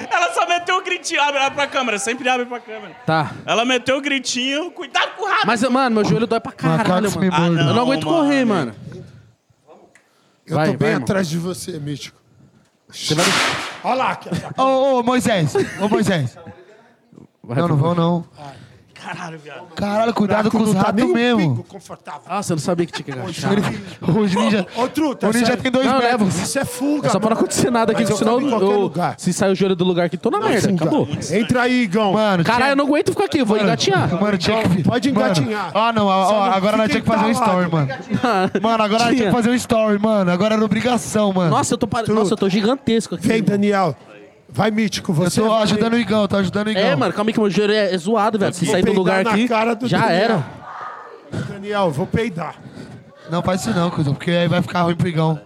Speaker 9: Ela só meteu o gritinho. Abre, abre pra câmera. Sempre abre pra câmera.
Speaker 1: Tá.
Speaker 9: Ela meteu o gritinho. Cuidado com o rato.
Speaker 1: Mas, mano, meu joelho dói pra caralho,
Speaker 10: Macacos me
Speaker 1: mano.
Speaker 10: mordam.
Speaker 1: eu não aguento
Speaker 9: mano.
Speaker 1: correr, mano.
Speaker 5: Eu
Speaker 1: Vai,
Speaker 5: tô bem
Speaker 1: vai,
Speaker 5: atrás de você, Mítico. Olha lá, aqui, ó.
Speaker 10: Ô, ô, Moisés. Ô, Moisés.
Speaker 1: Vai,
Speaker 10: Não, não vão, não.
Speaker 9: Caralho, viado.
Speaker 10: Caralho, cuidado com os
Speaker 5: Não tá nem
Speaker 10: ratos
Speaker 5: um
Speaker 10: mesmo.
Speaker 5: pingo confortável.
Speaker 1: Nossa, eu não sabia que tinha que agachar.
Speaker 10: Os ninja...
Speaker 5: Ô, truta,
Speaker 10: O ninja
Speaker 5: sério.
Speaker 10: tem dois
Speaker 1: Não, leva.
Speaker 10: metros.
Speaker 5: Isso é fuga,
Speaker 1: É só pra não
Speaker 5: mano.
Speaker 1: acontecer nada aqui,
Speaker 5: Mas eu
Speaker 1: senão
Speaker 5: tava em qualquer
Speaker 1: eu-
Speaker 5: lugar.
Speaker 1: se sair o joelho do lugar aqui, tô na merda.
Speaker 5: Fuga.
Speaker 1: Acabou.
Speaker 5: Entra aí, Igão.
Speaker 10: Mano, tinha-
Speaker 1: Caralho, eu não aguento ficar aqui, eu vou engatinhar.
Speaker 10: Mano, tinha que...
Speaker 5: pode
Speaker 10: Mano,
Speaker 5: engatinhar.
Speaker 10: Ah, não. ó,
Speaker 5: Só
Speaker 10: ó,
Speaker 5: não
Speaker 10: agora nós
Speaker 5: fica
Speaker 10: tinha que fazer um story,
Speaker 5: entalado.
Speaker 10: mano. Mano, agora nós tinha que fazer um story, mano. Agora era obrigação, mano.
Speaker 1: (laughs) Nossa, eu tô pare- Nossa, eu tô gigantesco aqui.
Speaker 5: Vem, Daniel. Vai, Mítico,
Speaker 10: Eu
Speaker 5: você.
Speaker 10: tô
Speaker 5: vai-
Speaker 10: ajudando o Igão, tô ajudando o Igão.
Speaker 1: É, mano, calma aí que meu joelho é, é zoado, velho. Se
Speaker 5: Vou
Speaker 1: sair do
Speaker 5: peidar
Speaker 1: lugar
Speaker 5: na
Speaker 1: aqui,
Speaker 5: cara do
Speaker 1: já
Speaker 5: Daniel.
Speaker 1: era.
Speaker 5: Daniel, vou peidar.
Speaker 10: Não faz isso não, cuzão, porque aí vai ficar ruim pro Igão.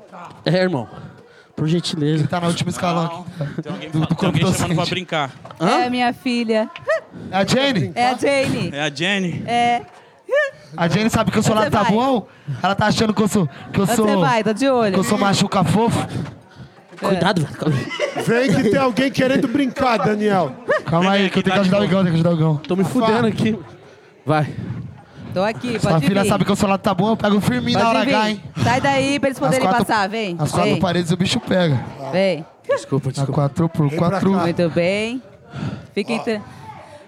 Speaker 1: É, irmão. Por gentileza.
Speaker 10: Ele tá na última escalão aqui.
Speaker 9: Tem alguém,
Speaker 10: Do- do
Speaker 9: tem alguém
Speaker 10: corpo
Speaker 9: chamando pra
Speaker 10: docente.
Speaker 9: brincar.
Speaker 7: É a minha filha.
Speaker 10: É a Jenny?
Speaker 7: É a Jane.
Speaker 9: É a Jenny.
Speaker 7: É.
Speaker 10: A Jenny sabe que eu sou
Speaker 7: Onde
Speaker 10: lá do
Speaker 7: você vai?
Speaker 10: Tabuão? Ela tá achando que eu sou... Que eu
Speaker 7: Onde
Speaker 10: sou...
Speaker 7: Você vai, tá de
Speaker 10: Que
Speaker 7: olho.
Speaker 10: eu sou machuca fofo?
Speaker 5: É.
Speaker 1: Cuidado, velho. calma aí.
Speaker 5: Vem que tem alguém querendo brincar, Daniel.
Speaker 10: Calma aí, que eu tenho que ajudar o Igão, tenho que ajudar o Igão.
Speaker 1: Tô me fudendo aqui. Vai.
Speaker 7: Tô aqui, pode
Speaker 10: Sua filha
Speaker 7: vir.
Speaker 10: sabe que eu sou lá do Tabuão, eu pego firminho na hora
Speaker 7: Pode
Speaker 10: H,
Speaker 7: vir.
Speaker 10: hein?
Speaker 7: Sai daí pra eles poderem
Speaker 10: quatro-
Speaker 7: passar. Vem.
Speaker 10: As quatro
Speaker 7: vem.
Speaker 10: paredes o bicho pega.
Speaker 7: vem.
Speaker 1: Desculpa,
Speaker 10: A
Speaker 1: desculpa.
Speaker 10: quatro por quatro. um.
Speaker 7: Muito bem. Fiquem. tra-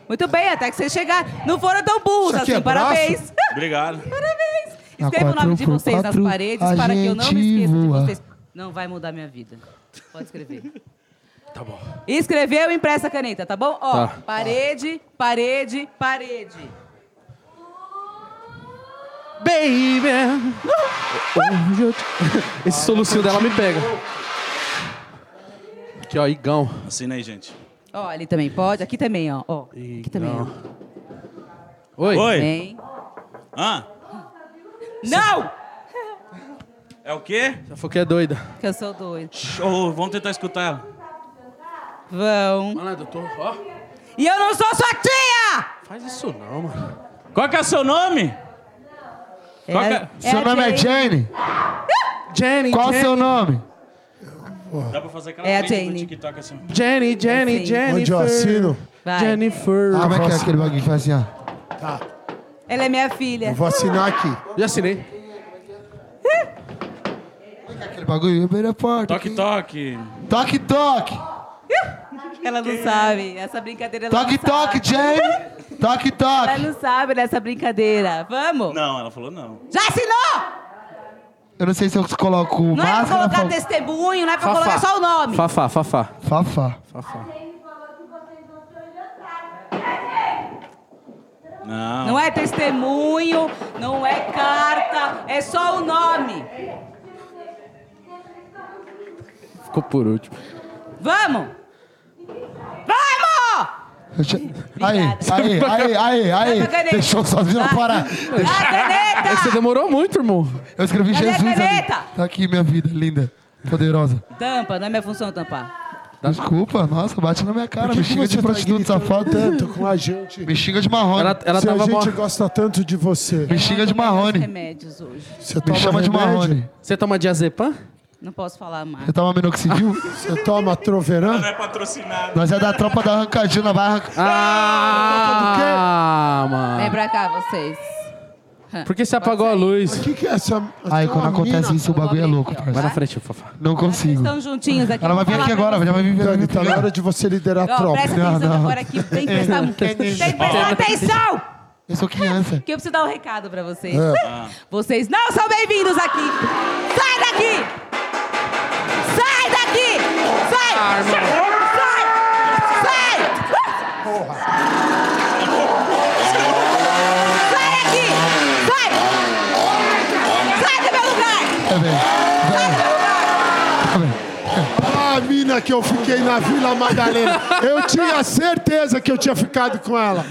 Speaker 7: Muito bem, até que vocês chegaram. Não foram tão burros
Speaker 5: Isso aqui
Speaker 7: assim,
Speaker 5: é braço?
Speaker 7: parabéns.
Speaker 10: (laughs)
Speaker 9: Obrigado.
Speaker 7: parabéns.
Speaker 10: Na
Speaker 7: Escreva o nome
Speaker 10: quatro
Speaker 7: de
Speaker 10: por
Speaker 7: vocês
Speaker 10: quatro,
Speaker 7: nas paredes
Speaker 10: a
Speaker 7: para que eu não me
Speaker 10: gente
Speaker 7: esqueça
Speaker 10: voa.
Speaker 7: de vocês. Não vai mudar minha vida. Pode escrever. Tá bom. Escreveu e empresta a caneta, tá bom? Ó,
Speaker 1: Tá.
Speaker 7: parede, parede, parede.
Speaker 1: Baby. Hoje eu te- Esse solucinho dela me pega. Aqui, ó, Igão.
Speaker 9: Assina aí, gente.
Speaker 7: Ó, ali também pode. Aqui também, ó. ó. Aqui também, ó.
Speaker 1: Oi.
Speaker 9: Oi.
Speaker 7: Bem.
Speaker 9: Hã?
Speaker 7: Não!
Speaker 9: É o quê?
Speaker 1: Essa foca é doida.
Speaker 7: Que eu sou doido.
Speaker 9: Ô, vamos tentar escutar ela.
Speaker 7: Vão.
Speaker 1: Malandro, eu tô. Ó.
Speaker 7: E eu não sou sua tia!
Speaker 1: Faz isso não, mano.
Speaker 9: Qual que é o seu nome? Qual que é-
Speaker 10: Seu nome é Jane?
Speaker 1: Jenny.
Speaker 10: Qual o seu nome?
Speaker 9: Dá pra fazer aquela
Speaker 7: É a
Speaker 9: trilha do
Speaker 7: Jane.
Speaker 9: TikTok assim.
Speaker 1: Jenny, Jenny, Jenny.
Speaker 10: Onde eu assino?
Speaker 7: Vai.
Speaker 1: Jennifer.
Speaker 10: Ah, como é que é aquele bagulho que faz assim, ó?
Speaker 7: Ela é minha filha.
Speaker 10: Eu vou assinar aqui.
Speaker 1: Já assinei.
Speaker 10: Aquele bagulho, abrir a porta.
Speaker 9: Toque, toque.
Speaker 10: Toque, toque.
Speaker 7: Ela não sabe. Essa brincadeira ela
Speaker 10: Toque,
Speaker 7: não sabe.
Speaker 10: toque, Jane. Toque,
Speaker 7: Ela
Speaker 10: toque.
Speaker 7: não sabe dessa brincadeira. Vamos!
Speaker 9: Não, ela falou não.
Speaker 7: Já assinou?
Speaker 10: Eu não sei se eu coloco
Speaker 7: Não é pra
Speaker 10: máscara.
Speaker 7: colocar
Speaker 10: fa-
Speaker 7: testemunho, não é pra colocar só o nome.
Speaker 1: Fafá, Fafá.
Speaker 10: Fafá.
Speaker 1: Fafá.
Speaker 9: Não.
Speaker 7: Não é testemunho, não é carta, é só o nome.
Speaker 1: Ficou por último.
Speaker 7: Vamos! Vamos!
Speaker 10: Deixa- Aí, aí, aí,
Speaker 7: Vai
Speaker 10: aí,
Speaker 7: pra
Speaker 10: aí.
Speaker 7: caneta.
Speaker 10: Deixou sozinho na
Speaker 7: Vai.
Speaker 10: parada.
Speaker 1: É
Speaker 7: A
Speaker 1: que você
Speaker 7: caneta!
Speaker 1: demorou muito, irmão.
Speaker 10: Eu escrevi
Speaker 7: Cadê a
Speaker 10: Jesus ali.
Speaker 7: caneta?
Speaker 10: Tá aqui, minha vida, linda. Poderosa.
Speaker 7: Tampa, não é minha função tampar.
Speaker 10: Desculpa, nossa, bate na minha cara.
Speaker 5: Por que
Speaker 10: me
Speaker 5: que
Speaker 10: xinga
Speaker 5: você
Speaker 10: de
Speaker 5: tá
Speaker 10: prostituto safado.
Speaker 5: tanto
Speaker 10: (laughs)
Speaker 5: com a gente. tá-
Speaker 10: Me xinga de marrone.
Speaker 1: Ela, ela
Speaker 5: Se a
Speaker 1: tava
Speaker 5: gente
Speaker 1: mó...
Speaker 5: gosta tanto de você,
Speaker 10: Me xinga de marrone.
Speaker 7: remédios hoje.
Speaker 5: você
Speaker 10: Me
Speaker 5: toma
Speaker 10: chama de
Speaker 5: remédio?
Speaker 10: marrone.
Speaker 1: Você toma diazepam?
Speaker 7: Não posso falar mais.
Speaker 10: Você tá um toma minoxidil?
Speaker 5: Você toma troveran?
Speaker 9: Não é patrocinado.
Speaker 10: Nós é da tropa da arrancadinha, vai arrancar.
Speaker 5: Ah,
Speaker 1: Ah,
Speaker 7: Vem
Speaker 1: mano.
Speaker 7: pra cá, vocês.
Speaker 1: Por que você apagou a luz?
Speaker 5: O que, que é essa.
Speaker 10: Aí
Speaker 5: essa
Speaker 10: quando
Speaker 5: mina?
Speaker 10: acontece isso, o bagulho é louco,
Speaker 1: Vai
Speaker 10: parça.
Speaker 1: na frente, Fafá.
Speaker 10: Não consigo.
Speaker 7: Estão juntinhos aqui.
Speaker 10: Ela vai vir aqui agora, já vai vir
Speaker 5: Dani,
Speaker 10: ver.
Speaker 5: tá na hora de você liderar a
Speaker 7: Ó,
Speaker 5: tropa.
Speaker 7: presta atenção agora aqui. Tem
Speaker 10: (laughs)
Speaker 7: que prestar, tem que prestar atenção!
Speaker 10: Eu sou criança.
Speaker 7: Que eu preciso dar um recado pra vocês.
Speaker 10: Ah.
Speaker 7: (laughs) Vocês não são bem-vindos aqui! Sai daqui! Sai daqui! Sai! Sai! Sai! Sai daqui! Sai! Sai do meu lugar!
Speaker 10: Tá bem. Vai, tá bem.
Speaker 5: Ah, a mina que eu fiquei na Vila Madalena. Eu tinha certeza que eu tinha ficado com ela.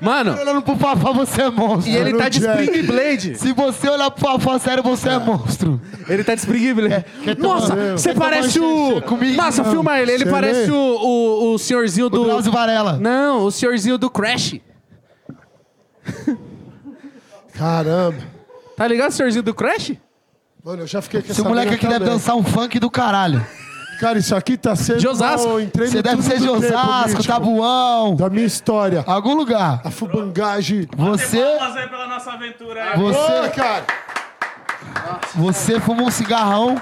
Speaker 1: Mano,
Speaker 10: Olhando pro Fafá, você é monstro.
Speaker 1: e ele tá de
Speaker 5: Jack.
Speaker 1: Spring
Speaker 10: (laughs)
Speaker 1: Blade.
Speaker 10: Se você olhar pro Fafá, sério, você é monstro.
Speaker 1: Ele tá de Spring Blade. Nossa,
Speaker 10: tomar-
Speaker 1: você
Speaker 10: É, quer tomar
Speaker 1: parece
Speaker 10: um
Speaker 1: o...
Speaker 10: xixi comigo?
Speaker 1: Nossa,
Speaker 10: Não.
Speaker 1: filma ele. Ele
Speaker 5: Você
Speaker 1: parece
Speaker 5: vê?
Speaker 1: o, o, o senhorzinho do...
Speaker 10: O Drauzio Varela.
Speaker 1: Não, o senhorzinho do Crash.
Speaker 5: Caramba.
Speaker 1: Tá ligado o senhorzinho do Crash?
Speaker 5: Mano, eu já fiquei com
Speaker 10: Esse
Speaker 5: essa tá
Speaker 10: moleque
Speaker 5: mina
Speaker 10: aqui deve
Speaker 5: também.
Speaker 10: dançar um funk do caralho.
Speaker 5: Cara, isso aqui tá sendo.
Speaker 1: De Osasco.
Speaker 5: Eu entrei no
Speaker 10: Você deve
Speaker 5: túnel
Speaker 10: ser de
Speaker 5: do trem
Speaker 10: Osasco,
Speaker 5: político
Speaker 10: Tabuão,
Speaker 5: Da minha história.
Speaker 10: algum lugar.
Speaker 5: A fubangagem.
Speaker 10: Você,
Speaker 9: Palmas aí pela nossa aventura. aí.
Speaker 5: Ô,
Speaker 10: você,
Speaker 5: cara.
Speaker 10: você fumou um cigarrão.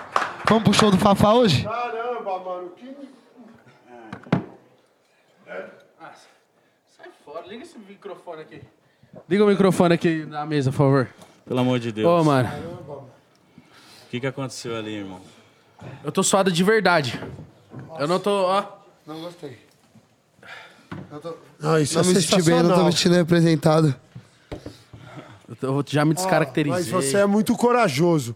Speaker 10: Vamos pro show do Fafá hoje?
Speaker 5: Caramba, mano. Que...
Speaker 1: Sai fora, liga esse microfone aqui. Liga o microfone aqui na mesa, por favor.
Speaker 9: Pelo amor de Deus.
Speaker 1: Ô, mano,
Speaker 9: O que, que aconteceu ali, irmão?
Speaker 1: eu tô suado de verdade. Eu não tô, ó.
Speaker 2: Não gostei.
Speaker 5: Ah, isso
Speaker 2: Não
Speaker 5: é
Speaker 2: me senti bem, não tô
Speaker 5: sensacional.
Speaker 2: me sentindo representado.
Speaker 1: Eu tô- eu já me
Speaker 5: Mas
Speaker 1: descaracterizei.
Speaker 5: você é muito corajoso.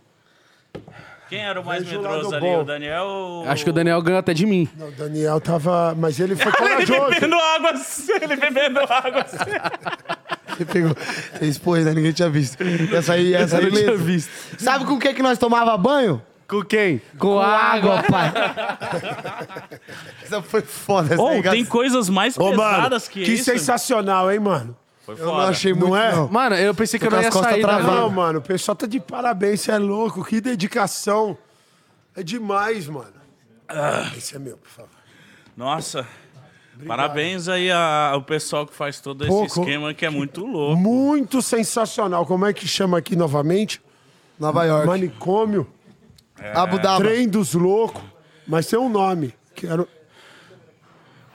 Speaker 9: Quem era o mais
Speaker 5: Veja o
Speaker 9: medroso
Speaker 5: lado
Speaker 9: ali?
Speaker 5: bom.
Speaker 9: O Daniel ou...
Speaker 1: Acho que o Daniel ganhou até de mim.
Speaker 5: Não, o Daniel tava. Mas (laughs) ele é foi
Speaker 9: Ele
Speaker 5: corajoso.
Speaker 9: bebendo água, (laughs) ele bebendo água.
Speaker 2: Você pegou. Você expôs, né? Ninguém tinha visto. Essa aí, essa aí mesmo.
Speaker 1: visto.
Speaker 2: Sabe com o que, que nós tomava banho?
Speaker 1: Com quem? Com, água.
Speaker 2: pai. essa foi foda.
Speaker 3: Oh,
Speaker 2: Essa
Speaker 9: Ou
Speaker 2: aí,
Speaker 9: tem coisas mais
Speaker 5: Ô, mano,
Speaker 9: pesadas
Speaker 5: que, é
Speaker 9: que, isso.
Speaker 5: sensacional, hein, mano?
Speaker 9: Foi
Speaker 2: Eu não
Speaker 9: foda.
Speaker 2: achei muito,
Speaker 5: é?
Speaker 2: não.
Speaker 1: Mano, eu pensei que eu
Speaker 2: Tô
Speaker 1: não
Speaker 2: com
Speaker 1: ia
Speaker 2: as costas
Speaker 1: sair dali.
Speaker 2: travadas.
Speaker 5: Não, mano, o pessoal tá de parabéns, você é louco, que dedicação. É demais, mano. Esse é meu, por favor.
Speaker 9: Nossa. Parabéns aí a- ao pessoal que faz todo esse
Speaker 5: Pouco.
Speaker 9: esquema que é muito louco.
Speaker 5: Muito sensacional. Como é que chama aqui novamente?
Speaker 2: Nova York. É.
Speaker 5: Manicômio,
Speaker 2: Abu Dhabi.
Speaker 5: trem dos loucos, mas tem um nome. Que era...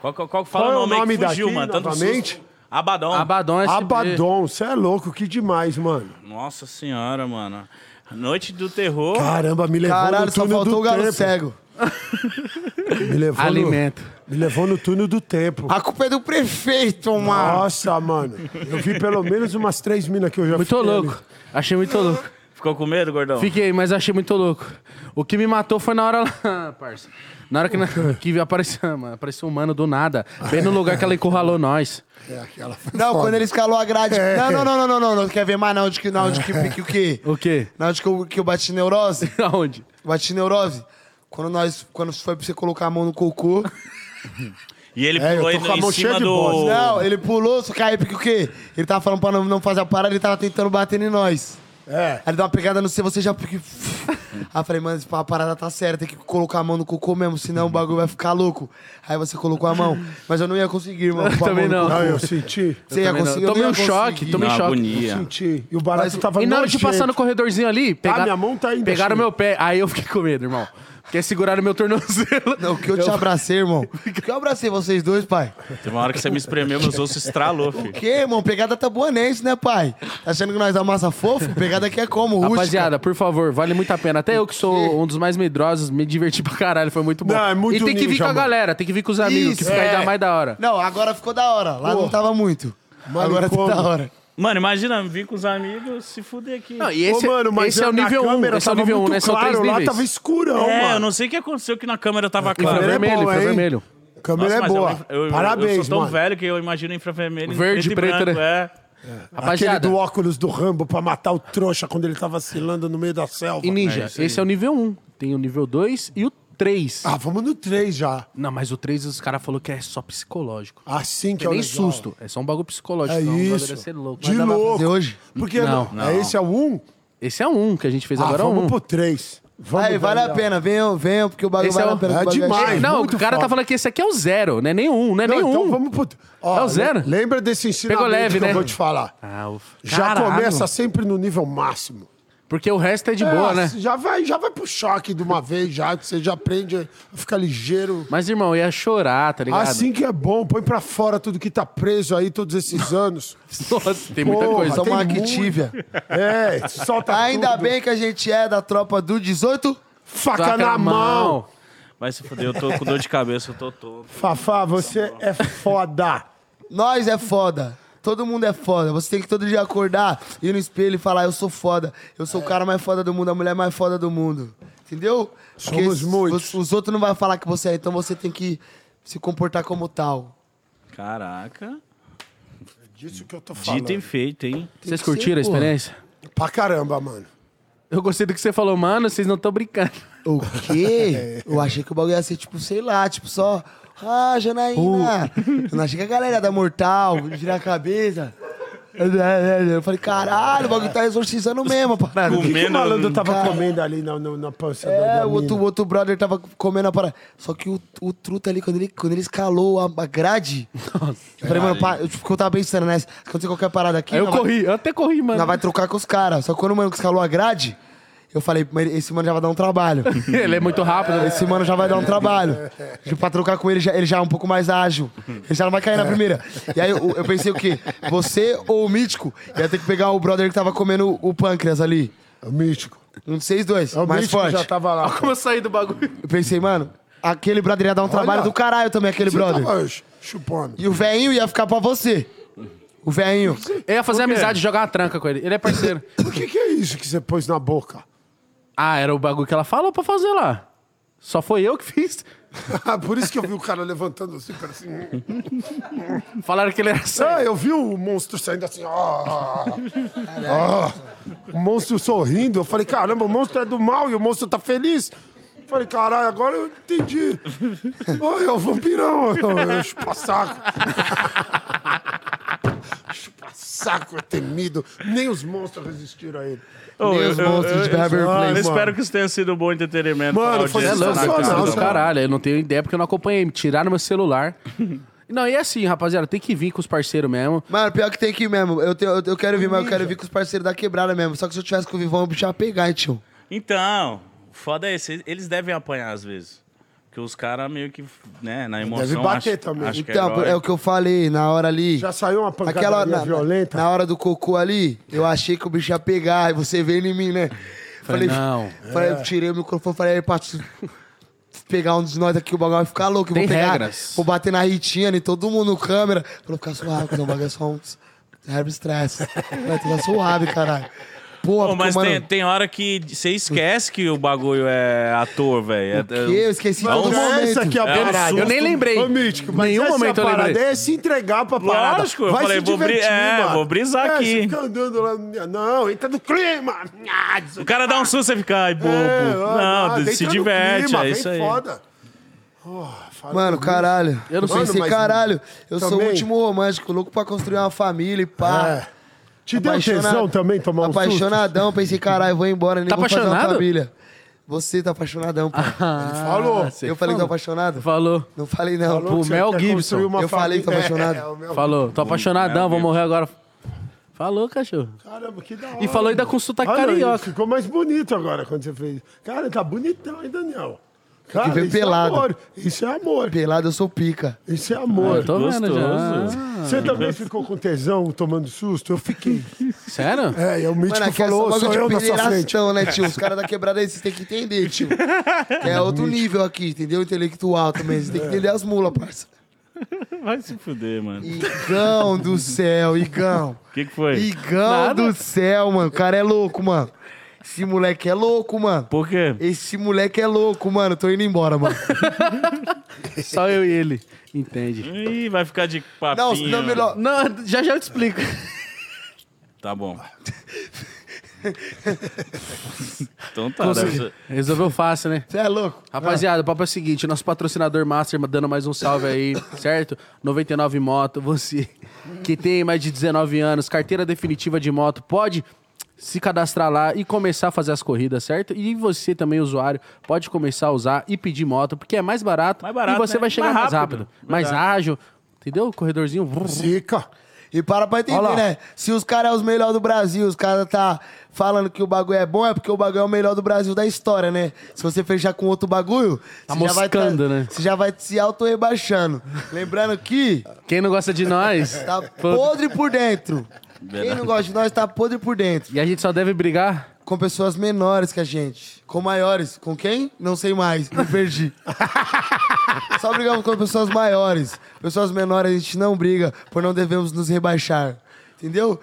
Speaker 9: Qual, qual, qual fala
Speaker 5: Qual é
Speaker 9: o
Speaker 5: o
Speaker 9: nome, aí que
Speaker 5: nome
Speaker 9: fugiu,
Speaker 5: daqui,
Speaker 9: mano? Tanto
Speaker 5: novamente?
Speaker 9: susto. Abadão.
Speaker 1: Abaddon SB.
Speaker 5: Abaddon, você é louco, que demais, mano.
Speaker 9: Nossa senhora, mano. Noite do terror.
Speaker 5: Caramba, me levou
Speaker 2: Caralho,
Speaker 5: no
Speaker 2: só
Speaker 5: túnel
Speaker 2: faltou
Speaker 5: do
Speaker 2: o galo
Speaker 5: tempo.
Speaker 2: cego.
Speaker 5: Me levou no-
Speaker 1: Alimento. Tá
Speaker 5: me levou no túnel do tempo.
Speaker 2: A culpa é do prefeito, mano.
Speaker 5: Nossa, mano. Eu vi pelo menos umas três minas que eu já
Speaker 1: Muito
Speaker 5: fiquei ali.
Speaker 1: louco. Achei muito louco.
Speaker 9: Ficou com medo, gordão?
Speaker 1: Fiquei, mas achei muito louco. O que me matou foi na hora lá, (laughs) parça. Na hora que, na- que apareceu, mano, apareceu um mano do nada. Bem no lugar que ela encurralou nós.
Speaker 2: Não, quando ele escalou a grade. Não, não, não, não, não, não, não. Quer ver mais na onde que, na onde que, que o quê?
Speaker 1: O quê?
Speaker 2: Na onde que eu, que eu bati neurose?
Speaker 1: (laughs) Aonde?
Speaker 2: Bati neurose. Quando nós. Quando foi pra você colocar a mão no cocô.
Speaker 3: E ele
Speaker 11: É,
Speaker 3: pulou
Speaker 11: eu tô com a
Speaker 3: em
Speaker 11: mão
Speaker 3: cima
Speaker 11: cheia de
Speaker 3: do.
Speaker 11: bosta. Não, ele pulou, só caiu porque o quê? Ele tava falando pra não, não fazer a parada, ele tava tentando bater em nós.
Speaker 5: É.
Speaker 11: Aí ele dá uma pegada no C, você já. Porque... (laughs) Aí eu falei, mano, esse- a parada tá certa, tem que colocar a mão no cocô mesmo, senão o bagulho vai ficar louco. Aí você colocou a mão. Mas eu não ia conseguir, mano.
Speaker 1: (laughs) Eu também não.
Speaker 5: Não, eu senti.
Speaker 11: Você ia conseguir, eu
Speaker 1: Tomei
Speaker 11: não ia
Speaker 1: um choque,
Speaker 11: conseguir.
Speaker 1: tomei um choque.
Speaker 5: Eu senti. E o barato tava
Speaker 1: E na hora de passar no corredorzinho ali, pegaram,
Speaker 5: minha mão tá ainda
Speaker 1: pegaram
Speaker 5: cheia.
Speaker 1: meu pé. Aí eu fiquei com medo, irmão. Porque seguraram meu
Speaker 5: (laughs)
Speaker 1: tornozelo.
Speaker 11: Não, que eu te abracei, irmão. Que eu abracei vocês dois, pai.
Speaker 3: Teve uma hora que você me espremeu, meus ossos estralou,
Speaker 11: O
Speaker 3: filho.
Speaker 11: quê, irmão? Pegada tabuanense, né, pai? Tá achando que nós amassa fofo? Pegada aqui é como? Rústica.
Speaker 1: Rapaziada, por favor, vale muito a pena. Até eu que sou um dos mais medrosos, me diverti pra caralho, foi muito bom.
Speaker 5: Não, é muito
Speaker 1: e tem que vir
Speaker 5: ninja,
Speaker 1: com a
Speaker 5: mano.
Speaker 1: galera, tem que vir com os amigos, que
Speaker 11: Isso,
Speaker 1: fica
Speaker 11: é.
Speaker 1: ainda mais da hora.
Speaker 11: Não, agora ficou da hora. Lá não tava muito. agora
Speaker 5: como?
Speaker 11: tá da hora.
Speaker 3: Mano, imagina, vim com os amigos se fuder aqui.
Speaker 1: Não, e esse, esse é o nível 1, um, esse é o nível 1, um, né? São três níveis.
Speaker 5: escurão,
Speaker 3: é,
Speaker 5: mano.
Speaker 3: eu não sei o que aconteceu que na câmera tava
Speaker 1: Foi
Speaker 3: clara.
Speaker 1: vermelho, foi
Speaker 5: hein?
Speaker 1: vermelho.
Speaker 5: A câmera
Speaker 3: mas
Speaker 5: é boa.
Speaker 3: Eu, eu,
Speaker 5: Parabéns,
Speaker 3: eu sou tão
Speaker 5: mano.
Speaker 3: velho que eu imagino infravermelho. em
Speaker 1: Verde,
Speaker 3: preto e
Speaker 1: preto,
Speaker 3: branco,
Speaker 1: né?
Speaker 3: é.
Speaker 5: Aquele
Speaker 1: Rapaziada,
Speaker 5: do óculos do Rambo pra matar o trouxa quando ele tá vacilando no meio da selva.
Speaker 1: e Ninja,
Speaker 3: É, isso aí.
Speaker 1: esse é o nível 1. Um. Tem o nível 2 e o 3.
Speaker 5: Ah, vamos no 3 já.
Speaker 1: Não, mas o 3 os caras falaram que é só psicológico.
Speaker 5: Assim que
Speaker 1: Que
Speaker 5: é o
Speaker 1: nem
Speaker 5: legal.
Speaker 1: susto, é só um bagulho psicológico.
Speaker 5: É
Speaker 1: não, O bagulho
Speaker 5: isso.
Speaker 1: é ser louco.
Speaker 5: De
Speaker 1: Mas dá pra
Speaker 5: louco.
Speaker 1: fazer.
Speaker 11: hoje?
Speaker 5: Porque
Speaker 1: Não,
Speaker 5: não, esse é o 1? Um?
Speaker 1: Esse é um que a gente fez
Speaker 5: Ah,
Speaker 1: agora, é
Speaker 5: vamos
Speaker 1: um.
Speaker 5: pro 3.
Speaker 11: Aí, vale a pena. Venham, venham, porque o bagulho
Speaker 1: Esse é
Speaker 11: vale a
Speaker 1: o-
Speaker 11: pena.
Speaker 5: É
Speaker 11: o bagulho
Speaker 5: demais.
Speaker 11: cheio.
Speaker 1: Não, o
Speaker 5: muito
Speaker 1: cara tá
Speaker 5: foda.
Speaker 1: falando que esse aqui é o zero, não é nenhum, não é
Speaker 5: Não,
Speaker 1: nenhum.
Speaker 5: então vamos pro... Ó,
Speaker 1: É o zero.
Speaker 5: le- Lembra desse ensinamento
Speaker 1: Pegou leve,
Speaker 5: que
Speaker 1: né?
Speaker 5: eu vou te falar.
Speaker 1: Ah, ufa.
Speaker 5: Já
Speaker 1: Caralho.
Speaker 5: começa sempre no nível máximo.
Speaker 1: Porque o resto é de boa,
Speaker 5: É,
Speaker 1: né?
Speaker 5: você Já vai, já vai pro choque de uma vez, já. que Você já aprende a ficar ligeiro.
Speaker 1: Mas, irmão, eu ia chorar, tá ligado?
Speaker 5: Assim que é bom, põe pra fora tudo que tá preso aí todos (laughs) esses anos.
Speaker 1: (laughs) Nossa, tem muita
Speaker 5: Porra,
Speaker 1: coisa.
Speaker 5: tem
Speaker 11: Toma uma
Speaker 5: muito.
Speaker 11: Activia.
Speaker 5: É, solta
Speaker 11: (laughs) Ainda
Speaker 5: tudo.
Speaker 11: bem que a gente é da tropa do 18.
Speaker 5: Faca, na mão.
Speaker 3: Vai se fuder, eu tô com dor de cabeça, eu tô todo.
Speaker 5: Fafá, você é (laughs) foda.
Speaker 11: Nós é foda. Todo mundo é foda. Você tem que todo dia acordar, ir no espelho e falar: Eu sou foda. Eu sou o cara mais foda do mundo, a mulher mais foda do mundo. Entendeu? Porque
Speaker 5: Somos
Speaker 11: s-
Speaker 5: muitos.
Speaker 11: Os, os outros não vão falar que você é, então você tem que se comportar como tal.
Speaker 3: Caraca.
Speaker 5: Disso que eu tô falando.
Speaker 3: Dito e feito, hein?
Speaker 1: Vocês
Speaker 11: que ser,
Speaker 1: curtiram a
Speaker 11: porra.
Speaker 1: experiência?
Speaker 5: Pra caramba, mano.
Speaker 1: Eu gostei do que você falou, mano, vocês não estão brincando.
Speaker 5: (laughs)
Speaker 11: O quê? (laughs) Eu achei que o bagulho ia ser tipo, sei lá, tipo só. Ah, Janaína. Eu não achei que a galera da Mortal virar a cabeça. Eu falei, caralho, o bagulho tá exorcizando mesmo a parada.
Speaker 5: O que, que o
Speaker 3: Comendo-
Speaker 5: malandro tava
Speaker 11: Cara.
Speaker 5: comendo ali na, na, na pança da- da
Speaker 11: É, o
Speaker 5: mina?
Speaker 11: outro, o outro brother tava comendo a parada. Só que o, o truta ali, quando ele, quando ele escalou a, a grade, eu falei, mano, pá, eu, tipo, eu tava pensando, né? Se acontecer qualquer parada aqui,
Speaker 1: Aí eu
Speaker 11: nós vai-
Speaker 1: corri, eu até corri, mano.
Speaker 11: nós vai trocar com os caras. Só que quando o mano que escalou a grade, eu falei, "Mas esse mano já vai dar um trabalho.
Speaker 1: (laughs) Ele é muito rápido, né?
Speaker 11: Esse mano já vai dar um trabalho. Tipo, pra trocar com ele, já- ele já é um pouco mais ágil. Ele já não vai cair na primeira. E aí eu, eu pensei o quê? Você ou o Mítico ia ter que pegar o brother que tava comendo o pâncreas ali.
Speaker 5: O Ah, mítico.
Speaker 11: Um de vocês dois,
Speaker 5: É o
Speaker 11: mais
Speaker 5: mítico
Speaker 11: forte.
Speaker 5: que já tava lá.
Speaker 1: Como eu saí do bagulho.
Speaker 11: Eu pensei, mano, aquele brother ia dar um trabalho do caralho também, aquele
Speaker 5: Você tá
Speaker 11: brother.
Speaker 5: tava ch- chupando.
Speaker 11: E o velhinho ia ficar pra você. O velhinho.
Speaker 1: Eu ia fazer amizade, jogar uma tranca com ele. Ele é parceiro.
Speaker 5: O que, que é isso que você pôs na boca?
Speaker 1: ah, era o bagulho que ela falou pra fazer lá. Só foi eu que fiz.
Speaker 5: Ah, Por isso que eu vi o cara levantando assim, cara, assim.
Speaker 1: Falaram que ele era só.
Speaker 5: Ah, eu vi o monstro saindo assim, ó. ó. o monstro sorrindo. Eu falei, caramba, o monstro é do mal e o monstro tá feliz. Eu Falei, caralho, agora eu entendi. Oi, é o vampirão, é o chupa-saco. chupa-saco é temido. Nem os monstros resistiram a ele.
Speaker 3: Ô, eu-
Speaker 11: os
Speaker 3: eu-
Speaker 11: monstros de
Speaker 3: eu-
Speaker 11: Beverly
Speaker 3: eu-
Speaker 11: Place,
Speaker 3: eu espero
Speaker 5: mano.
Speaker 3: que isso tenha sido um bom entretenimento.
Speaker 5: Mano,
Speaker 3: pra audiência
Speaker 5: foi
Speaker 1: É louco,
Speaker 3: da
Speaker 1: foi
Speaker 5: sensacional,
Speaker 1: cara
Speaker 3: casa.
Speaker 1: do
Speaker 5: cara.
Speaker 1: caralho. Eu não tenho ideia porque eu não acompanhei. Me tiraram meu (laughs) celular. Não, e é assim, rapaziada, tem que vir com os parceiros mesmo.
Speaker 11: Mano, pior que tem que ir mesmo. Eu, tenho- eu, eu quero vir, mas eu quero vir com os parceiros da quebrada mesmo. Só que se eu tivesse com o Vivão, o bicho ia pegar, hein, tio.
Speaker 3: Então, foda é esse. Eles devem apanhar às vezes. Porque os caras meio que, né, na emoção.
Speaker 5: Deve bater
Speaker 3: acho-
Speaker 5: também.
Speaker 3: acho que é
Speaker 11: Então,
Speaker 3: herói.
Speaker 11: é o que eu falei na hora ali.
Speaker 5: Já saiu uma pancada
Speaker 11: Aquela na,
Speaker 5: violenta.
Speaker 11: na hora do cocô ali, eu achei que o bicho ia pegar, e você veio em mim, né?
Speaker 1: Falei, não.
Speaker 11: Falei,
Speaker 5: É.
Speaker 11: eu tirei o microfone, falei, aí, Pato, se pegar um de nós aqui, o bagulho vai ficar louco. eu
Speaker 1: Tem
Speaker 11: vou pegar,
Speaker 1: regras.
Speaker 11: Vou bater na Ritinha, e todo mundo no câmera. Falou, ficar suave, não, o bagulho é só um herb stress. Vai ficar suave, caralho. Pô,
Speaker 3: Pô,
Speaker 11: porque,
Speaker 3: mas
Speaker 11: mano,
Speaker 3: tem, tem hora que você esquece que o bagulho é ator, velho. É-
Speaker 11: que eu esqueci de
Speaker 5: Não,
Speaker 11: todo
Speaker 5: não é
Speaker 11: momento.
Speaker 5: essa aqui a
Speaker 3: É um
Speaker 5: parada.
Speaker 3: susto.
Speaker 1: Eu nem lembrei.
Speaker 5: Ô, Mítico, mas
Speaker 1: Nenhum
Speaker 5: essa
Speaker 1: momento eu
Speaker 5: parada
Speaker 1: lembrei.
Speaker 5: é se entregar pra parada.
Speaker 3: Lógico, eu
Speaker 5: Vai
Speaker 3: falei,
Speaker 5: se
Speaker 3: vou bri-
Speaker 5: divertir,
Speaker 3: é,
Speaker 5: mano.
Speaker 3: vou brisar
Speaker 5: É,
Speaker 3: aqui.
Speaker 5: você fica andando lá, não, entra no clima. Ah,
Speaker 3: O cara dá um susto e fica, ai, bobo.
Speaker 5: é,
Speaker 3: não,
Speaker 5: ah, entra
Speaker 3: se
Speaker 5: no
Speaker 3: diverte,
Speaker 5: clima,
Speaker 3: é
Speaker 5: vem
Speaker 3: isso aí.
Speaker 5: foda.
Speaker 2: Mano, caralho.
Speaker 5: Eu não sei
Speaker 2: Mano,
Speaker 5: se-
Speaker 2: mas- caralho. Eu sou o
Speaker 5: Também-
Speaker 2: último romântico, louco pra construir uma família e pá.
Speaker 5: É. Te deu tesão também tomar um susto?
Speaker 2: Apaixonadão, pensei, caralho, vou embora, nem
Speaker 5: Tá
Speaker 2: vou fazer uma
Speaker 5: apaixonado? Ah,
Speaker 2: família. Você tá apaixonadão, pai. Ele
Speaker 5: falou.
Speaker 2: Eu falei que tô apaixonado?
Speaker 1: Falou.
Speaker 2: Não falei não.
Speaker 1: Falou que Pro você Mel quer Gibson. construir uma
Speaker 2: eu falei que tô
Speaker 1: família.
Speaker 2: apaixonado.
Speaker 1: É, é, o Mel Falou, tô apaixonadão, vou morrer agora. Falou, cachorro.
Speaker 5: É, Caramba, que da hora.
Speaker 1: E falou ainda com sotaque
Speaker 5: Olha,
Speaker 1: carioca.
Speaker 5: ele Ficou mais bonito agora quando você fez. Cara, tá bonitão, hein, Daniel? Cara,
Speaker 2: que ver
Speaker 5: isso é
Speaker 2: pelado.
Speaker 5: amor. Isso é amor.
Speaker 2: Pelado eu sou pica.
Speaker 5: Isso é amor.
Speaker 1: Ah, tô vendo já. Gostoso.
Speaker 5: Você também ficou com tesão tomando susto? Eu fiquei.
Speaker 1: Sério?
Speaker 5: É, e o mítico
Speaker 2: Mano, aqui é
Speaker 5: falou,
Speaker 2: só
Speaker 5: sou
Speaker 2: bagulho
Speaker 5: eu
Speaker 2: de
Speaker 5: na sua frente.
Speaker 2: peneiração, né, tio? Os caras da quebrada aí, vocês têm que entender, tio. É outro nível aqui, entendeu? Intelectual também. Vocês têm que entender as mulas, parça.
Speaker 3: Vai se fuder, mano.
Speaker 2: Igão do céu, Igão.
Speaker 3: O que, que foi?
Speaker 2: Igão do céu, mano. O cara é louco, mano. Esse moleque é louco, mano.
Speaker 3: Por quê?
Speaker 2: Esse moleque é louco, mano. Tô indo embora, mano.
Speaker 1: Só eu e ele. Entende.
Speaker 3: Ih, vai ficar de
Speaker 2: Não,
Speaker 3: papinho.
Speaker 2: não, melhor.
Speaker 1: Não, já já eu te explico.
Speaker 3: Tá bom. então tá.
Speaker 1: Consegui.
Speaker 3: deve ser-
Speaker 1: Resolveu fácil, né?
Speaker 2: Você é louco?
Speaker 1: Rapaziada, o papo é o seguinte: nosso patrocinador Master dando mais um salve
Speaker 3: (coughs)
Speaker 1: aí, certo? 99 Moto, você que tem mais de 19 anos, carteira definitiva de moto, pode se cadastrar lá e começar a fazer as corridas, certo? E você também, usuário, pode começar a usar e pedir moto, porque é mais barato,
Speaker 3: Mais barato,
Speaker 1: e você
Speaker 3: né?
Speaker 1: vai chegar mais
Speaker 3: Mais
Speaker 1: rápido,
Speaker 3: rápido.
Speaker 1: mais
Speaker 3: Verdade.
Speaker 1: ágil, entendeu? Corredorzinho. vrum, vrum.
Speaker 5: Zica.
Speaker 2: E para pra
Speaker 5: Olha
Speaker 2: entender,
Speaker 5: lá.
Speaker 2: né? Se os caras é os melhores do Brasil, os caras tá falando que o bagulho é bom, é porque o bagulho é o melhor do Brasil da história, né? Se você fechar com outro bagulho,
Speaker 1: Tá
Speaker 2: você, já vai tá-
Speaker 1: moscando, né?
Speaker 2: você já vai se auto-rebaixando. Lembrando que
Speaker 1: Quem não gosta de nós. (laughs)
Speaker 2: tá
Speaker 1: pô-
Speaker 2: podre por dentro. Quem não gosta de nós tá podre por dentro.
Speaker 1: E a gente só deve brigar.
Speaker 2: Com pessoas menores que a gente. Com maiores. Com quem? Não sei mais. Me perdi. Só brigamos com pessoas maiores. Pessoas menores a gente não briga, por não devemos nos rebaixar. Entendeu?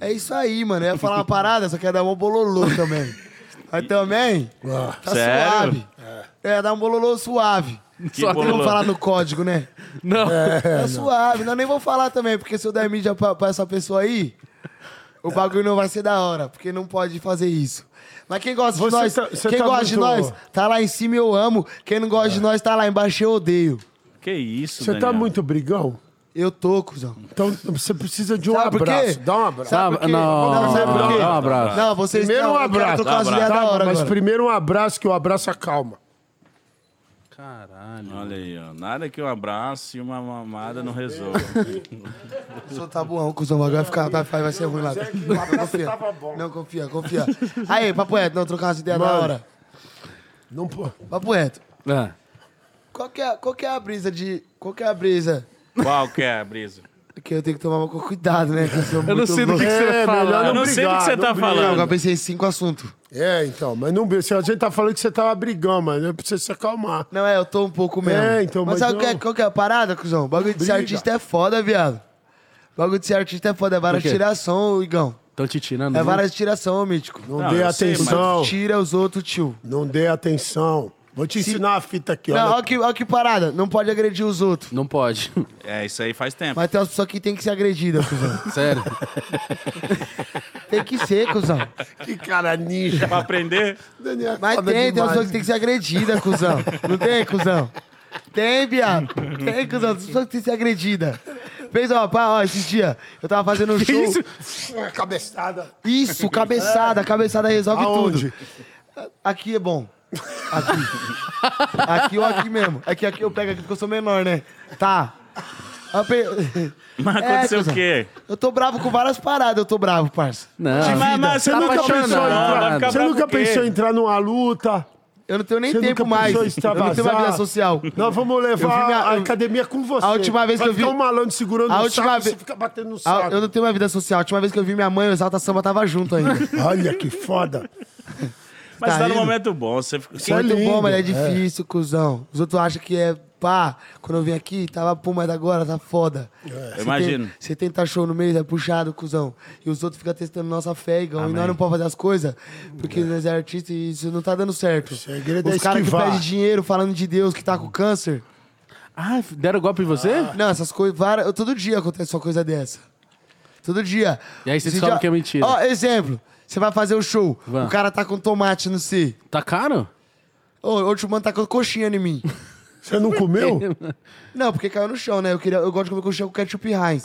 Speaker 2: É isso aí, mano. Eu ia falar uma parada, só que ia dar um bololô também. Mas também, tá
Speaker 3: Sério?
Speaker 2: suave. É, dá um bololô suave. Só que não
Speaker 3: bololô?
Speaker 2: falar no código, né?
Speaker 1: Não.
Speaker 5: É,
Speaker 2: Tá suave. Não, nem vou falar também, porque se eu der mídia pra, pra essa pessoa aí, o bagulho não vai ser da hora, porque não pode fazer isso. Mas quem gosta de
Speaker 5: Você
Speaker 2: nós,
Speaker 5: tá- você
Speaker 2: quem
Speaker 5: tá
Speaker 2: gosta de
Speaker 5: muito- É.
Speaker 2: nós, tá lá em cima eu amo. Quem não gosta de nós, tá lá embaixo eu odeio.
Speaker 3: Que isso,
Speaker 5: Você tá
Speaker 3: Daniel?
Speaker 5: muito brigão?
Speaker 2: Eu tô, cuzão.
Speaker 5: Então você precisa de um
Speaker 2: Sabe por quê?
Speaker 5: abraço. Dá um abraço.
Speaker 1: Tá,
Speaker 2: por quê?
Speaker 1: não,
Speaker 2: Não, sabe por quê?
Speaker 1: dá um abraço.
Speaker 2: Não, vocês
Speaker 5: Primeiro
Speaker 2: não,
Speaker 5: um
Speaker 2: eu quero
Speaker 5: abraço.
Speaker 2: trocar umas
Speaker 3: Dá um
Speaker 2: ideias
Speaker 5: Tá,
Speaker 2: da hora
Speaker 5: mas
Speaker 2: agora.
Speaker 5: primeiro um abraço, que o abraço acalma.
Speaker 1: Caralho.
Speaker 3: Olha aí, ó. Nada que um abraço e uma mamada não resolva.
Speaker 2: Sou tabuão, cuzão. Agora vai ficar, vai, vai, vai ser ruim lá. confia. Não, confia, confia. Aí, papo reto, não, trocar umas ideias da
Speaker 5: Mano.
Speaker 2: hora.
Speaker 5: Não pô.
Speaker 2: Papo reto.
Speaker 1: Ah.
Speaker 2: Qual que, é, qual que é a brisa de. Qual que é a brisa?
Speaker 3: Qual que é, Brisa?
Speaker 2: Que eu tenho que tomar um cuidado, né? Que eu sou
Speaker 1: Eu não
Speaker 2: muito
Speaker 1: sei do que, que você vai falar.
Speaker 3: Eu não sei do que você tá
Speaker 2: Não,
Speaker 3: falando.
Speaker 2: eu pensei em cinco assuntos.
Speaker 5: É, então, mas não briga. Se A gente tá falando que você tava brigando, mas eu preciso se acalmar.
Speaker 2: Não, é, eu tô um pouco mesmo.
Speaker 5: É, então,
Speaker 2: mas
Speaker 5: mas
Speaker 2: sabe
Speaker 5: não-
Speaker 2: qual que é- qual que é a parada, cuzão? O bagulho de ser
Speaker 5: Briga.
Speaker 2: artista é foda, viado. O bagulho de ser artista é foda. É vara
Speaker 1: Por
Speaker 2: de
Speaker 1: quê? Uhum.
Speaker 2: tiração, Igão.
Speaker 1: Estão te tirando.
Speaker 2: É
Speaker 1: viu?
Speaker 2: vara de tiração, mítico.
Speaker 5: Não,
Speaker 3: Não,
Speaker 5: dê
Speaker 3: eu sei, mas-
Speaker 5: atenção.
Speaker 2: Tira os outros, tio.
Speaker 5: Não dê atenção. Vou te ensinar a fita aqui,
Speaker 2: Não,
Speaker 5: ó.
Speaker 2: olha que, olha que parada. Não pode agredir os outros.
Speaker 1: Não pode.
Speaker 3: É, isso aí faz tempo.
Speaker 2: Mas tem umas pessoas que tem que ser agredida, cuzão.
Speaker 1: (laughs)
Speaker 5: (laughs)
Speaker 1: Sério.
Speaker 2: Tem que ser, cuzão.
Speaker 5: Que cara
Speaker 3: (laughs)
Speaker 5: ninja.
Speaker 3: Pra aprender,
Speaker 5: Daniel,
Speaker 2: (laughs) Mas
Speaker 5: foda
Speaker 2: tem, tem umas
Speaker 5: demais.
Speaker 2: pessoas que tem que ser agredida, cuzão. Não tem, cuzão? Tem, viado. Tem, cuzão. Tem pessoas que tem que ser agredida. Fez, ó, pá, ó, esses dias. Eu tava fazendo
Speaker 5: (laughs)
Speaker 2: um show. Isso?
Speaker 5: Cabeçada.
Speaker 2: cabeçada. Cabeçada resolve
Speaker 5: Aonde?
Speaker 2: tudo. Aqui é bom. Aqui. aqui ou aqui mesmo. É que aqui eu pego aqui porque eu sou menor, né? Tá. Eu pe-
Speaker 3: mas
Speaker 2: É,
Speaker 3: aconteceu
Speaker 2: cuzão.
Speaker 3: o quê?
Speaker 2: Eu tô bravo com várias paradas, eu tô bravo, parça.
Speaker 1: Não.
Speaker 3: Mas, mas você
Speaker 1: Tá
Speaker 3: nunca pensou em
Speaker 2: né?
Speaker 1: apaixonado.
Speaker 3: entrar- vai ficar
Speaker 5: Você
Speaker 3: bravo
Speaker 5: nunca
Speaker 3: por quê?
Speaker 5: pensou em entrar numa luta?
Speaker 2: Eu não tenho nem
Speaker 5: Você
Speaker 2: tempo
Speaker 5: nunca
Speaker 2: mais.
Speaker 5: pensou
Speaker 2: Eu
Speaker 5: em
Speaker 2: não tenho mais
Speaker 5: extravasar?
Speaker 2: vida social.
Speaker 5: Nós vamos
Speaker 2: Eu vi
Speaker 5: levar
Speaker 2: minha-
Speaker 5: a
Speaker 2: eu-
Speaker 5: academia com você.
Speaker 2: A última vez
Speaker 5: Vai
Speaker 2: que eu
Speaker 5: ficar
Speaker 2: vi-
Speaker 5: um malandro segurando
Speaker 2: A
Speaker 5: o
Speaker 2: última
Speaker 5: saco,
Speaker 2: vez-
Speaker 5: você fica batendo no
Speaker 2: Ah,
Speaker 5: saco.
Speaker 2: Eu não tenho uma vida social. A última vez que eu vi minha mãe, o Exalta Samba tava junto ainda.
Speaker 5: Olha que foda.
Speaker 3: Mas
Speaker 2: Tá
Speaker 3: tá, num
Speaker 2: rindo?
Speaker 3: momento bom. Você fica...
Speaker 2: É muito
Speaker 5: lindo,
Speaker 2: bom, mas é
Speaker 5: (laughs) é.
Speaker 2: difícil, cuzão. Os outros acham que é pá. Quando eu vim aqui, tava pum, mas agora tá foda.
Speaker 5: É.
Speaker 2: Você
Speaker 3: imagino.
Speaker 2: Tem, 70 show no mês, é puxado, cuzão. E os outros ficam testando nossa fé, igão. E nós não podemos fazer as coisas, porque nós é artista e isso não tá dando certo.
Speaker 5: segredo é
Speaker 2: os caras que
Speaker 5: esquivar.
Speaker 2: pedem dinheiro falando de Deus, que tá com câncer.
Speaker 1: Ah, deram golpe em você?
Speaker 2: Não, essas coisas. vara- Todo dia acontece uma coisa dessa. Todo dia.
Speaker 1: E aí você
Speaker 2: Esse
Speaker 1: descobre
Speaker 2: dia-
Speaker 1: que é mentira.
Speaker 2: Ó, exemplo. Você vai fazer o show.
Speaker 1: Vamos.
Speaker 2: O cara tá com tomate no si.
Speaker 1: Tá caro? (laughs)
Speaker 2: Ô, outro mano tá com coxinha em mim.
Speaker 5: Você
Speaker 2: (laughs)
Speaker 5: não comeu?
Speaker 2: Não, porque caiu no chão, né? Eu, queria, eu gosto de comer colchão com ketchup
Speaker 1: (laughs)
Speaker 2: e Heinz.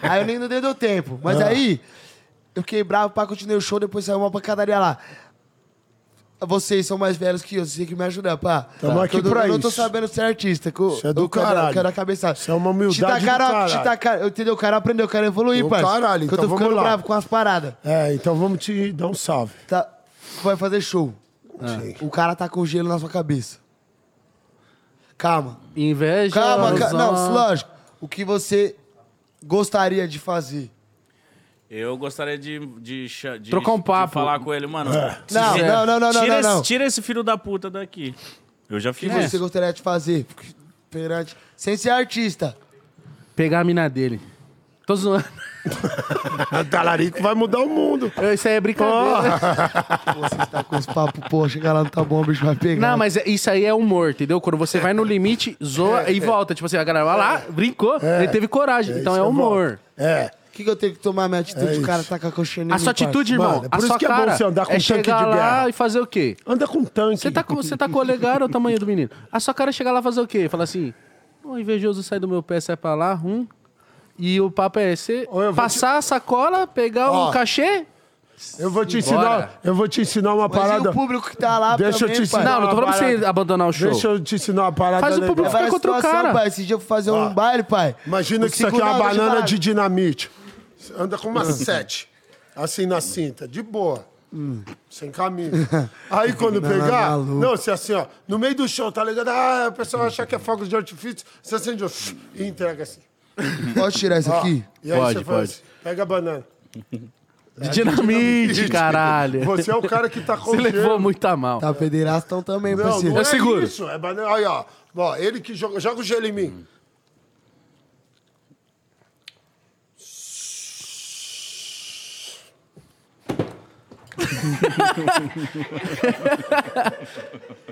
Speaker 2: aí eu nem não deu tempo. Mas
Speaker 5: Ah.
Speaker 2: aí, eu fiquei bravo, pá, continuei o show, depois saiu uma pancadaria lá. Vocês são mais velhos que eu, vocês têm que me ajudar, pá.
Speaker 5: Tamo aqui
Speaker 2: eu, tô-
Speaker 5: pra
Speaker 2: eu não tô
Speaker 5: isso.
Speaker 2: sabendo ser artista. co-
Speaker 5: Isso é do
Speaker 2: eu quero-
Speaker 5: caralho.
Speaker 2: Quero a cabeça. Isso é uma
Speaker 5: humildade do caralho.
Speaker 2: Entendeu? O cara aprendeu, o cara evoluir,
Speaker 5: Do
Speaker 2: pai.
Speaker 5: caralho,
Speaker 2: que
Speaker 5: então
Speaker 2: eu tô
Speaker 5: vamos
Speaker 2: ficando
Speaker 5: lá.
Speaker 2: bravo com as paradas.
Speaker 5: É, então vamos te dar um salve.
Speaker 2: Tá, vai fazer show. O cara tá com gelo na sua cabeça. Calma.
Speaker 1: Inveja.
Speaker 2: Calma, ca-
Speaker 1: zona.
Speaker 2: Não, lógico. O que você gostaria de fazer?
Speaker 3: Eu gostaria de, de, cha- de-
Speaker 1: Trocar um papo.
Speaker 3: de falar com ele, mano.
Speaker 1: É.
Speaker 3: se
Speaker 2: Não,
Speaker 3: quiser,
Speaker 2: não, não, não, não,
Speaker 3: tira
Speaker 2: não,
Speaker 3: esse,
Speaker 2: não. É. Tá
Speaker 3: Tira esse filho da puta daqui. Eu já
Speaker 2: O que
Speaker 3: fiz
Speaker 2: você
Speaker 3: isso.
Speaker 2: gostaria de fazer? Perante... Sem ser artista.
Speaker 1: Pegar a mina dele. Tô zoando.
Speaker 5: Talarico vai mudar o mundo.
Speaker 1: Isso aí é brincadeira.
Speaker 2: Tá (laughs) com esse papo, pô, chegar lá não tá bom, o bicho vai pegar.
Speaker 1: Não, mas é- isso aí é humor, entendeu? Quando você vai no limite, zoa e volta. Tipo assim, a galera vai lá, brincou, ele teve coragem. então é humor.
Speaker 5: É.
Speaker 2: O que, que eu tenho que tomar minha atitude? o cara tá com a coxinha em
Speaker 1: A
Speaker 2: mim,
Speaker 1: sua atitude,
Speaker 2: parça?
Speaker 1: irmão.
Speaker 2: Mano,
Speaker 1: a
Speaker 5: por isso
Speaker 1: sua
Speaker 5: que é bom
Speaker 1: cara
Speaker 5: você andar com um tanque de
Speaker 1: chegar lá
Speaker 5: guerra.
Speaker 1: e fazer o quê?
Speaker 5: Anda com tanque.
Speaker 1: Você tá com, você tá com o legal o tamanho do menino. A sua cara chegar lá e fazer o quê? Falar assim, ô invejoso, sai do meu pé, sai pra lá, hum. E o papo é você passar a sacola, pegar
Speaker 5: Ó.
Speaker 1: o cachê...
Speaker 5: Eu vou
Speaker 1: Bora.
Speaker 5: te ensinar, eu vou te ensinar uma
Speaker 2: Mas
Speaker 5: parada.
Speaker 2: e o público que tá lá
Speaker 5: Deixa eu
Speaker 2: também,
Speaker 5: te ensinar.
Speaker 11: é,
Speaker 2: pai?
Speaker 1: Não, não tô
Speaker 5: uma
Speaker 1: falando pra você
Speaker 5: parada.
Speaker 1: abandonar o show.
Speaker 5: Deixa eu te ensinar uma parada.
Speaker 1: Faz o
Speaker 5: legal.
Speaker 1: público ficar contra o cara.
Speaker 2: É Pai, esse dia eu fui fazer um baile, pai.
Speaker 5: Ah, Imagina
Speaker 2: O
Speaker 5: que isso aqui é uma
Speaker 2: segundo- não, deixa eu
Speaker 5: banana
Speaker 2: falar.
Speaker 5: de dinamite. Você anda com uma sete, assim na cinta, de boa. Sem camisa. Aí quando
Speaker 2: Não,
Speaker 5: pegar.
Speaker 2: maluco.
Speaker 5: Não, você assim, ó, no meio do chão, tá ligado? Ah, o pessoal acha que é fogo de artifício. Você acende ó, e entrega assim.
Speaker 2: Pode tirar isso
Speaker 5: Ó,
Speaker 2: aqui?
Speaker 5: E aí
Speaker 1: Pode,
Speaker 5: você faz
Speaker 1: pode.
Speaker 5: assim, pega a banana.
Speaker 1: De dinamite, caralho.
Speaker 5: Você é o cara que tá com
Speaker 1: Você
Speaker 5: o
Speaker 1: levou
Speaker 5: gelo.
Speaker 1: muito a mal.
Speaker 2: Tá pederastão também,
Speaker 5: Não,
Speaker 2: parceiro.
Speaker 5: não é
Speaker 1: seguro.
Speaker 5: isso. É banana. Aí, ó. ó ele que joga, joga o gelo em mim.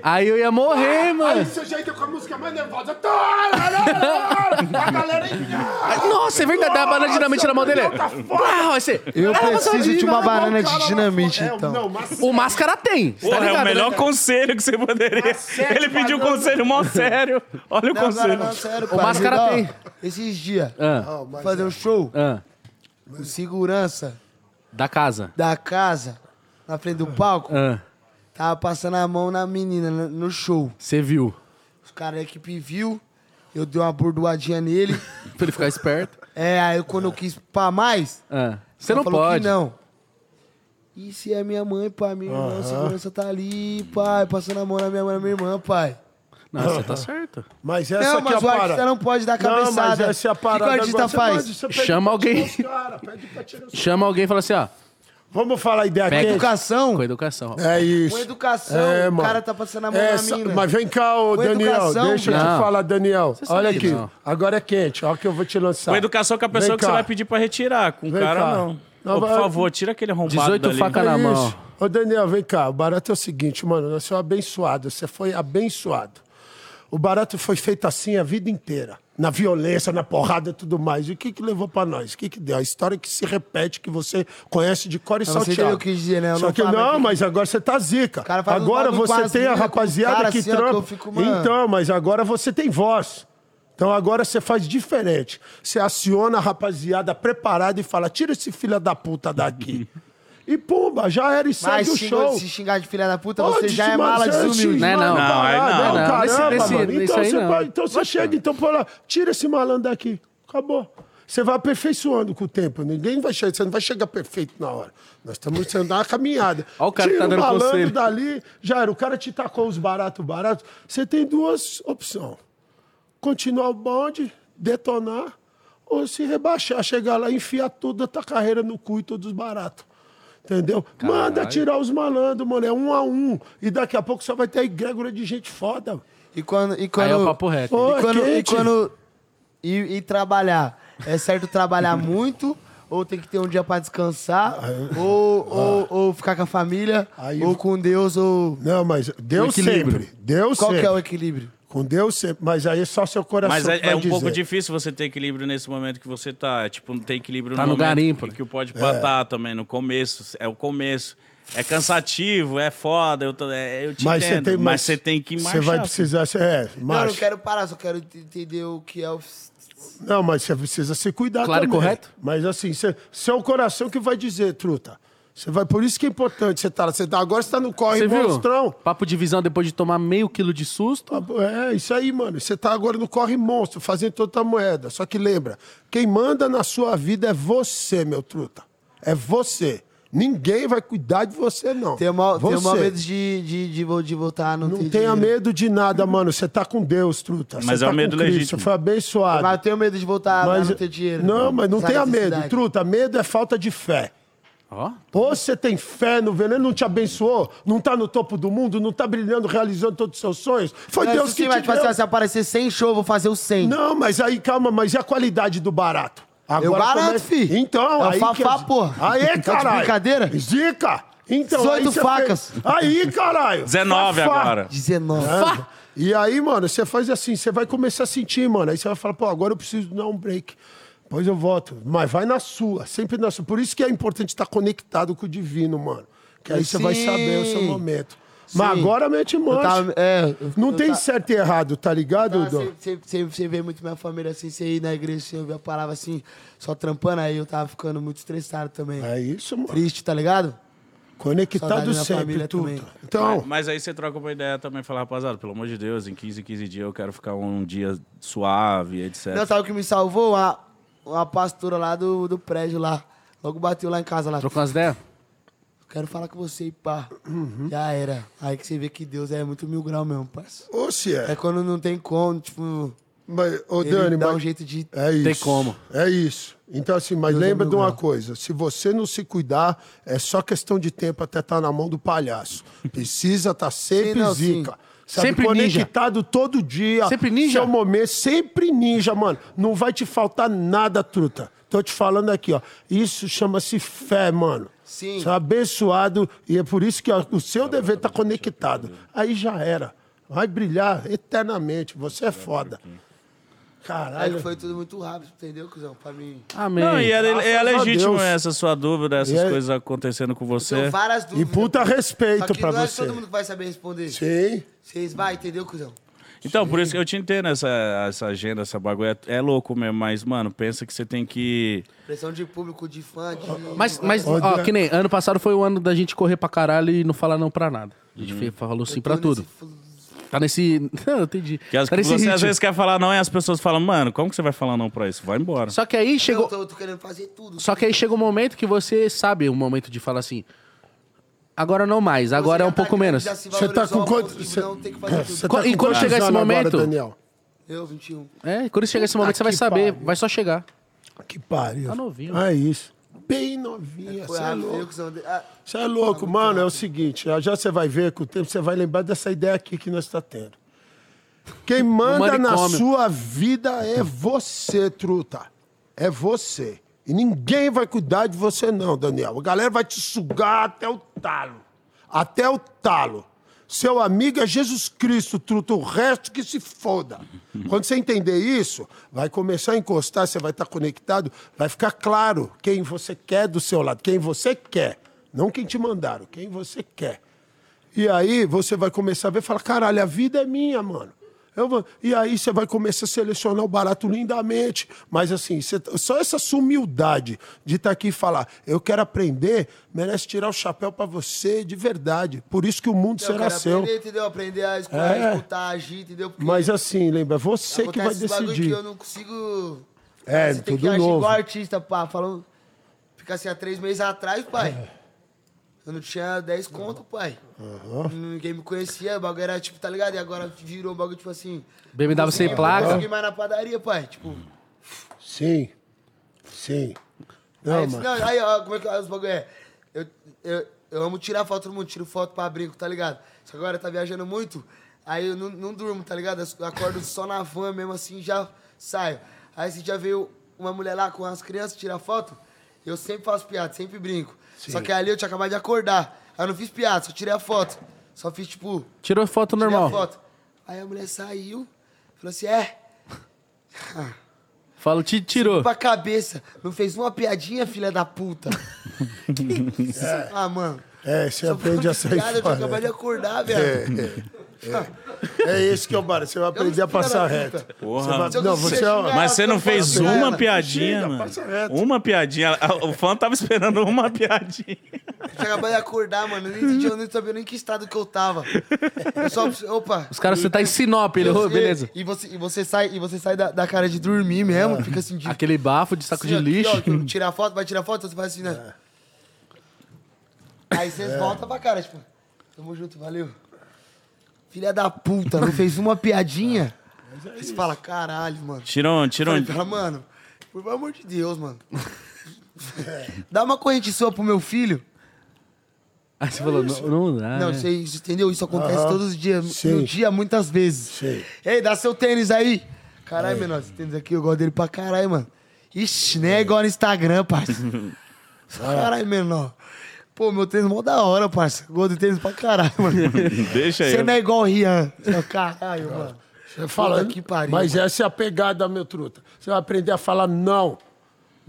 Speaker 1: Aí eu ia morrer,
Speaker 5: Aí
Speaker 1: mano.
Speaker 5: você já entra com a música mais nervosa. A galera
Speaker 1: Ai, Nossa, é verdade, dá a banana de dinamite na mão dele.
Speaker 5: tá
Speaker 1: Ah, vai ser.
Speaker 2: Eu
Speaker 1: Ah, mas
Speaker 2: preciso de uma
Speaker 1: vai-
Speaker 2: banana de dinamite,
Speaker 5: É,
Speaker 2: então.
Speaker 5: não, mas
Speaker 1: O máscara tem. você
Speaker 9: Porra,
Speaker 1: tá ligado,
Speaker 9: é o melhor
Speaker 1: né?
Speaker 9: conselho que você poderia. Ele pediu um conselho mó sério. Olha o
Speaker 2: Não, agora
Speaker 9: conselho.
Speaker 2: não, sério,
Speaker 1: O
Speaker 2: pai.
Speaker 1: Máscara
Speaker 2: Ó,
Speaker 1: tem.
Speaker 2: Esses dias,
Speaker 1: Ah,
Speaker 2: fazer um show,
Speaker 1: ah,
Speaker 2: o segurança
Speaker 1: da casa.
Speaker 2: da casa, na frente do palco,
Speaker 1: Ah,
Speaker 2: tava passando a mão na menina no- no show.
Speaker 1: Você viu.
Speaker 2: Os caras da equipe viu, eu dei uma bordoadinha nele.
Speaker 1: Pra ele ficar esperto.
Speaker 2: É, aí quando eu quis pá mais,
Speaker 1: Ah, Você
Speaker 2: ela
Speaker 1: não
Speaker 2: falou
Speaker 1: pode.
Speaker 2: Que não. E se é minha mãe, pai? Minha irmã, segurança tá ali, pai, passando a mão na minha mãe, na minha irmã, pai.
Speaker 1: Não, você tá certo.
Speaker 5: Mas essa
Speaker 2: não,
Speaker 5: que é a
Speaker 2: mas o
Speaker 5: parada.
Speaker 2: artista não pode dar cabeçada.
Speaker 5: Não, mas essa é a parada.
Speaker 2: O que que o artista
Speaker 5: Agora você
Speaker 2: faz?
Speaker 5: pode- você pede
Speaker 1: Chama
Speaker 5: pra
Speaker 1: alguém.
Speaker 5: tirar os cara, pede pra tirar os-
Speaker 1: Chama alguém e fala assim, ó.
Speaker 5: Vamos falar a ideia
Speaker 1: Pega
Speaker 5: quente?
Speaker 1: o Com
Speaker 2: Educação.
Speaker 1: educação. ó.
Speaker 5: É isso.
Speaker 2: Com educação,
Speaker 5: É,
Speaker 2: o
Speaker 5: mano.
Speaker 2: cara tá passando a mão
Speaker 5: É,
Speaker 2: na
Speaker 5: sa-
Speaker 2: mina.
Speaker 5: Mas vem cá, ô,
Speaker 2: Com
Speaker 5: Daniel.
Speaker 2: educação,
Speaker 5: deixa eu
Speaker 1: Não.
Speaker 5: te falar, Daniel.
Speaker 1: sabe
Speaker 5: Olha
Speaker 1: que
Speaker 5: aqui.
Speaker 1: não.
Speaker 5: Agora é quente. Olha o que eu vou te lançar.
Speaker 9: Com educação com a pessoa
Speaker 5: Tá. Vem
Speaker 9: que você
Speaker 5: cá.
Speaker 9: vai pedir pra retirar. Com o
Speaker 5: Vem
Speaker 9: cara,
Speaker 5: cá.
Speaker 9: não.
Speaker 5: Não,
Speaker 9: Ô, por
Speaker 5: vai-
Speaker 9: favor, tira aquele arrombado
Speaker 1: 18
Speaker 9: dali.
Speaker 1: faca na
Speaker 5: É
Speaker 1: mão.
Speaker 5: isso. Ô, Daniel, vem cá. O barato é o seguinte, mano. Nós somos abençoados. Você foi abençoado. O barato foi feito assim a vida inteira. Na violência, na porrada e tudo mais. E o que, que levou pra nós? O que, que deu? A história que se repete, que você conhece de cor e
Speaker 2: Mas você
Speaker 5: salteado.
Speaker 2: entendeu o que eu quis dizer, né? Eu
Speaker 5: Só
Speaker 2: não
Speaker 5: que,
Speaker 2: falo
Speaker 5: não,
Speaker 2: aqui.
Speaker 5: mas agora você tá zica.
Speaker 2: cara fala do
Speaker 5: agora
Speaker 2: bagulho com
Speaker 5: você
Speaker 2: as
Speaker 5: tem a
Speaker 2: mina, com os
Speaker 5: rapaziada
Speaker 2: cara
Speaker 5: que
Speaker 2: assim, ó, que eu
Speaker 5: trampa.
Speaker 2: fico, mano.
Speaker 5: Então, não, mas agora você tem voz. Então agora você faz diferente. Você aciona a rapaziada preparada e fala: tira esse filho da puta daqui. e pumba, já era e sai
Speaker 2: Mas
Speaker 5: do
Speaker 2: xingou-
Speaker 5: show.
Speaker 2: se xingar de filha da puta, você
Speaker 5: Pode
Speaker 2: já
Speaker 5: te
Speaker 2: é mala
Speaker 5: manjar,
Speaker 2: desumilde.
Speaker 5: te
Speaker 1: Não é não.
Speaker 5: manjar,
Speaker 9: Não, aí não.
Speaker 5: caralho,
Speaker 1: Não, nesse-
Speaker 5: caramba,
Speaker 1: nesse-
Speaker 5: mano.
Speaker 1: nesse
Speaker 5: Então
Speaker 1: aí
Speaker 5: você
Speaker 1: não.
Speaker 5: vai- Então você chega, então pô lá, tira esse malandro daqui. Acabou. Você vai aperfeiçoando com o tempo. Ninguém vai chegar, você não vai chegar perfeito na hora. Nós estamos sendo uma
Speaker 1: (laughs)
Speaker 5: caminhada.
Speaker 1: Ó o cara que
Speaker 5: Tira
Speaker 1: tá dando
Speaker 5: o malandro
Speaker 1: conselho.
Speaker 5: dali, já era. O cara te tacou os baratos, baratos. Você tem duas opções continuar o bonde, detonar, ou se rebaixar, chegar lá e enfiar toda a tua carreira no cu e todos os baratos. Entendeu? Manda tirar os malandros, mano. É um a um. E daqui a pouco só vai ter a egrégora de gente foda.
Speaker 2: E quando. E quando
Speaker 1: Aí é o papo reto.
Speaker 5: Ô,
Speaker 2: E quando. E,
Speaker 5: quente.
Speaker 2: quando e, e trabalhar? É certo trabalhar
Speaker 5: (laughs)
Speaker 2: muito? Ou tem que ter um dia pra descansar? ou, ou, ou ficar com a família?
Speaker 5: Ah, é? Aí-
Speaker 2: ou com Deus? Ou.
Speaker 5: Não, mas Deus
Speaker 1: equilíbrio.
Speaker 5: sempre. Deus
Speaker 2: Qual que
Speaker 5: sempre.
Speaker 2: é o equilíbrio?
Speaker 5: Com Deus sempre. Mas aí é só seu coração.
Speaker 3: Mas
Speaker 5: que
Speaker 3: é,
Speaker 5: vai
Speaker 3: é um pouco
Speaker 5: dizer.
Speaker 3: difícil você ter equilíbrio nesse momento que você tá. É, Tipo, não tem equilíbrio
Speaker 1: Tá no
Speaker 3: momento
Speaker 1: garimpo,
Speaker 3: que,
Speaker 1: né?
Speaker 3: que o pode patar também, no começo. É o começo. É cansativo, é foda, eu, tô, é, eu te
Speaker 5: Mas você
Speaker 3: entendo.
Speaker 5: tem,
Speaker 3: mas você tem que marchar.
Speaker 5: Você vai precisar, cê- é,
Speaker 2: Não, eu não
Speaker 5: marcha.
Speaker 2: quero parar, só quero t- entender o que é o.
Speaker 5: Não, mas você precisa se cuidar
Speaker 1: Claro e
Speaker 5: também.
Speaker 1: correto.
Speaker 5: Mas assim, você- seu coração que vai dizer, truta. Você vai, por isso que é importante. Você tá, você tá, agora você tá no corre
Speaker 1: Você viu?
Speaker 5: monstrão.
Speaker 1: Papo de visão depois de tomar meio quilo de susto.
Speaker 5: É, isso aí, mano. Você tá agora no corre monstro, fazendo toda a moeda. Só que lembra, quem manda na sua vida é você, meu truta. É você. Ninguém vai cuidar de você, não. Tem mal,
Speaker 2: Tenho maior medo de, de, de, vo- de voltar no.
Speaker 5: Não tenha medo de nada, mano. Você tá com Deus, truta.
Speaker 3: Mas
Speaker 5: Você
Speaker 3: é um
Speaker 5: tá
Speaker 3: medo
Speaker 5: com Cristo.
Speaker 3: legítimo.
Speaker 5: Você foi abençoado.
Speaker 2: Mas Ah, eu tenho medo de voltar a não ter dinheiro.
Speaker 5: Não, mas não
Speaker 2: Essa
Speaker 5: tenha medo,
Speaker 2: necessidade.
Speaker 5: truta. Medo é falta de fé. Ou você tem fé no veneno, não te abençoou, não tá no topo do mundo, não tá brilhando, realizando todos os seus sonhos. Foi
Speaker 2: Não,
Speaker 5: Deus
Speaker 2: isso
Speaker 5: que
Speaker 2: sim,
Speaker 5: te
Speaker 2: mas, tipo assim,
Speaker 5: deu.
Speaker 2: ó, se aparecer 100 show, eu vou fazer os 100.
Speaker 5: Não, mas aí, calma, mas e a qualidade do barato?
Speaker 2: Eu barato,
Speaker 5: começa-
Speaker 2: fi.
Speaker 5: Então,
Speaker 2: É o
Speaker 5: aí...
Speaker 2: Fafá,
Speaker 5: que...
Speaker 2: porra. Tá
Speaker 5: Aí,
Speaker 2: de
Speaker 5: caralho.
Speaker 2: brincadeira?
Speaker 5: Zica. Então,
Speaker 2: 18
Speaker 5: aí você
Speaker 2: facas.
Speaker 5: fez- Aí, caralho.
Speaker 3: 19 agora.
Speaker 2: 19.
Speaker 5: Fá. E aí, mano, você faz assim, você vai começar a sentir, mano. Aí você vai falar, pô, agora eu preciso dar um break. Depois eu volto. Mas vai na sua, sempre na sua. Por isso que é importante estar conectado com o divino, mano. Que aí você vai
Speaker 2: Sim.
Speaker 5: saber o seu momento. Mas
Speaker 2: Sim.
Speaker 5: agora mete
Speaker 2: Eu
Speaker 5: mancha.
Speaker 2: tava- é, eu-
Speaker 5: Não
Speaker 2: eu
Speaker 5: tem
Speaker 2: tava-
Speaker 5: certo e errado, tá ligado, Dom?
Speaker 2: Você vê muito minha família assim, você ir na igreja, você ouvir a palavra assim, só trampando, aí eu tava ficando muito estressado também.
Speaker 5: É isso, mano.
Speaker 2: Triste, tá ligado? Saudade da
Speaker 5: Conectado
Speaker 2: minha
Speaker 5: sempre,
Speaker 2: família
Speaker 5: tudo.
Speaker 2: também.
Speaker 5: Então,
Speaker 3: Mas, mas aí você troca uma ideia também, fala, rapaziada, pelo amor de Deus, em 15, 15 dias eu quero ficar um dia suave, etc.
Speaker 2: Não, sabe o que me salvou? Uma, uma pastora lá do, do prédio lá. Logo bateu lá em casa lá.
Speaker 1: Trocou umas ideias?
Speaker 2: Quero falar com você e pá.
Speaker 5: Uhum.
Speaker 2: Já era. Aí que você vê que Deus é muito mil grau mesmo, parça.
Speaker 5: ou se é.
Speaker 2: É quando não tem como, tipo.
Speaker 5: Mas, ô,
Speaker 2: ele
Speaker 5: Dani,
Speaker 2: dá
Speaker 5: mas-
Speaker 2: um jeito de.
Speaker 5: É isso.
Speaker 1: Tem como.
Speaker 5: É isso. Então, assim, mas
Speaker 2: Deus é
Speaker 5: lembra
Speaker 2: meu
Speaker 5: de uma
Speaker 2: grau.
Speaker 5: coisa: se você não se cuidar, é só questão de tempo até estar na mão do palhaço. Precisa estar sempre
Speaker 2: Sim, não, sim.
Speaker 5: zica. Sabe,
Speaker 1: Sempre ninja.
Speaker 5: conectado todo dia.
Speaker 1: Sempre ninja?
Speaker 5: Seu momento, sempre ninja, mano. Não vai te faltar nada, truta. Tô te falando aqui, ó. Isso chama-se fé, mano.
Speaker 2: Sim.
Speaker 5: Você é abençoado e é por isso que ó, o seu dever tá conectado. Aí já era. Vai brilhar eternamente. Você é foda.
Speaker 2: Aí que
Speaker 5: Caralho.
Speaker 2: foi tudo muito rápido, entendeu, cuzão? Pra mim.
Speaker 1: Amém.
Speaker 3: Não, e é, é
Speaker 5: a
Speaker 3: legítimo
Speaker 5: Deus.
Speaker 3: essa sua dúvida, essas
Speaker 5: E é-
Speaker 3: coisas acontecendo com você.
Speaker 2: São várias
Speaker 5: E
Speaker 2: dúvidas.
Speaker 5: puta
Speaker 2: Só
Speaker 5: respeito
Speaker 2: que
Speaker 5: pra
Speaker 2: não é
Speaker 5: você.
Speaker 2: todo mundo que vai saber responder.
Speaker 5: Sim.
Speaker 2: Vocês vai, entendeu, cuzão?
Speaker 3: Então, por isso que eu te entendo, essa, essa agenda, essa bagulho. É, é louco mesmo, mas, mano, pensa que você tem que.
Speaker 2: Pressão de público, de fã, de.
Speaker 1: Mas, mas
Speaker 5: Ô,
Speaker 1: ó,
Speaker 5: Dan-
Speaker 1: que nem ano passado foi o ano da gente correr pra caralho e não falar não pra nada. A
Speaker 3: Uhum.
Speaker 1: gente fe- falou sim pra tudo. Tá nesse. (laughs) Não, eu entendi.
Speaker 3: que as,
Speaker 1: tá nesse
Speaker 3: você às
Speaker 1: ritmo.
Speaker 3: vezes quer falar não e as pessoas falam, mano, como que você vai falar não pra isso? Vai embora.
Speaker 1: Só que aí
Speaker 2: Chegou...
Speaker 1: chegou.
Speaker 2: Eu tô, tô querendo fazer tudo.
Speaker 1: Só que aí chega um momento que você sabe, um momento de falar assim. Agora não mais, agora é um pouco menos.
Speaker 5: Você tá com quanto?
Speaker 2: Você... um Não tem que fazer
Speaker 5: Você
Speaker 2: tudo.
Speaker 1: Quando-
Speaker 5: tá
Speaker 1: e quando
Speaker 5: com quantos
Speaker 1: chegar esse
Speaker 5: anos agora,
Speaker 1: momento-
Speaker 5: Daniel.
Speaker 2: Eu, 21.
Speaker 1: É, quando chegar esse momento você vai
Speaker 5: que
Speaker 1: saber,
Speaker 5: pariu.
Speaker 1: vai só chegar.
Speaker 5: Que pariu.
Speaker 1: Tá novinho.
Speaker 5: É isso. Bem novinha.
Speaker 2: Foi
Speaker 5: Você é
Speaker 2: rápido, eu,
Speaker 5: louco.
Speaker 2: cuzão. Ah,
Speaker 5: Você é louco, mano. É o seguinte, já você vai ver com o tempo, você vai lembrar dessa ideia aqui que nós está tendo. Quem manda na
Speaker 1: manicômio.
Speaker 5: sua vida é você, truta. É você. E ninguém vai cuidar de você, não, Daniel. A galera vai te sugar até o talo. Até o talo. Seu amigo é Jesus Cristo, truta. O resto que se foda. Quando você entender isso, vai começar a encostar, você vai estar conectado, vai ficar claro quem você quer do seu lado, quem você quer. Não quem te mandaram, quem você quer. E aí você vai começar a ver e falar, caralho, a vida é minha, mano. Eu vou... E aí você vai começar a selecionar o barato lindamente. Mas assim, você- só essa sua humildade de estar aqui e falar, eu quero aprender, merece tirar o chapéu pra você de verdade. Por isso que o mundo
Speaker 2: eu
Speaker 5: será
Speaker 2: quero
Speaker 5: seu.
Speaker 2: aprender, entendeu? Aprender a escutar,
Speaker 5: um- É.
Speaker 2: escutar, agir, entendeu? Porque
Speaker 5: Mas assim, lembra, você que vai
Speaker 2: acontece esses bagulho
Speaker 5: decidir.
Speaker 2: que eu não consigo...
Speaker 5: É,
Speaker 2: Você tem
Speaker 5: tudo
Speaker 2: que agir
Speaker 5: novo.
Speaker 2: igual artista, pá. Falou... Fica assim, há três meses atrás, pai. Eu não tinha 10 conto, pai. Ninguém me conhecia, o bagulho era tipo, tá ligado? E agora virou um bagulho tipo assim.
Speaker 1: BMW sem
Speaker 2: eu Não
Speaker 1: placa.
Speaker 2: consegui mais na padaria, pai. Tipo,
Speaker 5: Sim. Sim. Não,
Speaker 2: aí, eu disse,
Speaker 5: mano.
Speaker 2: não, aí, ó, como é que é os bagulho é? Eu, eu, eu amo tirar foto do mundo, tiro foto pra brinco, tá ligado? Só que agora tá viajando muito, aí eu não, não durmo, tá ligado? Eu acordo só na van mesmo assim, já saio. Aí esse dia veio uma mulher lá com as crianças tirar foto, eu sempre faço piada, sempre brinco. Só que ali eu tinha acabado de acordar, aí eu não fiz piada, só tirei a foto. Só fiz tipo,
Speaker 1: Tirou foto
Speaker 2: Tirei a
Speaker 1: normal.
Speaker 2: foto. Aí a mulher saiu, falou assim, é,
Speaker 1: Falo, te tirou. (laughs)
Speaker 2: pra cabeça. Não fez uma piadinha, filha da puta. Que isso? Ah, mano.
Speaker 5: É, você aprende a sair
Speaker 11: Cara, eu tinha
Speaker 5: fora.
Speaker 11: acabado de acordar, velho.
Speaker 5: É, é. É esse que é o bar. Você vai aprender a passar reto. Você
Speaker 3: Porra,
Speaker 5: vai- Não, você é uma-
Speaker 3: mas você não fez
Speaker 5: Passa
Speaker 3: uma
Speaker 5: reto.
Speaker 3: piadinha,
Speaker 5: Chega,
Speaker 3: mano.
Speaker 5: passa reto.
Speaker 3: Uma piadinha. A- O fã tava esperando uma piadinha.
Speaker 11: Eu tinha acabado de acordar, mano. Nem, eu nem sabia nem que estado que eu tava. Eu só, opa.
Speaker 1: Os caras, você tá em Sinop, ele, ô,
Speaker 11: E-
Speaker 1: beleza.
Speaker 11: E você, e você sai, e você sai da, da cara de dormir mesmo, fica assim de.
Speaker 1: Aquele bafo de saco
Speaker 11: assim,
Speaker 1: de
Speaker 11: ó, aqui,
Speaker 1: lixo.
Speaker 11: ó, tu tira a foto, vai tirar a foto, você faz assim, né? Aí vocês voltam pra cara, tipo, tamo junto, valeu. Filha da puta, não fez uma piadinha? Aí você fala, caralho, mano.
Speaker 3: Tirou, tirou.
Speaker 11: Falei pra ela, mano, por amor de Deus, mano. Dá uma corrente sua pro meu filho.
Speaker 1: (laughs) Aí você falou, não, não dá.
Speaker 3: É.
Speaker 11: Não,
Speaker 1: né?
Speaker 11: você isso, entendeu? Isso acontece
Speaker 5: Aham.
Speaker 11: todos os dias,
Speaker 5: Sei.
Speaker 11: no dia, muitas vezes.
Speaker 5: Sei.
Speaker 11: Ei, dá seu tênis aí. Caralho, menor, esse tênis aqui, eu gosto dele pra caralho, mano. Ixi, nem é igual no
Speaker 5: (laughs)
Speaker 11: Instagram, parceiro. Caralho, menor. Pô, meu tênis é mó da hora, parceiro. Gosto do tênis pra caralho,
Speaker 3: (laughs)
Speaker 11: mano.
Speaker 3: Deixa
Speaker 11: Você
Speaker 3: eu.
Speaker 11: não é igual o Rian. Seu Caralho, mano.
Speaker 5: Você fala,
Speaker 11: Puta que pariu.
Speaker 5: mas essa é a pegada, meu truta. Você vai aprender a falar não.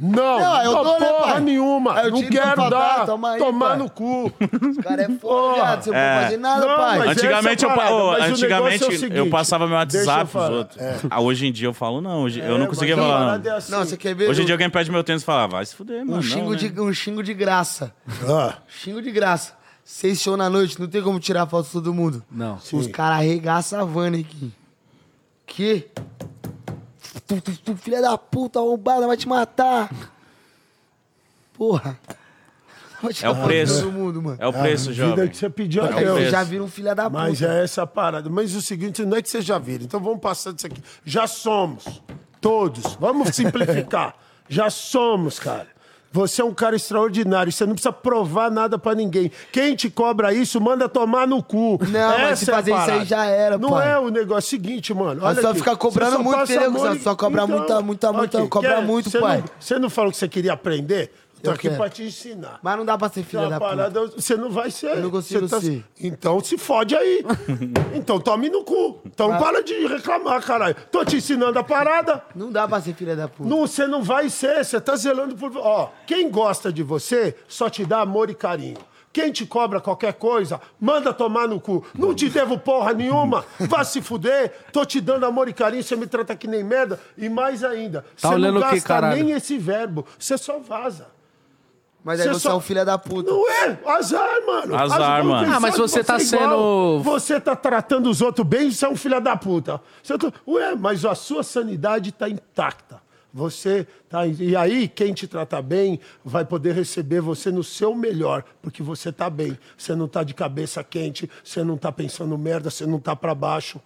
Speaker 5: Não,
Speaker 11: Não,
Speaker 5: não,
Speaker 11: eu dou, né,
Speaker 5: porra
Speaker 11: pai?
Speaker 5: nenhuma.
Speaker 11: Aí eu
Speaker 5: não
Speaker 11: tiro, não,
Speaker 5: quero
Speaker 11: pra
Speaker 5: dar.
Speaker 11: dar, toma aí,
Speaker 5: tomar
Speaker 11: pai.
Speaker 5: no cu.
Speaker 11: O cara é foda, viado. Você não pode fazer nada,
Speaker 5: Não,
Speaker 11: pai.
Speaker 5: mas-
Speaker 3: Antigamente,
Speaker 5: essa é a
Speaker 3: eu, pa-
Speaker 5: parada,
Speaker 3: ô,
Speaker 5: mas o negócio
Speaker 3: antigamente
Speaker 5: é o
Speaker 3: eu
Speaker 5: seguinte,
Speaker 3: passava meu
Speaker 5: deixa eu
Speaker 3: WhatsApp pros
Speaker 5: falar,
Speaker 3: outros.
Speaker 5: é.
Speaker 3: Ah, hoje em dia eu falo não. Hoje, eu não
Speaker 5: É,
Speaker 3: conseguia
Speaker 5: mas a
Speaker 3: falar.
Speaker 5: parada é assim.
Speaker 11: Não, você quer ver?
Speaker 3: Hoje em
Speaker 11: um-
Speaker 3: dia alguém pede meu tênis e fala, ah, vai se fuder, mano.
Speaker 11: um,
Speaker 3: não,
Speaker 11: xingo
Speaker 3: né?
Speaker 11: de, um xingo de graça.
Speaker 5: Ah,
Speaker 11: Xingo de graça. Seis shows na noite, não tem como tirar foto de todo mundo.
Speaker 1: Não.
Speaker 11: Os caras arregaçam a van aqui. Que? Tu, tu, tu, filha da puta, arrombada, vai te matar. Porra. Vai te
Speaker 3: É o
Speaker 11: matar
Speaker 3: preço.
Speaker 11: Todo mundo, mano.
Speaker 3: É o preço,
Speaker 5: a
Speaker 3: jovem.
Speaker 5: Ah, vida que você pediu a
Speaker 3: É o
Speaker 5: Deus.
Speaker 11: Vocês
Speaker 3: preço.
Speaker 11: já viram um filha da
Speaker 5: Mas
Speaker 11: puta.
Speaker 5: é essa a parada. Mas o seguinte, não é que vocês já viram. Então vamos passar disso aqui. Já somos. Todos. Vamos
Speaker 11: (laughs)
Speaker 5: simplificar. já somos, cara. Você é um cara extraordinário. Você não precisa provar nada pra ninguém. Quem te cobra isso, manda tomar no cu.
Speaker 11: Não, mas se
Speaker 5: é a
Speaker 11: fazer isso aí
Speaker 5: parada.
Speaker 11: já era,
Speaker 5: Não
Speaker 11: pai.
Speaker 5: é o negócio é o seguinte, mano.
Speaker 11: Mas
Speaker 5: Olha
Speaker 11: só
Speaker 5: aqui.
Speaker 11: fica cobrando
Speaker 5: Você só
Speaker 11: muito,
Speaker 5: passa
Speaker 11: entendeu?
Speaker 5: amor
Speaker 11: Só- só cobra muita, muita, muita-
Speaker 5: ok,
Speaker 11: cobra muito,
Speaker 5: você
Speaker 11: pai.
Speaker 5: Não, você não falou que você queria aprender? Eu tô
Speaker 11: Eu
Speaker 5: aqui
Speaker 11: quero.
Speaker 5: pra te ensinar.
Speaker 11: Mas não dá pra ser filha
Speaker 5: Aquela
Speaker 11: da puta.
Speaker 5: É parada, você não vai ser.
Speaker 11: Eu não consigo
Speaker 5: Você
Speaker 11: ser.
Speaker 5: Então se fode
Speaker 11: (laughs)
Speaker 5: aí. então tome no cu. Então para de reclamar, caralho. Tô te ensinando a parada.
Speaker 11: Não dá pra ser filha da puta.
Speaker 5: Não, você não vai ser, você tá zelando por. Ó, quem gosta de você só te dá amor e carinho. Quem te cobra qualquer coisa, manda tomar no cu. Não te devo porra
Speaker 11: (laughs)
Speaker 5: nenhuma, vá se fuder. Tô te dando amor e carinho, você me trata que nem merda. E mais ainda,
Speaker 11: Tá
Speaker 5: você
Speaker 1: olhando o
Speaker 5: não
Speaker 1: quê,
Speaker 5: gasta
Speaker 1: caralho?
Speaker 5: nem esse verbo, você só vaza.
Speaker 11: Mas aí
Speaker 5: Você
Speaker 11: você
Speaker 5: só-
Speaker 11: é um filho da puta.
Speaker 5: Não é? Azar, mano.
Speaker 3: Azar, mano.
Speaker 5: pensar
Speaker 1: Ah, mas
Speaker 5: que
Speaker 1: você tá
Speaker 5: é igual.
Speaker 1: sendo-
Speaker 5: Você tá tratando os outros bem, você é um filho da puta. Você tá- Ué, mas a sua sanidade tá intacta. Você tá. E aí, quem te tratar bem vai poder receber você no seu melhor, porque você tá bem. Você não tá de cabeça quente, você não tá pensando merda, você não tá pra baixo.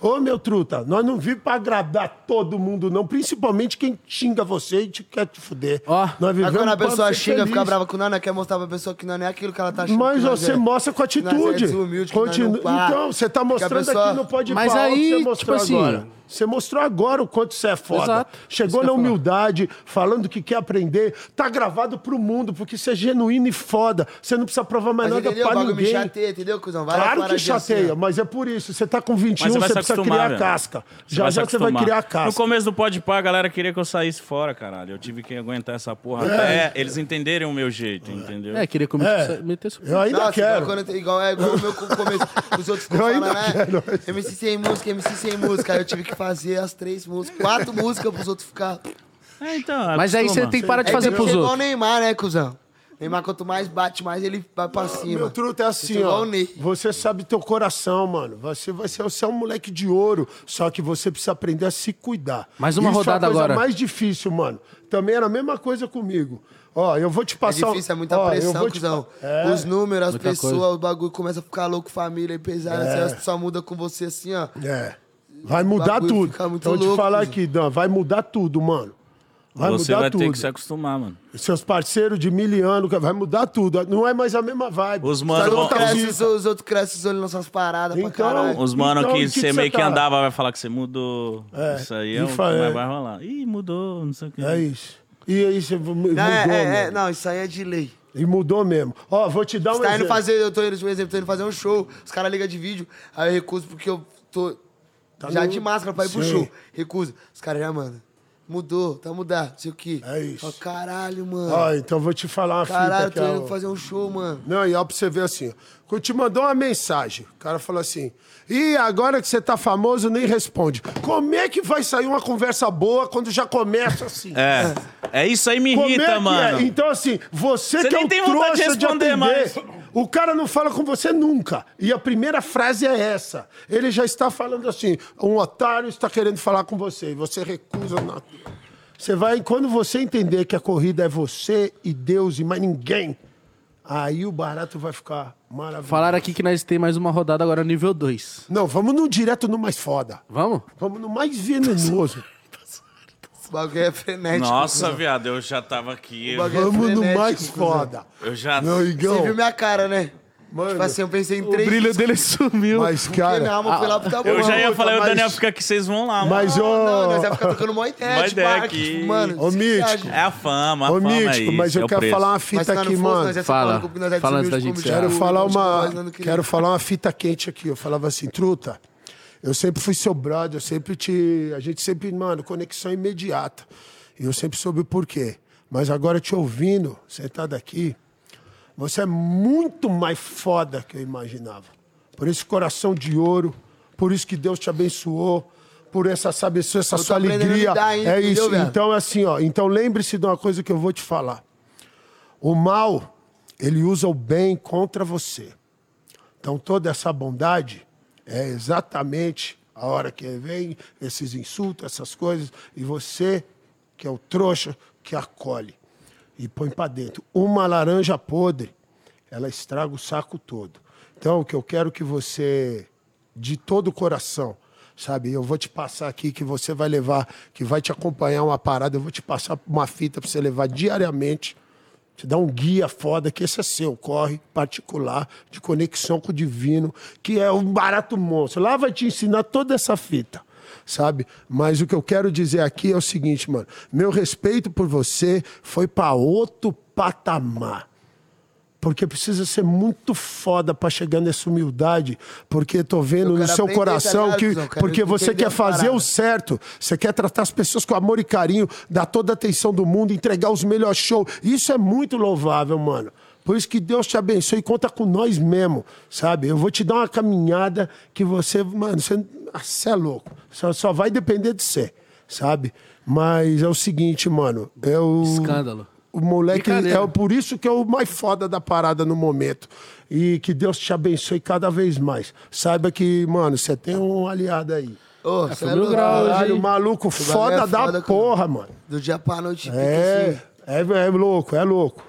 Speaker 5: Ô, meu truta, nós não vivemos pra agradar todo mundo, não. Principalmente quem xinga você e te quer te fuder.
Speaker 1: Ó,
Speaker 5: nós
Speaker 11: Mas quando a
Speaker 5: pra
Speaker 11: pessoa
Speaker 5: ser
Speaker 11: xinga, fica
Speaker 5: feliz.
Speaker 11: brava com nós, nós quer mostrar pra pessoa que nós não é aquilo que ela tá achando.
Speaker 5: Mas
Speaker 11: que nós
Speaker 5: você
Speaker 11: é.
Speaker 5: mostra com
Speaker 11: Que nós é
Speaker 5: atitude.
Speaker 11: desumilde, que nós
Speaker 5: Continua.
Speaker 11: não pá.
Speaker 5: Então, você tá
Speaker 11: Que a
Speaker 5: mostrando
Speaker 11: pessoa-
Speaker 5: aqui no Pode
Speaker 1: Mas
Speaker 5: Pá, olha o que
Speaker 1: aí,
Speaker 5: você mostrou
Speaker 1: tipo assim-
Speaker 5: agora. Você mostrou agora o quanto você é foda.
Speaker 1: Exato. Isso
Speaker 5: Chegou
Speaker 1: que
Speaker 5: na
Speaker 1: eu ia falar.
Speaker 5: humildade, falando que quer aprender. Tá gravado pro mundo, porque você é genuíno e foda. Você não precisa provar mais
Speaker 11: Mas
Speaker 5: nada
Speaker 11: entendeu? O
Speaker 5: pra
Speaker 11: bagulho me
Speaker 5: ninguém.
Speaker 11: chateia, entendeu, cuzão? Várias
Speaker 5: Claro que
Speaker 11: paradinhas assim,
Speaker 5: chateia,
Speaker 11: ó.
Speaker 5: mas é por isso. Você tá com
Speaker 3: Mas
Speaker 5: 21,
Speaker 3: você
Speaker 5: você,
Speaker 3: vai se
Speaker 5: precisa
Speaker 3: acostumar,
Speaker 5: criar
Speaker 3: velho.
Speaker 5: casca.
Speaker 3: Você
Speaker 5: já
Speaker 3: se
Speaker 5: já você vai
Speaker 3: acostumar.
Speaker 5: criar a casca.
Speaker 3: No começo do Pode Pá, a galera queria que eu saísse fora, caralho. Eu tive que aguentar essa porra até eles entenderem o meu jeito, entendeu?
Speaker 1: É, queria comer.
Speaker 5: É.
Speaker 1: Meter isso.
Speaker 5: Eu ainda
Speaker 11: Nossa,
Speaker 5: quero.
Speaker 11: Igual, quando, igual, é igual o meu co- começo.
Speaker 5: (laughs)
Speaker 11: Os outros ficam
Speaker 5: Eu ainda
Speaker 11: falando, né?
Speaker 5: quero, mas-
Speaker 11: MC sem música, MC sem música. Aí eu tive que fazer as três músicas, quatro músicas pros outros ficar.
Speaker 3: É, então,
Speaker 1: Mas aí você
Speaker 3: acostuma.
Speaker 1: tem É que parar de fazer
Speaker 11: tem que
Speaker 1: pros
Speaker 11: ser igual o
Speaker 1: outros.
Speaker 11: Neymar, né, cuzão? Neymar, quanto mais bate, mais ele vai pra cima.
Speaker 5: Meu truto é assim,
Speaker 11: Isso é igual
Speaker 5: ó.
Speaker 11: o Ney.
Speaker 5: Você sabe teu coração, mano. Você, vai ser- você é um moleque de ouro, só que você precisa aprender a se cuidar.
Speaker 1: Mais uma rodada
Speaker 5: é a coisa
Speaker 1: agora.
Speaker 5: mais difícil, mano. Também era a mesma coisa comigo. Ó, eu vou te
Speaker 11: É
Speaker 5: passar... um-
Speaker 11: difícil, é muita
Speaker 5: ó, eu
Speaker 11: pressão,
Speaker 5: vou te
Speaker 11: cuzão.
Speaker 5: pa- É.
Speaker 11: Os números, as
Speaker 1: Muita
Speaker 11: pessoas,
Speaker 1: coisa.
Speaker 11: o bagulho começa a ficar louco, família, pesada.
Speaker 5: É.
Speaker 11: Você só muda com você assim, ó.
Speaker 5: É. Vai mudar
Speaker 11: bagulho
Speaker 5: tudo.
Speaker 11: fica muito
Speaker 5: Vou te
Speaker 11: louco,
Speaker 5: falar
Speaker 11: cuzão.
Speaker 5: aqui, Dan. Vai mudar tudo, mano. Vai
Speaker 3: Você
Speaker 5: mudar
Speaker 3: vai
Speaker 5: tudo.
Speaker 3: ter que se acostumar, mano.
Speaker 5: Seus parceiros de miliano, vai mudar tudo. Não é mais a mesma vibe.
Speaker 3: Os
Speaker 5: Sabe
Speaker 3: mano-
Speaker 5: o
Speaker 11: Os,
Speaker 5: que tá
Speaker 11: crescem,
Speaker 5: vindo?
Speaker 11: os, os outros crescem, os olhos nas suas paradas
Speaker 5: Então,
Speaker 11: pra caralho.
Speaker 3: Os mano
Speaker 5: Então,
Speaker 3: que
Speaker 5: o que
Speaker 3: você
Speaker 5: que
Speaker 3: meio
Speaker 5: você
Speaker 3: que
Speaker 5: tá?
Speaker 3: andava vai falar que você mudou.
Speaker 5: É,
Speaker 3: Isso aí
Speaker 5: e
Speaker 3: é o que
Speaker 5: fa- é.
Speaker 3: mais vai rolar. Ih, mudou, não sei o que.
Speaker 5: É isso. E aí você mu- mudou
Speaker 11: Não, é, é, é,
Speaker 5: mesmo.
Speaker 11: não, isso aí é de lei.
Speaker 5: E mudou mesmo. Ó, vou te dar um
Speaker 11: Você tá indo
Speaker 5: exemplo.
Speaker 11: fazer, eu tô indo, um exemplo, tô indo fazer um show, os caras ligam de vídeo, aí eu recuso porque eu tô já
Speaker 5: no-
Speaker 11: de máscara pra ir pro
Speaker 5: Tá Sim.
Speaker 11: show. Recuso. Os caras já mandam.
Speaker 2: mudou, tá mudado, não sei o quê. É isso. Fala, caralho, mano.
Speaker 5: Ó, então vou te falar uma
Speaker 2: Caralho,
Speaker 5: fita
Speaker 2: tô
Speaker 5: que é
Speaker 2: indo fazer um show, mano.
Speaker 5: Não, e ó, pra você ver assim, ó. Quando te mandou uma mensagem, o cara falou assim, e agora que você tá famoso, nem responde. Como é que vai sair uma conversa boa quando já começa assim?
Speaker 9: É. É isso aí me
Speaker 5: Como é
Speaker 9: irrita,
Speaker 5: que é?
Speaker 9: mano.
Speaker 5: Então, assim, você,
Speaker 9: Você
Speaker 5: que é
Speaker 9: nem
Speaker 5: o
Speaker 9: tem vontade de
Speaker 5: trouxa de
Speaker 9: responder
Speaker 5: atender,
Speaker 9: mais.
Speaker 5: o cara não fala com você nunca. E a primeira frase é essa. Ele já está falando assim, um otário está querendo falar com você, e você recusa na... Você vai, quando você entender que a corrida é você e Deus e mais ninguém, aí o barato vai ficar maravilhoso.
Speaker 1: Falaram aqui que nós tem mais uma rodada agora nível 2.
Speaker 5: Não, vamos no direto no mais foda.
Speaker 1: Vamos?
Speaker 5: Vamos no mais venenoso.
Speaker 2: O bagulho é frenético.
Speaker 9: Nossa, viado, eu já tava aqui.
Speaker 2: O bagulho é
Speaker 5: Vamos no
Speaker 2: frenético,
Speaker 5: mais
Speaker 2: cuzão.
Speaker 5: foda.
Speaker 9: Eu
Speaker 3: Ah,
Speaker 9: já.
Speaker 5: Não,
Speaker 2: Você
Speaker 5: Igão.
Speaker 2: viu minha cara, né? tipo assim, eu pensei em três...
Speaker 1: dele sumiu.
Speaker 5: Mas,
Speaker 2: Porque
Speaker 5: cara.
Speaker 2: minha alma foi lá pro tabu.
Speaker 9: Ah, Eu já ia
Speaker 5: Puta,
Speaker 9: falar, o
Speaker 5: mas-
Speaker 9: Daniel fica aqui, vocês vão lá, mano.
Speaker 5: Mas,
Speaker 2: Não,
Speaker 5: ô.
Speaker 2: nós ia ficar tocando mó ideia,
Speaker 9: Mó
Speaker 2: tipo,
Speaker 9: ideia
Speaker 2: ah,
Speaker 9: aqui.
Speaker 2: tipo, mano,
Speaker 5: Ô,
Speaker 2: você
Speaker 5: Mítico.
Speaker 9: É a fama, a
Speaker 5: Ô,
Speaker 9: fama
Speaker 5: Mítico,
Speaker 9: é
Speaker 5: mas
Speaker 9: isso, é
Speaker 5: eu
Speaker 9: o
Speaker 5: quero
Speaker 9: preço.
Speaker 5: falar uma
Speaker 2: Mas é
Speaker 5: fita
Speaker 2: se nós não
Speaker 5: aqui,
Speaker 2: fosse,
Speaker 5: mano.
Speaker 2: nós ia ser
Speaker 1: Fala.
Speaker 2: falando com- nós ia
Speaker 1: Fala antes
Speaker 2: subir
Speaker 1: da
Speaker 2: os
Speaker 1: gente
Speaker 2: comichão,
Speaker 1: encerrar.
Speaker 5: Quero falar
Speaker 2: tipo,
Speaker 5: uma,
Speaker 2: nós não queríamos.
Speaker 5: quero falar uma fita quente aqui. Eu falava assim, truta. Eu sempre fui seu brother, eu sempre te, a gente sempre, mano, conexão imediata. E eu sempre soube o porquê. Mas agora te ouvindo, tá sentado aqui, você é muito mais foda que eu imaginava. Por esse coração de ouro, por isso que Deus te abençoou, por essa, sabe, essa
Speaker 2: tô
Speaker 5: sua
Speaker 2: aprendendo a
Speaker 5: alegria.
Speaker 2: lidar ainda,
Speaker 5: é isso.
Speaker 2: entendeu, velho?
Speaker 5: então, assim, ó. Então lembre-se de uma coisa que eu vou te falar. O mal, ele usa o bem contra você. Então toda essa bondade é exatamente a hora que vem esses insultos, essas coisas, e você, que é o trouxa, que acolhe e põe para dentro. Uma laranja podre, ela estraga o saco todo. Então o que eu quero que você, de todo o coração, sabe, eu vou te passar aqui que você vai levar, que vai te acompanhar uma parada, eu vou te passar uma fita para você levar diariamente te dá um guia foda, que esse é seu, corre particular, de conexão com o divino, que é um barato monstro. Lá vai te ensinar toda essa fita, sabe? Mas o que eu quero dizer aqui é o seguinte, mano. Meu respeito por você foi para outro patamar. Porque precisa ser muito foda pra chegar nessa humildade. Porque tô vendo
Speaker 2: Eu
Speaker 5: no
Speaker 2: quero
Speaker 5: seu
Speaker 2: aprender
Speaker 5: coração
Speaker 2: italiano,
Speaker 5: que.
Speaker 2: Zão, cara,
Speaker 5: Porque
Speaker 2: eu
Speaker 5: você
Speaker 2: entendi
Speaker 5: quer
Speaker 2: a
Speaker 5: fazer
Speaker 2: parada.
Speaker 5: o certo, você quer tratar as pessoas com amor e carinho, dar toda a atenção do mundo, entregar os melhores shows. Isso é muito louvável, mano. Por isso que Deus te abençoe e conta com nós mesmo, sabe? Eu vou te dar uma caminhada que você, mano, você, ah, você é louco. Só, só vai depender de você, sabe? Mas é o seguinte, mano. Eu,
Speaker 1: Escândalo.
Speaker 5: o moleque
Speaker 1: Brincadeira.
Speaker 5: é o- por isso que é o mais foda da parada no momento. E que Deus te abençoe cada vez mais. Saiba que, mano, você tem um aliado aí.
Speaker 2: Ô,
Speaker 5: Ah,
Speaker 2: cê é
Speaker 1: mil
Speaker 2: louco,
Speaker 1: graus,
Speaker 2: caralho.
Speaker 5: Caralho, maluco
Speaker 2: Esse bagulho
Speaker 5: foda
Speaker 2: é
Speaker 5: da
Speaker 2: foda, cara.
Speaker 5: porra, mano.
Speaker 2: Do dia pra noite, fica
Speaker 5: É,
Speaker 2: assim.
Speaker 5: é, é louco, é louco.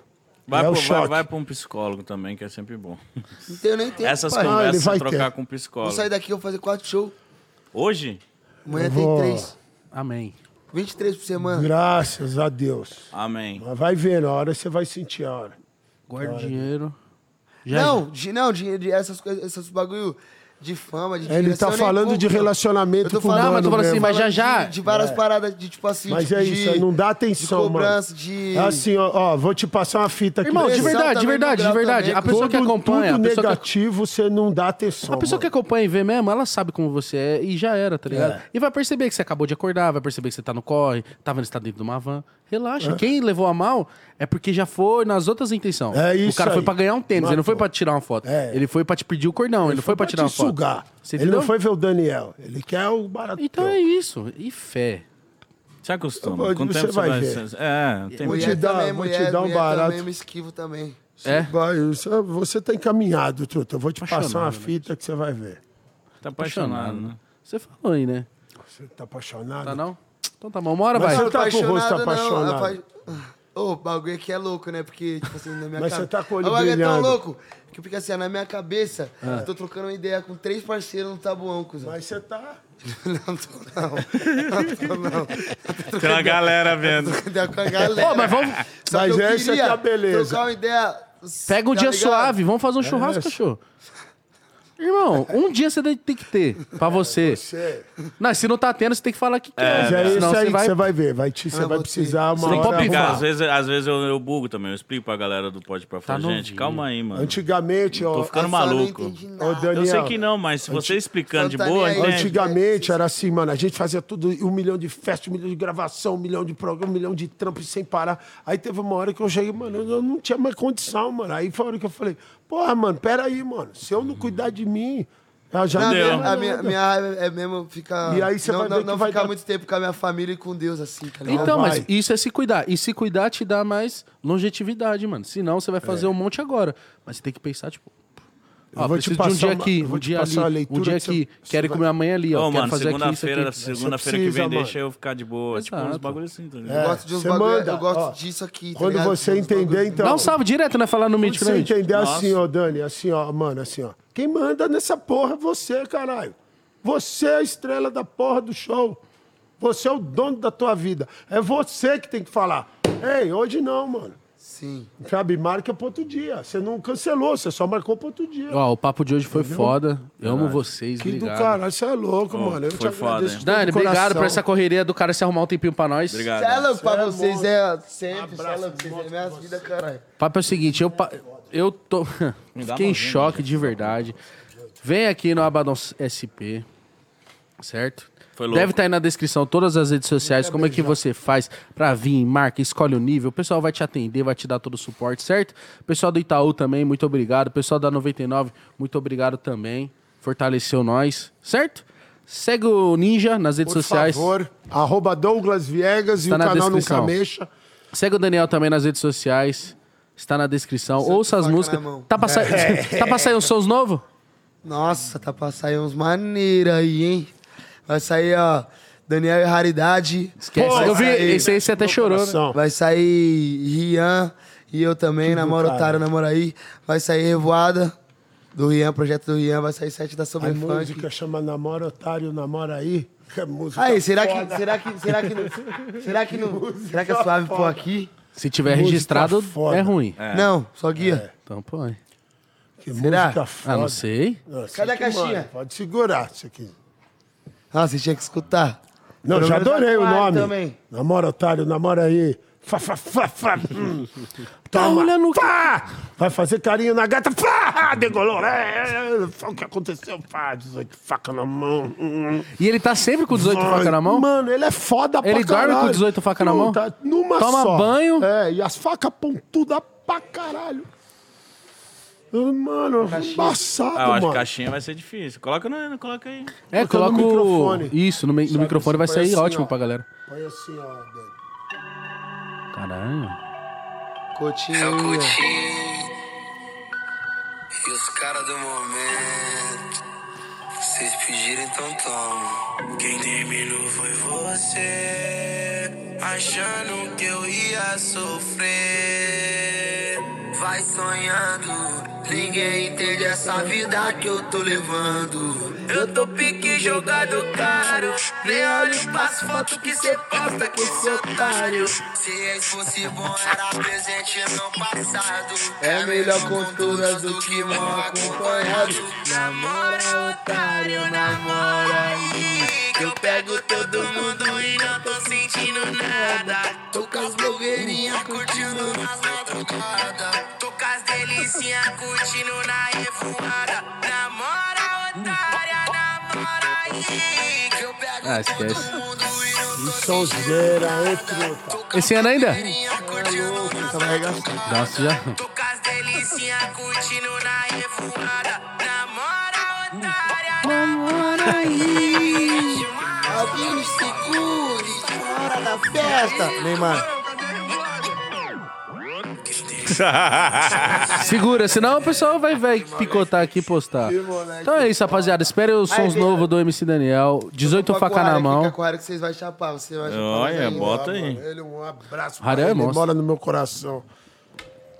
Speaker 9: Vai,
Speaker 5: é
Speaker 9: pro-
Speaker 5: o
Speaker 9: vai-
Speaker 5: choque.
Speaker 9: vai pra um psicólogo também, que é sempre
Speaker 5: (laughs)
Speaker 9: bom.
Speaker 2: Não tenho nem tempo,
Speaker 9: Essas
Speaker 2: pai.
Speaker 5: Ah, ele
Speaker 9: conversas,
Speaker 5: vai
Speaker 9: trocar
Speaker 5: ter.
Speaker 3: um
Speaker 9: com o
Speaker 2: Vou
Speaker 9: psicólogo.
Speaker 2: sair daqui, eu vou fazer quatro shows.
Speaker 9: Hoje?
Speaker 2: Amanhã
Speaker 5: vou-
Speaker 2: tem três.
Speaker 1: Amém.
Speaker 2: 23 por semana.
Speaker 5: Graças a Deus.
Speaker 9: Amém.
Speaker 5: Mas vai vendo, a hora você vai sentir a hora.
Speaker 1: Guarda o dinheiro.
Speaker 2: Não, de, não, de, de essas coisas, esses bagulho de fama, de
Speaker 5: Ele
Speaker 2: direção,
Speaker 5: tá
Speaker 2: eu nem
Speaker 5: falando
Speaker 2: curto.
Speaker 5: de
Speaker 2: Eu
Speaker 5: relacionamento
Speaker 2: tô
Speaker 5: com o
Speaker 2: falando,
Speaker 5: mano
Speaker 1: mas tô falando assim,
Speaker 5: mesmo.
Speaker 1: mas já
Speaker 2: de-
Speaker 1: já.
Speaker 2: De, várias paradas de tipo assim.
Speaker 5: Mas
Speaker 2: de,
Speaker 5: é isso, aí não dá atenção,
Speaker 2: de cobrança,
Speaker 5: mano.
Speaker 2: de.
Speaker 5: É assim, ó, ó, vou te passar uma fita aqui.
Speaker 1: Irmão, de
Speaker 2: pressão
Speaker 1: verdade, de
Speaker 2: também no
Speaker 1: verdade, de
Speaker 2: grau
Speaker 1: verdade.
Speaker 2: também,
Speaker 1: A pessoa que
Speaker 5: Tudo-
Speaker 1: acompanha, a
Speaker 5: tudo
Speaker 1: pessoa que
Speaker 5: negativo, você não dá atenção.
Speaker 1: A pessoa que
Speaker 5: mano.
Speaker 1: acompanha e vê mesmo, ela sabe como você é e já era, tá ligado? E vai perceber que você acabou de acordar, vai perceber que você tá no corre, tava estado dentro de uma van.
Speaker 5: É.
Speaker 1: Relaxa. Quem levou a mal é porque já foi nas outras intenções.
Speaker 5: É
Speaker 1: o
Speaker 5: isso
Speaker 1: cara foi
Speaker 5: aí.
Speaker 1: pra ganhar um tênis, ele não
Speaker 5: Matou.
Speaker 1: foi pra tirar uma foto.
Speaker 5: É.
Speaker 1: Ele foi pra te pedir o cordão, ele, foi pra tirar uma
Speaker 5: te
Speaker 1: foto.
Speaker 5: sugar.
Speaker 1: Você
Speaker 5: ele não
Speaker 1: entendeu?
Speaker 5: foi ver o Daniel. Ele quer o barato.
Speaker 1: Então é isso. E fé.
Speaker 9: Se acostuma.
Speaker 5: Onde
Speaker 9: Com o
Speaker 5: você
Speaker 9: tempo
Speaker 5: vai
Speaker 9: você
Speaker 5: ver.
Speaker 9: vai... É, tem
Speaker 5: Vou te
Speaker 2: mulher
Speaker 5: dar-
Speaker 2: também,
Speaker 5: vou te
Speaker 2: mulher-
Speaker 5: dar um
Speaker 2: mulher
Speaker 5: barato.
Speaker 2: também, eu me esquivo também.
Speaker 1: É?
Speaker 5: Vai, isso- você tá encaminhado, Truta. Eu vou te passar uma
Speaker 1: Apaixonado, né?
Speaker 5: fita que você vai ver.
Speaker 9: Tá apaixonado, né?
Speaker 1: Você falou aí, né?
Speaker 5: Você tá apaixonado?
Speaker 1: Tá não? Então tá bom, uma hora
Speaker 5: Mas
Speaker 1: vai.
Speaker 5: você tá com o rosto
Speaker 2: Não,
Speaker 5: apaixonado.
Speaker 2: apa- Ô, o bagulho aqui é louco, né? Porque, tipo assim, na minha
Speaker 5: Mas
Speaker 2: cabeça.
Speaker 5: você tá com o olho
Speaker 2: O bagulho é tão
Speaker 5: brilhando. Ah.
Speaker 2: louco. Porque, porque assim, na minha cabeça, eu tô trocando uma ideia com três parceiros no tabuão, cuzão.
Speaker 5: Mas você tá.
Speaker 2: (laughs) Não tô, não. (laughs) Não tô, não.
Speaker 9: (laughs)
Speaker 5: (laughs)
Speaker 9: Tem uma galera
Speaker 3: (laughs)
Speaker 9: vendo.
Speaker 2: Tô ideia com a galera.
Speaker 1: Ó, mas
Speaker 5: (laughs)
Speaker 1: vamos.
Speaker 2: Só
Speaker 5: Mas
Speaker 2: que eu
Speaker 5: essa
Speaker 2: queria
Speaker 5: que é a beleza.
Speaker 2: Trocar uma ideia.
Speaker 1: Pega um
Speaker 2: tá
Speaker 1: dia
Speaker 2: ligado?
Speaker 5: É
Speaker 1: suave, vamos fazer um churrasco,
Speaker 5: isso.
Speaker 1: cachorro. Irmão, um dia você tem que ter pra
Speaker 5: (laughs)
Speaker 1: você. Não, se não tá tendo, você tem que falar que quer.
Speaker 2: né?
Speaker 5: Mas é
Speaker 1: velho.
Speaker 5: isso
Speaker 1: Senão
Speaker 5: aí
Speaker 1: você
Speaker 5: que
Speaker 1: vai-
Speaker 5: você vai ver. Vai
Speaker 2: Ah,
Speaker 5: te, você vai precisar uma
Speaker 1: Você tem que
Speaker 5: hora...
Speaker 1: obrigar.
Speaker 3: Às vezes, às vezes eu, eu bugo também, eu explico pra galera do Pode Pra Fora.
Speaker 5: Tá
Speaker 3: Gente,
Speaker 5: novinho.
Speaker 3: calma aí, mano.
Speaker 5: Antigamente, ó...
Speaker 3: Tô ficando maluco.
Speaker 5: Ô, Daniel,
Speaker 3: eu sei que não, né? mas se você explicando de
Speaker 5: tá
Speaker 3: boa, entende?
Speaker 5: Antigamente era assim, mano. A gente fazia tudo, um milhão de festas, um milhão de gravação, um milhão de programa, um milhão de trampos sem parar. Aí teve uma hora que eu cheguei, mano, eu não tinha mais condição, mano. Aí foi a hora que eu falei, porra, mano, peraí, mano. Se eu não cuidar de mim, eu já
Speaker 2: Não,
Speaker 5: não tenho
Speaker 2: a
Speaker 5: mais
Speaker 2: minha,
Speaker 5: nada.
Speaker 2: minha raiva é mesmo ficar.
Speaker 5: E aí você
Speaker 2: não,
Speaker 5: vai
Speaker 2: não,
Speaker 5: ver que
Speaker 2: não
Speaker 5: vai
Speaker 2: ficar
Speaker 5: dar-
Speaker 2: muito tempo com a minha família e com Deus, assim, tá ligado?
Speaker 1: Então, mas isso é se cuidar. E se cuidar te dá mais longevidade, mano. Senão você vai fazer um monte agora. Mas você tem que pensar, tipo.
Speaker 5: É. Eu
Speaker 1: Ó,
Speaker 5: vou te
Speaker 1: preciso de um
Speaker 5: passar
Speaker 1: dia
Speaker 5: uma-
Speaker 1: aqui,
Speaker 5: eu vou
Speaker 1: um
Speaker 5: te
Speaker 1: dia
Speaker 5: passar
Speaker 1: ali,
Speaker 5: uma
Speaker 1: um
Speaker 5: leitura
Speaker 1: dia
Speaker 5: que você-
Speaker 1: aqui.
Speaker 5: você
Speaker 1: Quero ir
Speaker 5: vai-
Speaker 1: com minha mãe ali, ó.
Speaker 3: Ô,
Speaker 1: quero
Speaker 3: mano,
Speaker 1: fazer aqui isso
Speaker 3: segunda-feira,
Speaker 1: aqui.
Speaker 3: segunda-feira que vem,
Speaker 5: precisa, mano.
Speaker 3: deixa eu ficar de boa. Tipo, uns
Speaker 1: Exato.
Speaker 3: bagulhos assim, tá ligado?
Speaker 5: É,
Speaker 2: Eu gosto de uns
Speaker 5: você
Speaker 2: bagulho,
Speaker 5: manda,
Speaker 2: eu gosto
Speaker 5: ó,
Speaker 2: disso aqui, tá
Speaker 5: Quando
Speaker 2: ligado?
Speaker 5: você
Speaker 2: Uns bagulho- assim.
Speaker 5: entender, então...
Speaker 1: Dá um salve direto, né? Falar no mítico,
Speaker 5: Você
Speaker 1: né? gente?
Speaker 5: entender assim, ó, Dani, assim, ó, mano, assim, ó. Quem manda nessa porra é você, caralho. Você é a estrela da porra do show. Você é o dono da tua vida. É você que tem que falar. Ei, hoje não, mano.
Speaker 2: Sim.
Speaker 5: Sabe, marca pro outro dia. Você não cancelou, você só marcou pro outro dia.
Speaker 1: Ó, o papo de hoje foi foda. Eu amo vocês,
Speaker 5: que do
Speaker 1: ligado?
Speaker 5: caralho, você é louco, mano. Eu te
Speaker 3: foi foda,
Speaker 5: agradeço.
Speaker 3: hein?
Speaker 5: de todo
Speaker 1: Dani,
Speaker 5: o coração.
Speaker 1: obrigado por essa correria do cara se arrumar um tempinho pra nós.
Speaker 3: Obrigado.
Speaker 2: Cê é louco pra
Speaker 5: Cê é
Speaker 2: vocês,
Speaker 5: monstro.
Speaker 2: é sempre, cê é
Speaker 5: Abraço,
Speaker 2: louco, vocês é minhas vidas, caralho.
Speaker 1: O papo é o seguinte, eu, pa- eu tô. (laughs) Fiquei em choque de verdade. Vem aqui no Abaddon SP, certo?
Speaker 3: Foi louco.
Speaker 1: Deve estar aí na descrição todas as redes sociais, como é que você faz pra vir, marca, escolhe o nível. O pessoal vai te atender, vai te dar todo o suporte, certo? O pessoal do Itaú também, muito obrigado. O pessoal da 99, muito obrigado também. Fortaleceu nós, certo? Segue o Ninja nas redes
Speaker 5: Por
Speaker 1: sociais.
Speaker 5: favor, arroba Douglas Viegas e
Speaker 1: Tá
Speaker 5: o
Speaker 1: na
Speaker 5: canal
Speaker 1: descrição.
Speaker 5: Nunca Mexa.
Speaker 1: Segue o Daniel também nas redes sociais. Está na descrição. Ouça as
Speaker 2: faca na
Speaker 1: músicas.
Speaker 2: mão.
Speaker 1: Tá pra, sa...
Speaker 5: É.
Speaker 1: (laughs) tá pra sair uns sons novos?
Speaker 2: Nossa, tá pra sair uns maneiros aí, hein? Vai sair, ó, Daniel e Raridade.
Speaker 1: Esquece.
Speaker 2: Vai
Speaker 1: eu vi,
Speaker 2: sair-
Speaker 1: esse aí você até chorou, né?
Speaker 5: Coração.
Speaker 2: Vai sair Rian e eu também, namoro
Speaker 5: Tipo cara.
Speaker 2: otário, namoro aí. Vai sair Revoada do Rian, projeto do Rian. Vai sair Sete da
Speaker 5: A
Speaker 2: Sobrefunk.
Speaker 5: música chama Namora Otário, Namora Aí. Que é música
Speaker 2: Aí, será
Speaker 5: foda.
Speaker 2: que, será que, será que, (laughs) não- será que não, será que é suave pôr aqui?
Speaker 1: Se tiver
Speaker 5: Música
Speaker 1: registrado,
Speaker 5: foda.
Speaker 1: é ruim.
Speaker 2: Não, só guia.
Speaker 1: Então põe.
Speaker 5: Que
Speaker 2: Será?
Speaker 5: música
Speaker 1: Ah,
Speaker 5: foda.
Speaker 1: não sei.
Speaker 5: Nossa,
Speaker 2: Cadê a
Speaker 5: que, mano,
Speaker 2: caixinha?
Speaker 5: pode segurar isso aqui.
Speaker 2: Ah, você tinha que escutar.
Speaker 5: Não,
Speaker 2: Pelo
Speaker 5: já
Speaker 2: menos
Speaker 5: adorei o
Speaker 2: vai
Speaker 5: nome.
Speaker 2: também.
Speaker 5: Namora otário, namora aí. Fá, fá,
Speaker 1: (laughs)
Speaker 5: fá, fá. Hum. Toma.
Speaker 1: Tá olhando o que-
Speaker 5: Fá! Vai fazer carinho na gata. Fá! Degolou. É, é, é. Fá, o que aconteceu? Fá, 18 faca na mão. Hum.
Speaker 1: E ele tá sempre com 18
Speaker 5: Ai,
Speaker 1: facas na mão?
Speaker 5: Mano, ele é foda pra
Speaker 1: Ele dorme
Speaker 5: caralho.
Speaker 1: com 18 faca na mão?
Speaker 5: Puta, Numa
Speaker 1: Toma
Speaker 5: só.
Speaker 1: banho?
Speaker 5: É, e as facas pontudas pra caralho. Mano, embaçado,
Speaker 3: Ah, eu acho que
Speaker 5: mano.
Speaker 3: caixinha vai ser difícil. Coloca, no, coloca aí.
Speaker 1: É,
Speaker 5: Coloca
Speaker 1: coloca
Speaker 5: tá no
Speaker 1: o...
Speaker 5: microfone.
Speaker 1: Isso, no, mi- no
Speaker 5: Sabe,
Speaker 1: microfone vai
Speaker 5: põe
Speaker 1: sair
Speaker 5: assim,
Speaker 1: ótimo
Speaker 5: ó.
Speaker 1: pra galera.
Speaker 5: Põe assim, ó, Dani.
Speaker 1: Caralho.
Speaker 2: Coutinho.
Speaker 11: E os caras do momento, vocês pediram, então toma. Quem terminou foi você, achando que eu ia sofrer. Vai sonhando, ninguém entende essa vida que eu tô levando. Eu tô pique jogado caro, nem olho pras fotos que cê posta com esse otário. Se ex fosse bom, era presente no passado.
Speaker 2: É melhor com todas do que mal acompanhado.
Speaker 11: Namora, otário, namora aí. Que eu pego todo mundo e não tô sentindo nada. Tô com as blogueirinhas curtindo nas madrugadas. Tô com as delicinhas curtindo na revoada. Namora, otária, namora aí. Que eu pego
Speaker 1: Ah, esquece.
Speaker 11: todo mundo e não tô
Speaker 5: Sonzeira, é truta.
Speaker 1: Esse ano ainda?
Speaker 11: sentindo curtindo nas
Speaker 1: Nossa, já.
Speaker 11: Tô com as delicinhas curtindo na revoada. Namora, otária, namora aí.
Speaker 2: Alguém me segure na hora da festa. Neymar.
Speaker 1: Segura, senão o pessoal vai, vai picotar aqui e postar. Então é isso, rapaziada. Espere os sons novos do MC Daniel. 18 facas na mão.
Speaker 2: Aquário que vocês vão chapar, você vai chapar.
Speaker 3: Olha,
Speaker 2: mais ainda.
Speaker 3: bota aí.
Speaker 5: Mano, Ele, um abraço.
Speaker 1: Haré
Speaker 5: pra
Speaker 1: é
Speaker 5: ele
Speaker 1: monstro.
Speaker 5: mora no meu coração.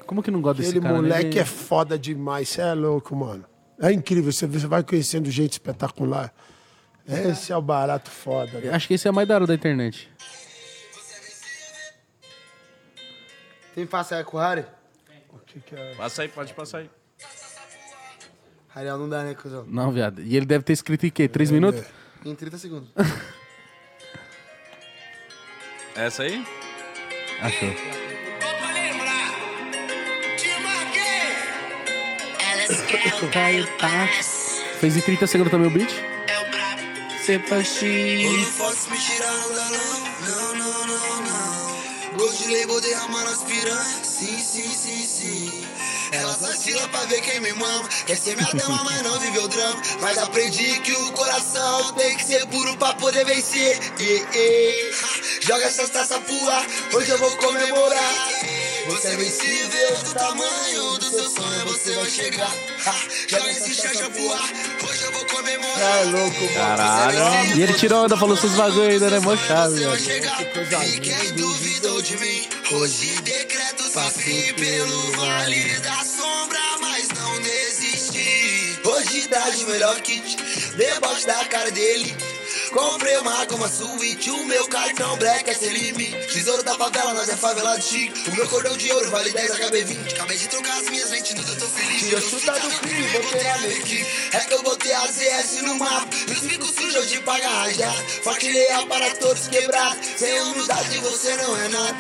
Speaker 1: Como que não gosta desse
Speaker 5: Aquele
Speaker 1: cara? né?
Speaker 5: moleque é foda demais. Você é louco, mano. É incrível. Você você vai conhecendo gente espetacular. Esse é o barato foda. né?
Speaker 1: Acho que esse é mais da hora da internet.
Speaker 2: Tem faça aquário?
Speaker 5: O que que é?
Speaker 3: Passa aí, pode passar aí.
Speaker 2: Ariel não dá, né, cuzão?
Speaker 1: Não, viado. E ele deve ter escrito em quê?
Speaker 5: É,
Speaker 1: Três
Speaker 5: né?
Speaker 1: minutos?
Speaker 2: Em 30 segundos.
Speaker 9: Essa aí?
Speaker 1: Achou.
Speaker 11: Elas querem Caio Paz.
Speaker 1: Fez em 30 segundos também o beat?
Speaker 11: Não posso me tirar no galão, não, não, não, não. Gold de label derramar nas piranhas, sim, sim, sim, sim. Elas atiram pra ver quem me mama. Quer ser minha dama, mas não viveu drama. Mas aprendi que o coração tem que ser puro pra poder vencer. E, e, ha, Joga essas taças pro ar, hoje eu vou comemorar. Você é vencível do tamanho do seu sonho, você vai chegar. Ha, Joga esse chacha pro ar, hoje eu vou comemorar.
Speaker 2: É louco,
Speaker 1: Caralho. E ele tirou onda, falou seus bagulho ainda, né? Mó chave,
Speaker 11: velho. Quem duvidou de mim, hoje decreto sofri pelo vale da sombra, mas não desisti. Hoje dá de melhor kit, debaixo da cara dele. Comprei uma água, uma suíte, o meu cartão black é sem limite. Tesouro da favela, nós é favelado chique. O meu cordão de ouro vale 10 HB20. Acabei de trocar as minhas lentes, nunca tô feliz. Tira a chuta do crime, vou pegar meu equipe. É que eu botei a ZS no mapa. E os bicos sujos de pagar rajada. Forte leal para todos quebrados. Sem humildade você não é nada.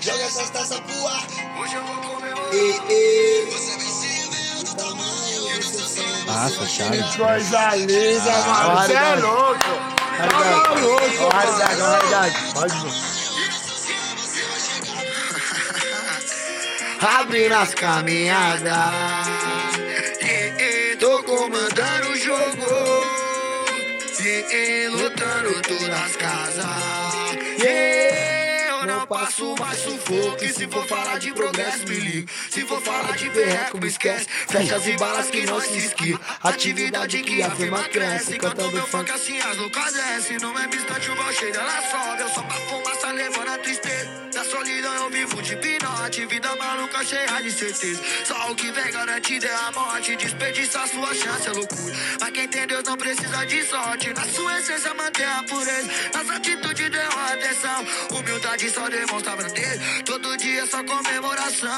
Speaker 11: Joga essas taças pro ar. Hoje eu vou comemorar. Ei, ei. Você venceu do tamanho do seu sonho.
Speaker 1: Nossa, chave.
Speaker 4: Coisa linda, mano. Você é louco. Tá maluco.
Speaker 2: Raridade, raridade.
Speaker 11: Abre nas caminhadas. Eh, eh, Tô comandando o jogo. Eh, eh, Lotando todas as casas. Eh, Eu não passo mais sufoco. E se for falar de progresso, me liga. Se for falar de verreco, me esquece. Fecha as balas que não se esquiva. Atividade que a firma cresce. Cantando funk assim, as loucas desce. Não é mista de uma cheira, ela sobe. Eu só pra fumaça levando a tristeza. Da solidão eu vivo de pinote. Vida maluca cheia de certeza. Só o que vem garante é a morte. Desperdiça a sua chance, é loucura. Mas quem tem Deus não precisa de sorte. Na sua essência mantém a pureza. Nas atitudes deu atenção. Humildade só demonstra pra ter. Todo dia é só comemoração.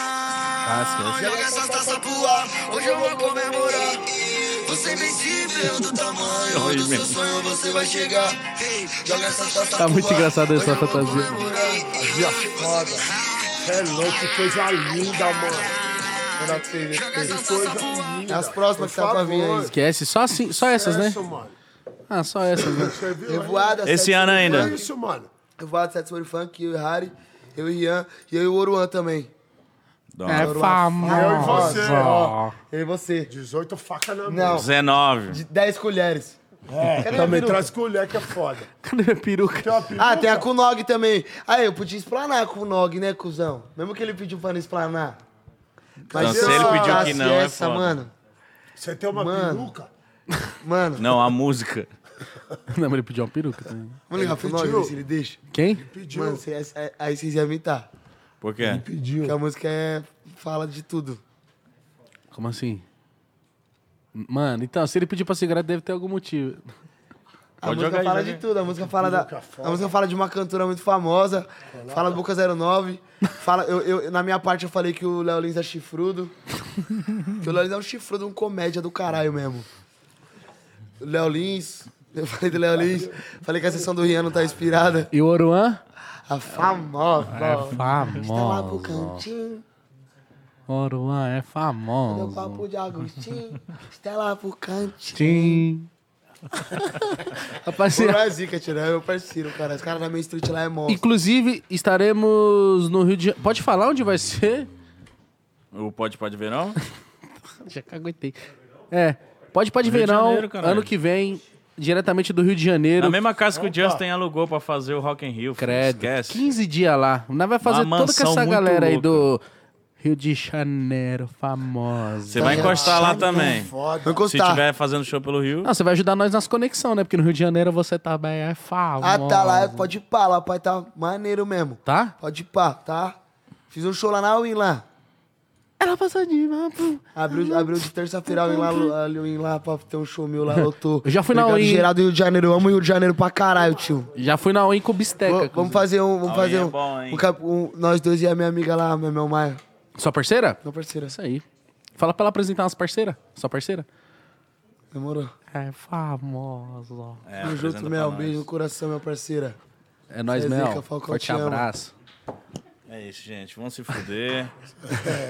Speaker 11: Joga essas taças pro ar, hoje eu vou comemorar. Você é invencível do tamanho do seu sonho, você vai chegar. Ei, Joga essas taças
Speaker 1: Tá muito engraçado essa fantasia.
Speaker 4: Dia foda. Cê É louco, que coisa linda, mano.
Speaker 2: Renato Ferreira.
Speaker 4: Que coisa linda.
Speaker 2: As próximas que tá pra vir aí.
Speaker 1: Esquece, só, assim, só essas,
Speaker 5: É
Speaker 1: né?
Speaker 4: Isso, mano.
Speaker 1: Ah, só essas, né? (laughs)
Speaker 2: Revoada,
Speaker 9: Esse
Speaker 2: Sete
Speaker 9: ano
Speaker 2: Sobre
Speaker 9: ainda.
Speaker 5: É
Speaker 2: Funk.
Speaker 4: Isso, mano.
Speaker 2: Revoada, Sete Sobre Funk, eu e Harry, eu e Ian, e eu e o Oruan também.
Speaker 1: É
Speaker 2: Oruan.
Speaker 4: Ah.
Speaker 1: famosa.
Speaker 2: Eu e você, ó. Eu e você.
Speaker 4: 18 faca na mão.
Speaker 2: Não,
Speaker 9: 19.
Speaker 2: de 10 colheres.
Speaker 4: É,
Speaker 2: Cadê minha
Speaker 4: também
Speaker 2: peruca?
Speaker 4: traz colher que é foda.
Speaker 1: Cadê minha peruca?
Speaker 4: Tem uma peruca.
Speaker 2: Ah, tem a Kunog também. Aí, eu podia explanar com o Nog, né, cuzão? Mesmo que ele pediu pra não explanar.
Speaker 9: Não, se ele
Speaker 2: eu
Speaker 9: pediu que
Speaker 2: soltasse
Speaker 9: não, é
Speaker 2: essa,
Speaker 9: foda.
Speaker 2: mano.
Speaker 4: Você tem uma
Speaker 2: Mano.
Speaker 4: peruca?
Speaker 2: Mano,
Speaker 9: (laughs) Não, a música.
Speaker 1: Não, mas ele pediu uma peruca também. né?
Speaker 2: vamos ligar pro Nog,
Speaker 4: pediu.
Speaker 2: ver se ele deixa.
Speaker 1: Quem?
Speaker 4: Pediu.
Speaker 2: Mano, cê- aí- aí vocês iam imitar.
Speaker 9: Por quê?
Speaker 4: pediu.
Speaker 2: Porque a música é, fala de tudo.
Speaker 1: Como assim? Mano, então, se ele pediu pra segurar, deve ter algum motivo.
Speaker 2: A
Speaker 9: Pode
Speaker 2: música
Speaker 9: jogar aí,
Speaker 2: fala
Speaker 9: joga
Speaker 2: de
Speaker 9: aí.
Speaker 2: tudo, a música fala da.
Speaker 4: Nunca foda.
Speaker 2: A música fala de uma cantora muito famosa, fala do Boca 09. Fala, eu, eu- na minha parte eu falei que o Léo Lins é (laughs) chifrudo. que o Léo Lins é um chifrudo, um comédia do caralho mesmo. O Léo Lins, eu falei do Léo Lins, falei que a sessão do Rian não tá inspirada.
Speaker 1: E o Oruan?
Speaker 2: A É famosa.
Speaker 1: (laughs)
Speaker 2: Tá lá
Speaker 1: Famoso.
Speaker 2: pro cantinho,
Speaker 1: Oruan é
Speaker 2: deu
Speaker 1: famoso.
Speaker 2: papo de Agostinho, está lá pro cantinho.
Speaker 1: Tim.
Speaker 2: Pô, não
Speaker 1: (laughs) Rapaziada,
Speaker 2: é zica, tira, é meu parceiro, cara. Os caras da Main Street lá é monstro.
Speaker 1: inclusive, estaremos no Rio de Janeiro. Pode falar onde vai ser? (laughs)
Speaker 9: O Pode Pode Verão?
Speaker 1: Já caguetei. É, pode pode
Speaker 9: Rio de
Speaker 1: verão,
Speaker 9: Janeiro, caralho.
Speaker 1: ano que vem, diretamente do Rio de Janeiro.
Speaker 9: Na mesma casa que o Justin alugou pra fazer o Rock in Rio. filho.
Speaker 1: Credo.
Speaker 9: Esquece.
Speaker 1: 15 dias lá. Nós vai fazer
Speaker 9: Uma
Speaker 1: toda com
Speaker 9: mansão
Speaker 1: essa
Speaker 9: muito
Speaker 1: galera aí
Speaker 9: louca.
Speaker 1: do Rio de Janeiro, famosa.
Speaker 9: Você vai encostar lá também.
Speaker 2: Vou
Speaker 9: Se
Speaker 2: encostar.
Speaker 9: tiver fazendo show pelo Rio.
Speaker 1: Não, você vai ajudar nós nas conexões, né? Porque no Rio de Janeiro você também é famoso.
Speaker 2: Ah, tá lá, pode ir pá, lá, pai, tá maneiro mesmo.
Speaker 1: Tá?
Speaker 2: Pode ir pá, tá? Fiz um show lá na Win lá.
Speaker 1: Ela passou de mapa.
Speaker 2: Abriu, abriu de terça-feira a Win lá, a Win lá pra ter um show meu lá, lotou.
Speaker 1: Eu já fui na
Speaker 2: Obrigado,
Speaker 1: Win.
Speaker 2: geral do Rio de Janeiro, eu amo o Rio de Janeiro pra caralho, tio.
Speaker 1: Já fui na OIM com o Bisteca.
Speaker 2: Vou-
Speaker 1: inclusive.
Speaker 2: vamos fazer um, vamos
Speaker 9: A
Speaker 2: fazer
Speaker 9: Win é
Speaker 2: um,
Speaker 9: bom, hein?
Speaker 2: um cap- um- Nós dois e a minha amiga lá, minha Mel Maia.
Speaker 1: Sua parceira?
Speaker 2: Minha parceira.
Speaker 1: Isso aí. Fala pra ela apresentar umas parceiras. Sua parceira?
Speaker 2: Demorou.
Speaker 1: É famoso.
Speaker 2: É, Tamo junto, Mel. Um beijo no coração, minha parceira.
Speaker 1: É nóis,
Speaker 2: Zezeca,
Speaker 1: Mel.
Speaker 2: Falcão,
Speaker 1: Forte
Speaker 2: te amo.
Speaker 1: abraço.
Speaker 9: É isso, gente. Vamos se fuder.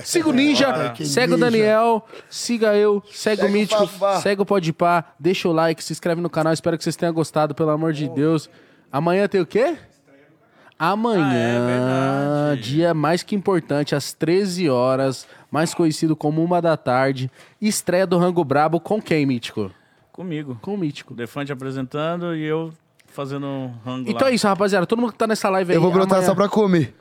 Speaker 1: Siga o Ninja,
Speaker 9: Bora.
Speaker 1: segue o Daniel, siga eu, segue, o
Speaker 9: Segue o
Speaker 1: Mítico,
Speaker 9: Fafá.
Speaker 1: segue o Podpah, deixa o like, se inscreve no canal. Espero que vocês tenham gostado, pelo amor de Deus. Amanhã tem o quê? Amanhã, dia mais que importante, às 13 horas, mais conhecido como uma da tarde, estreia do Rango Brabo com quem, Mítico?
Speaker 9: Comigo.
Speaker 1: Com o Mítico.
Speaker 9: Defante apresentando e eu fazendo um rango
Speaker 1: Então
Speaker 9: lá.
Speaker 1: é isso, rapaziada. Todo mundo que tá nessa live aí.
Speaker 9: Eu vou brotar só
Speaker 2: pra comer.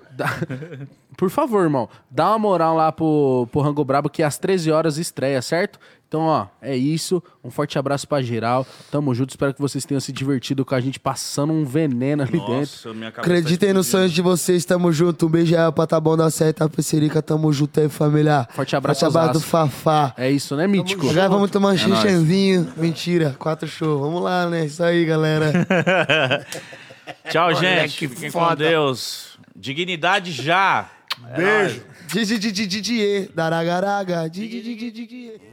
Speaker 1: Por favor, irmão. Dá uma moral lá pro, pro Rango Brabo, que é às 13 horas estreia, certo? Então, ó, é isso. Um forte abraço pra geral. Tamo junto. Espero que vocês tenham se divertido com a gente passando um veneno ali dentro.
Speaker 9: Minha cabeça
Speaker 2: Acreditem nos sonhos de vocês, tamo junto. Um beijo aí ó, pra Tabão da Serra, tá Pecerica, tamo junto aí, família.
Speaker 1: Forte abraço,
Speaker 2: Forte abraço do
Speaker 1: Osasco.
Speaker 2: Fafá.
Speaker 1: É isso, né, Mítico?
Speaker 2: Agora vamos tomar um
Speaker 1: É
Speaker 2: xixanzinho. Mentira, quatro shows. Vamos lá, né? Isso aí, galera. (laughs)
Speaker 9: Tchau,
Speaker 2: Olha
Speaker 9: gente.
Speaker 2: que
Speaker 9: Fiquem
Speaker 2: foda.
Speaker 9: com Deus. Dignidade já. É nóis.
Speaker 2: Beijo. Didi, didi, didi, daragaraga. Didi, didi, didi, didi.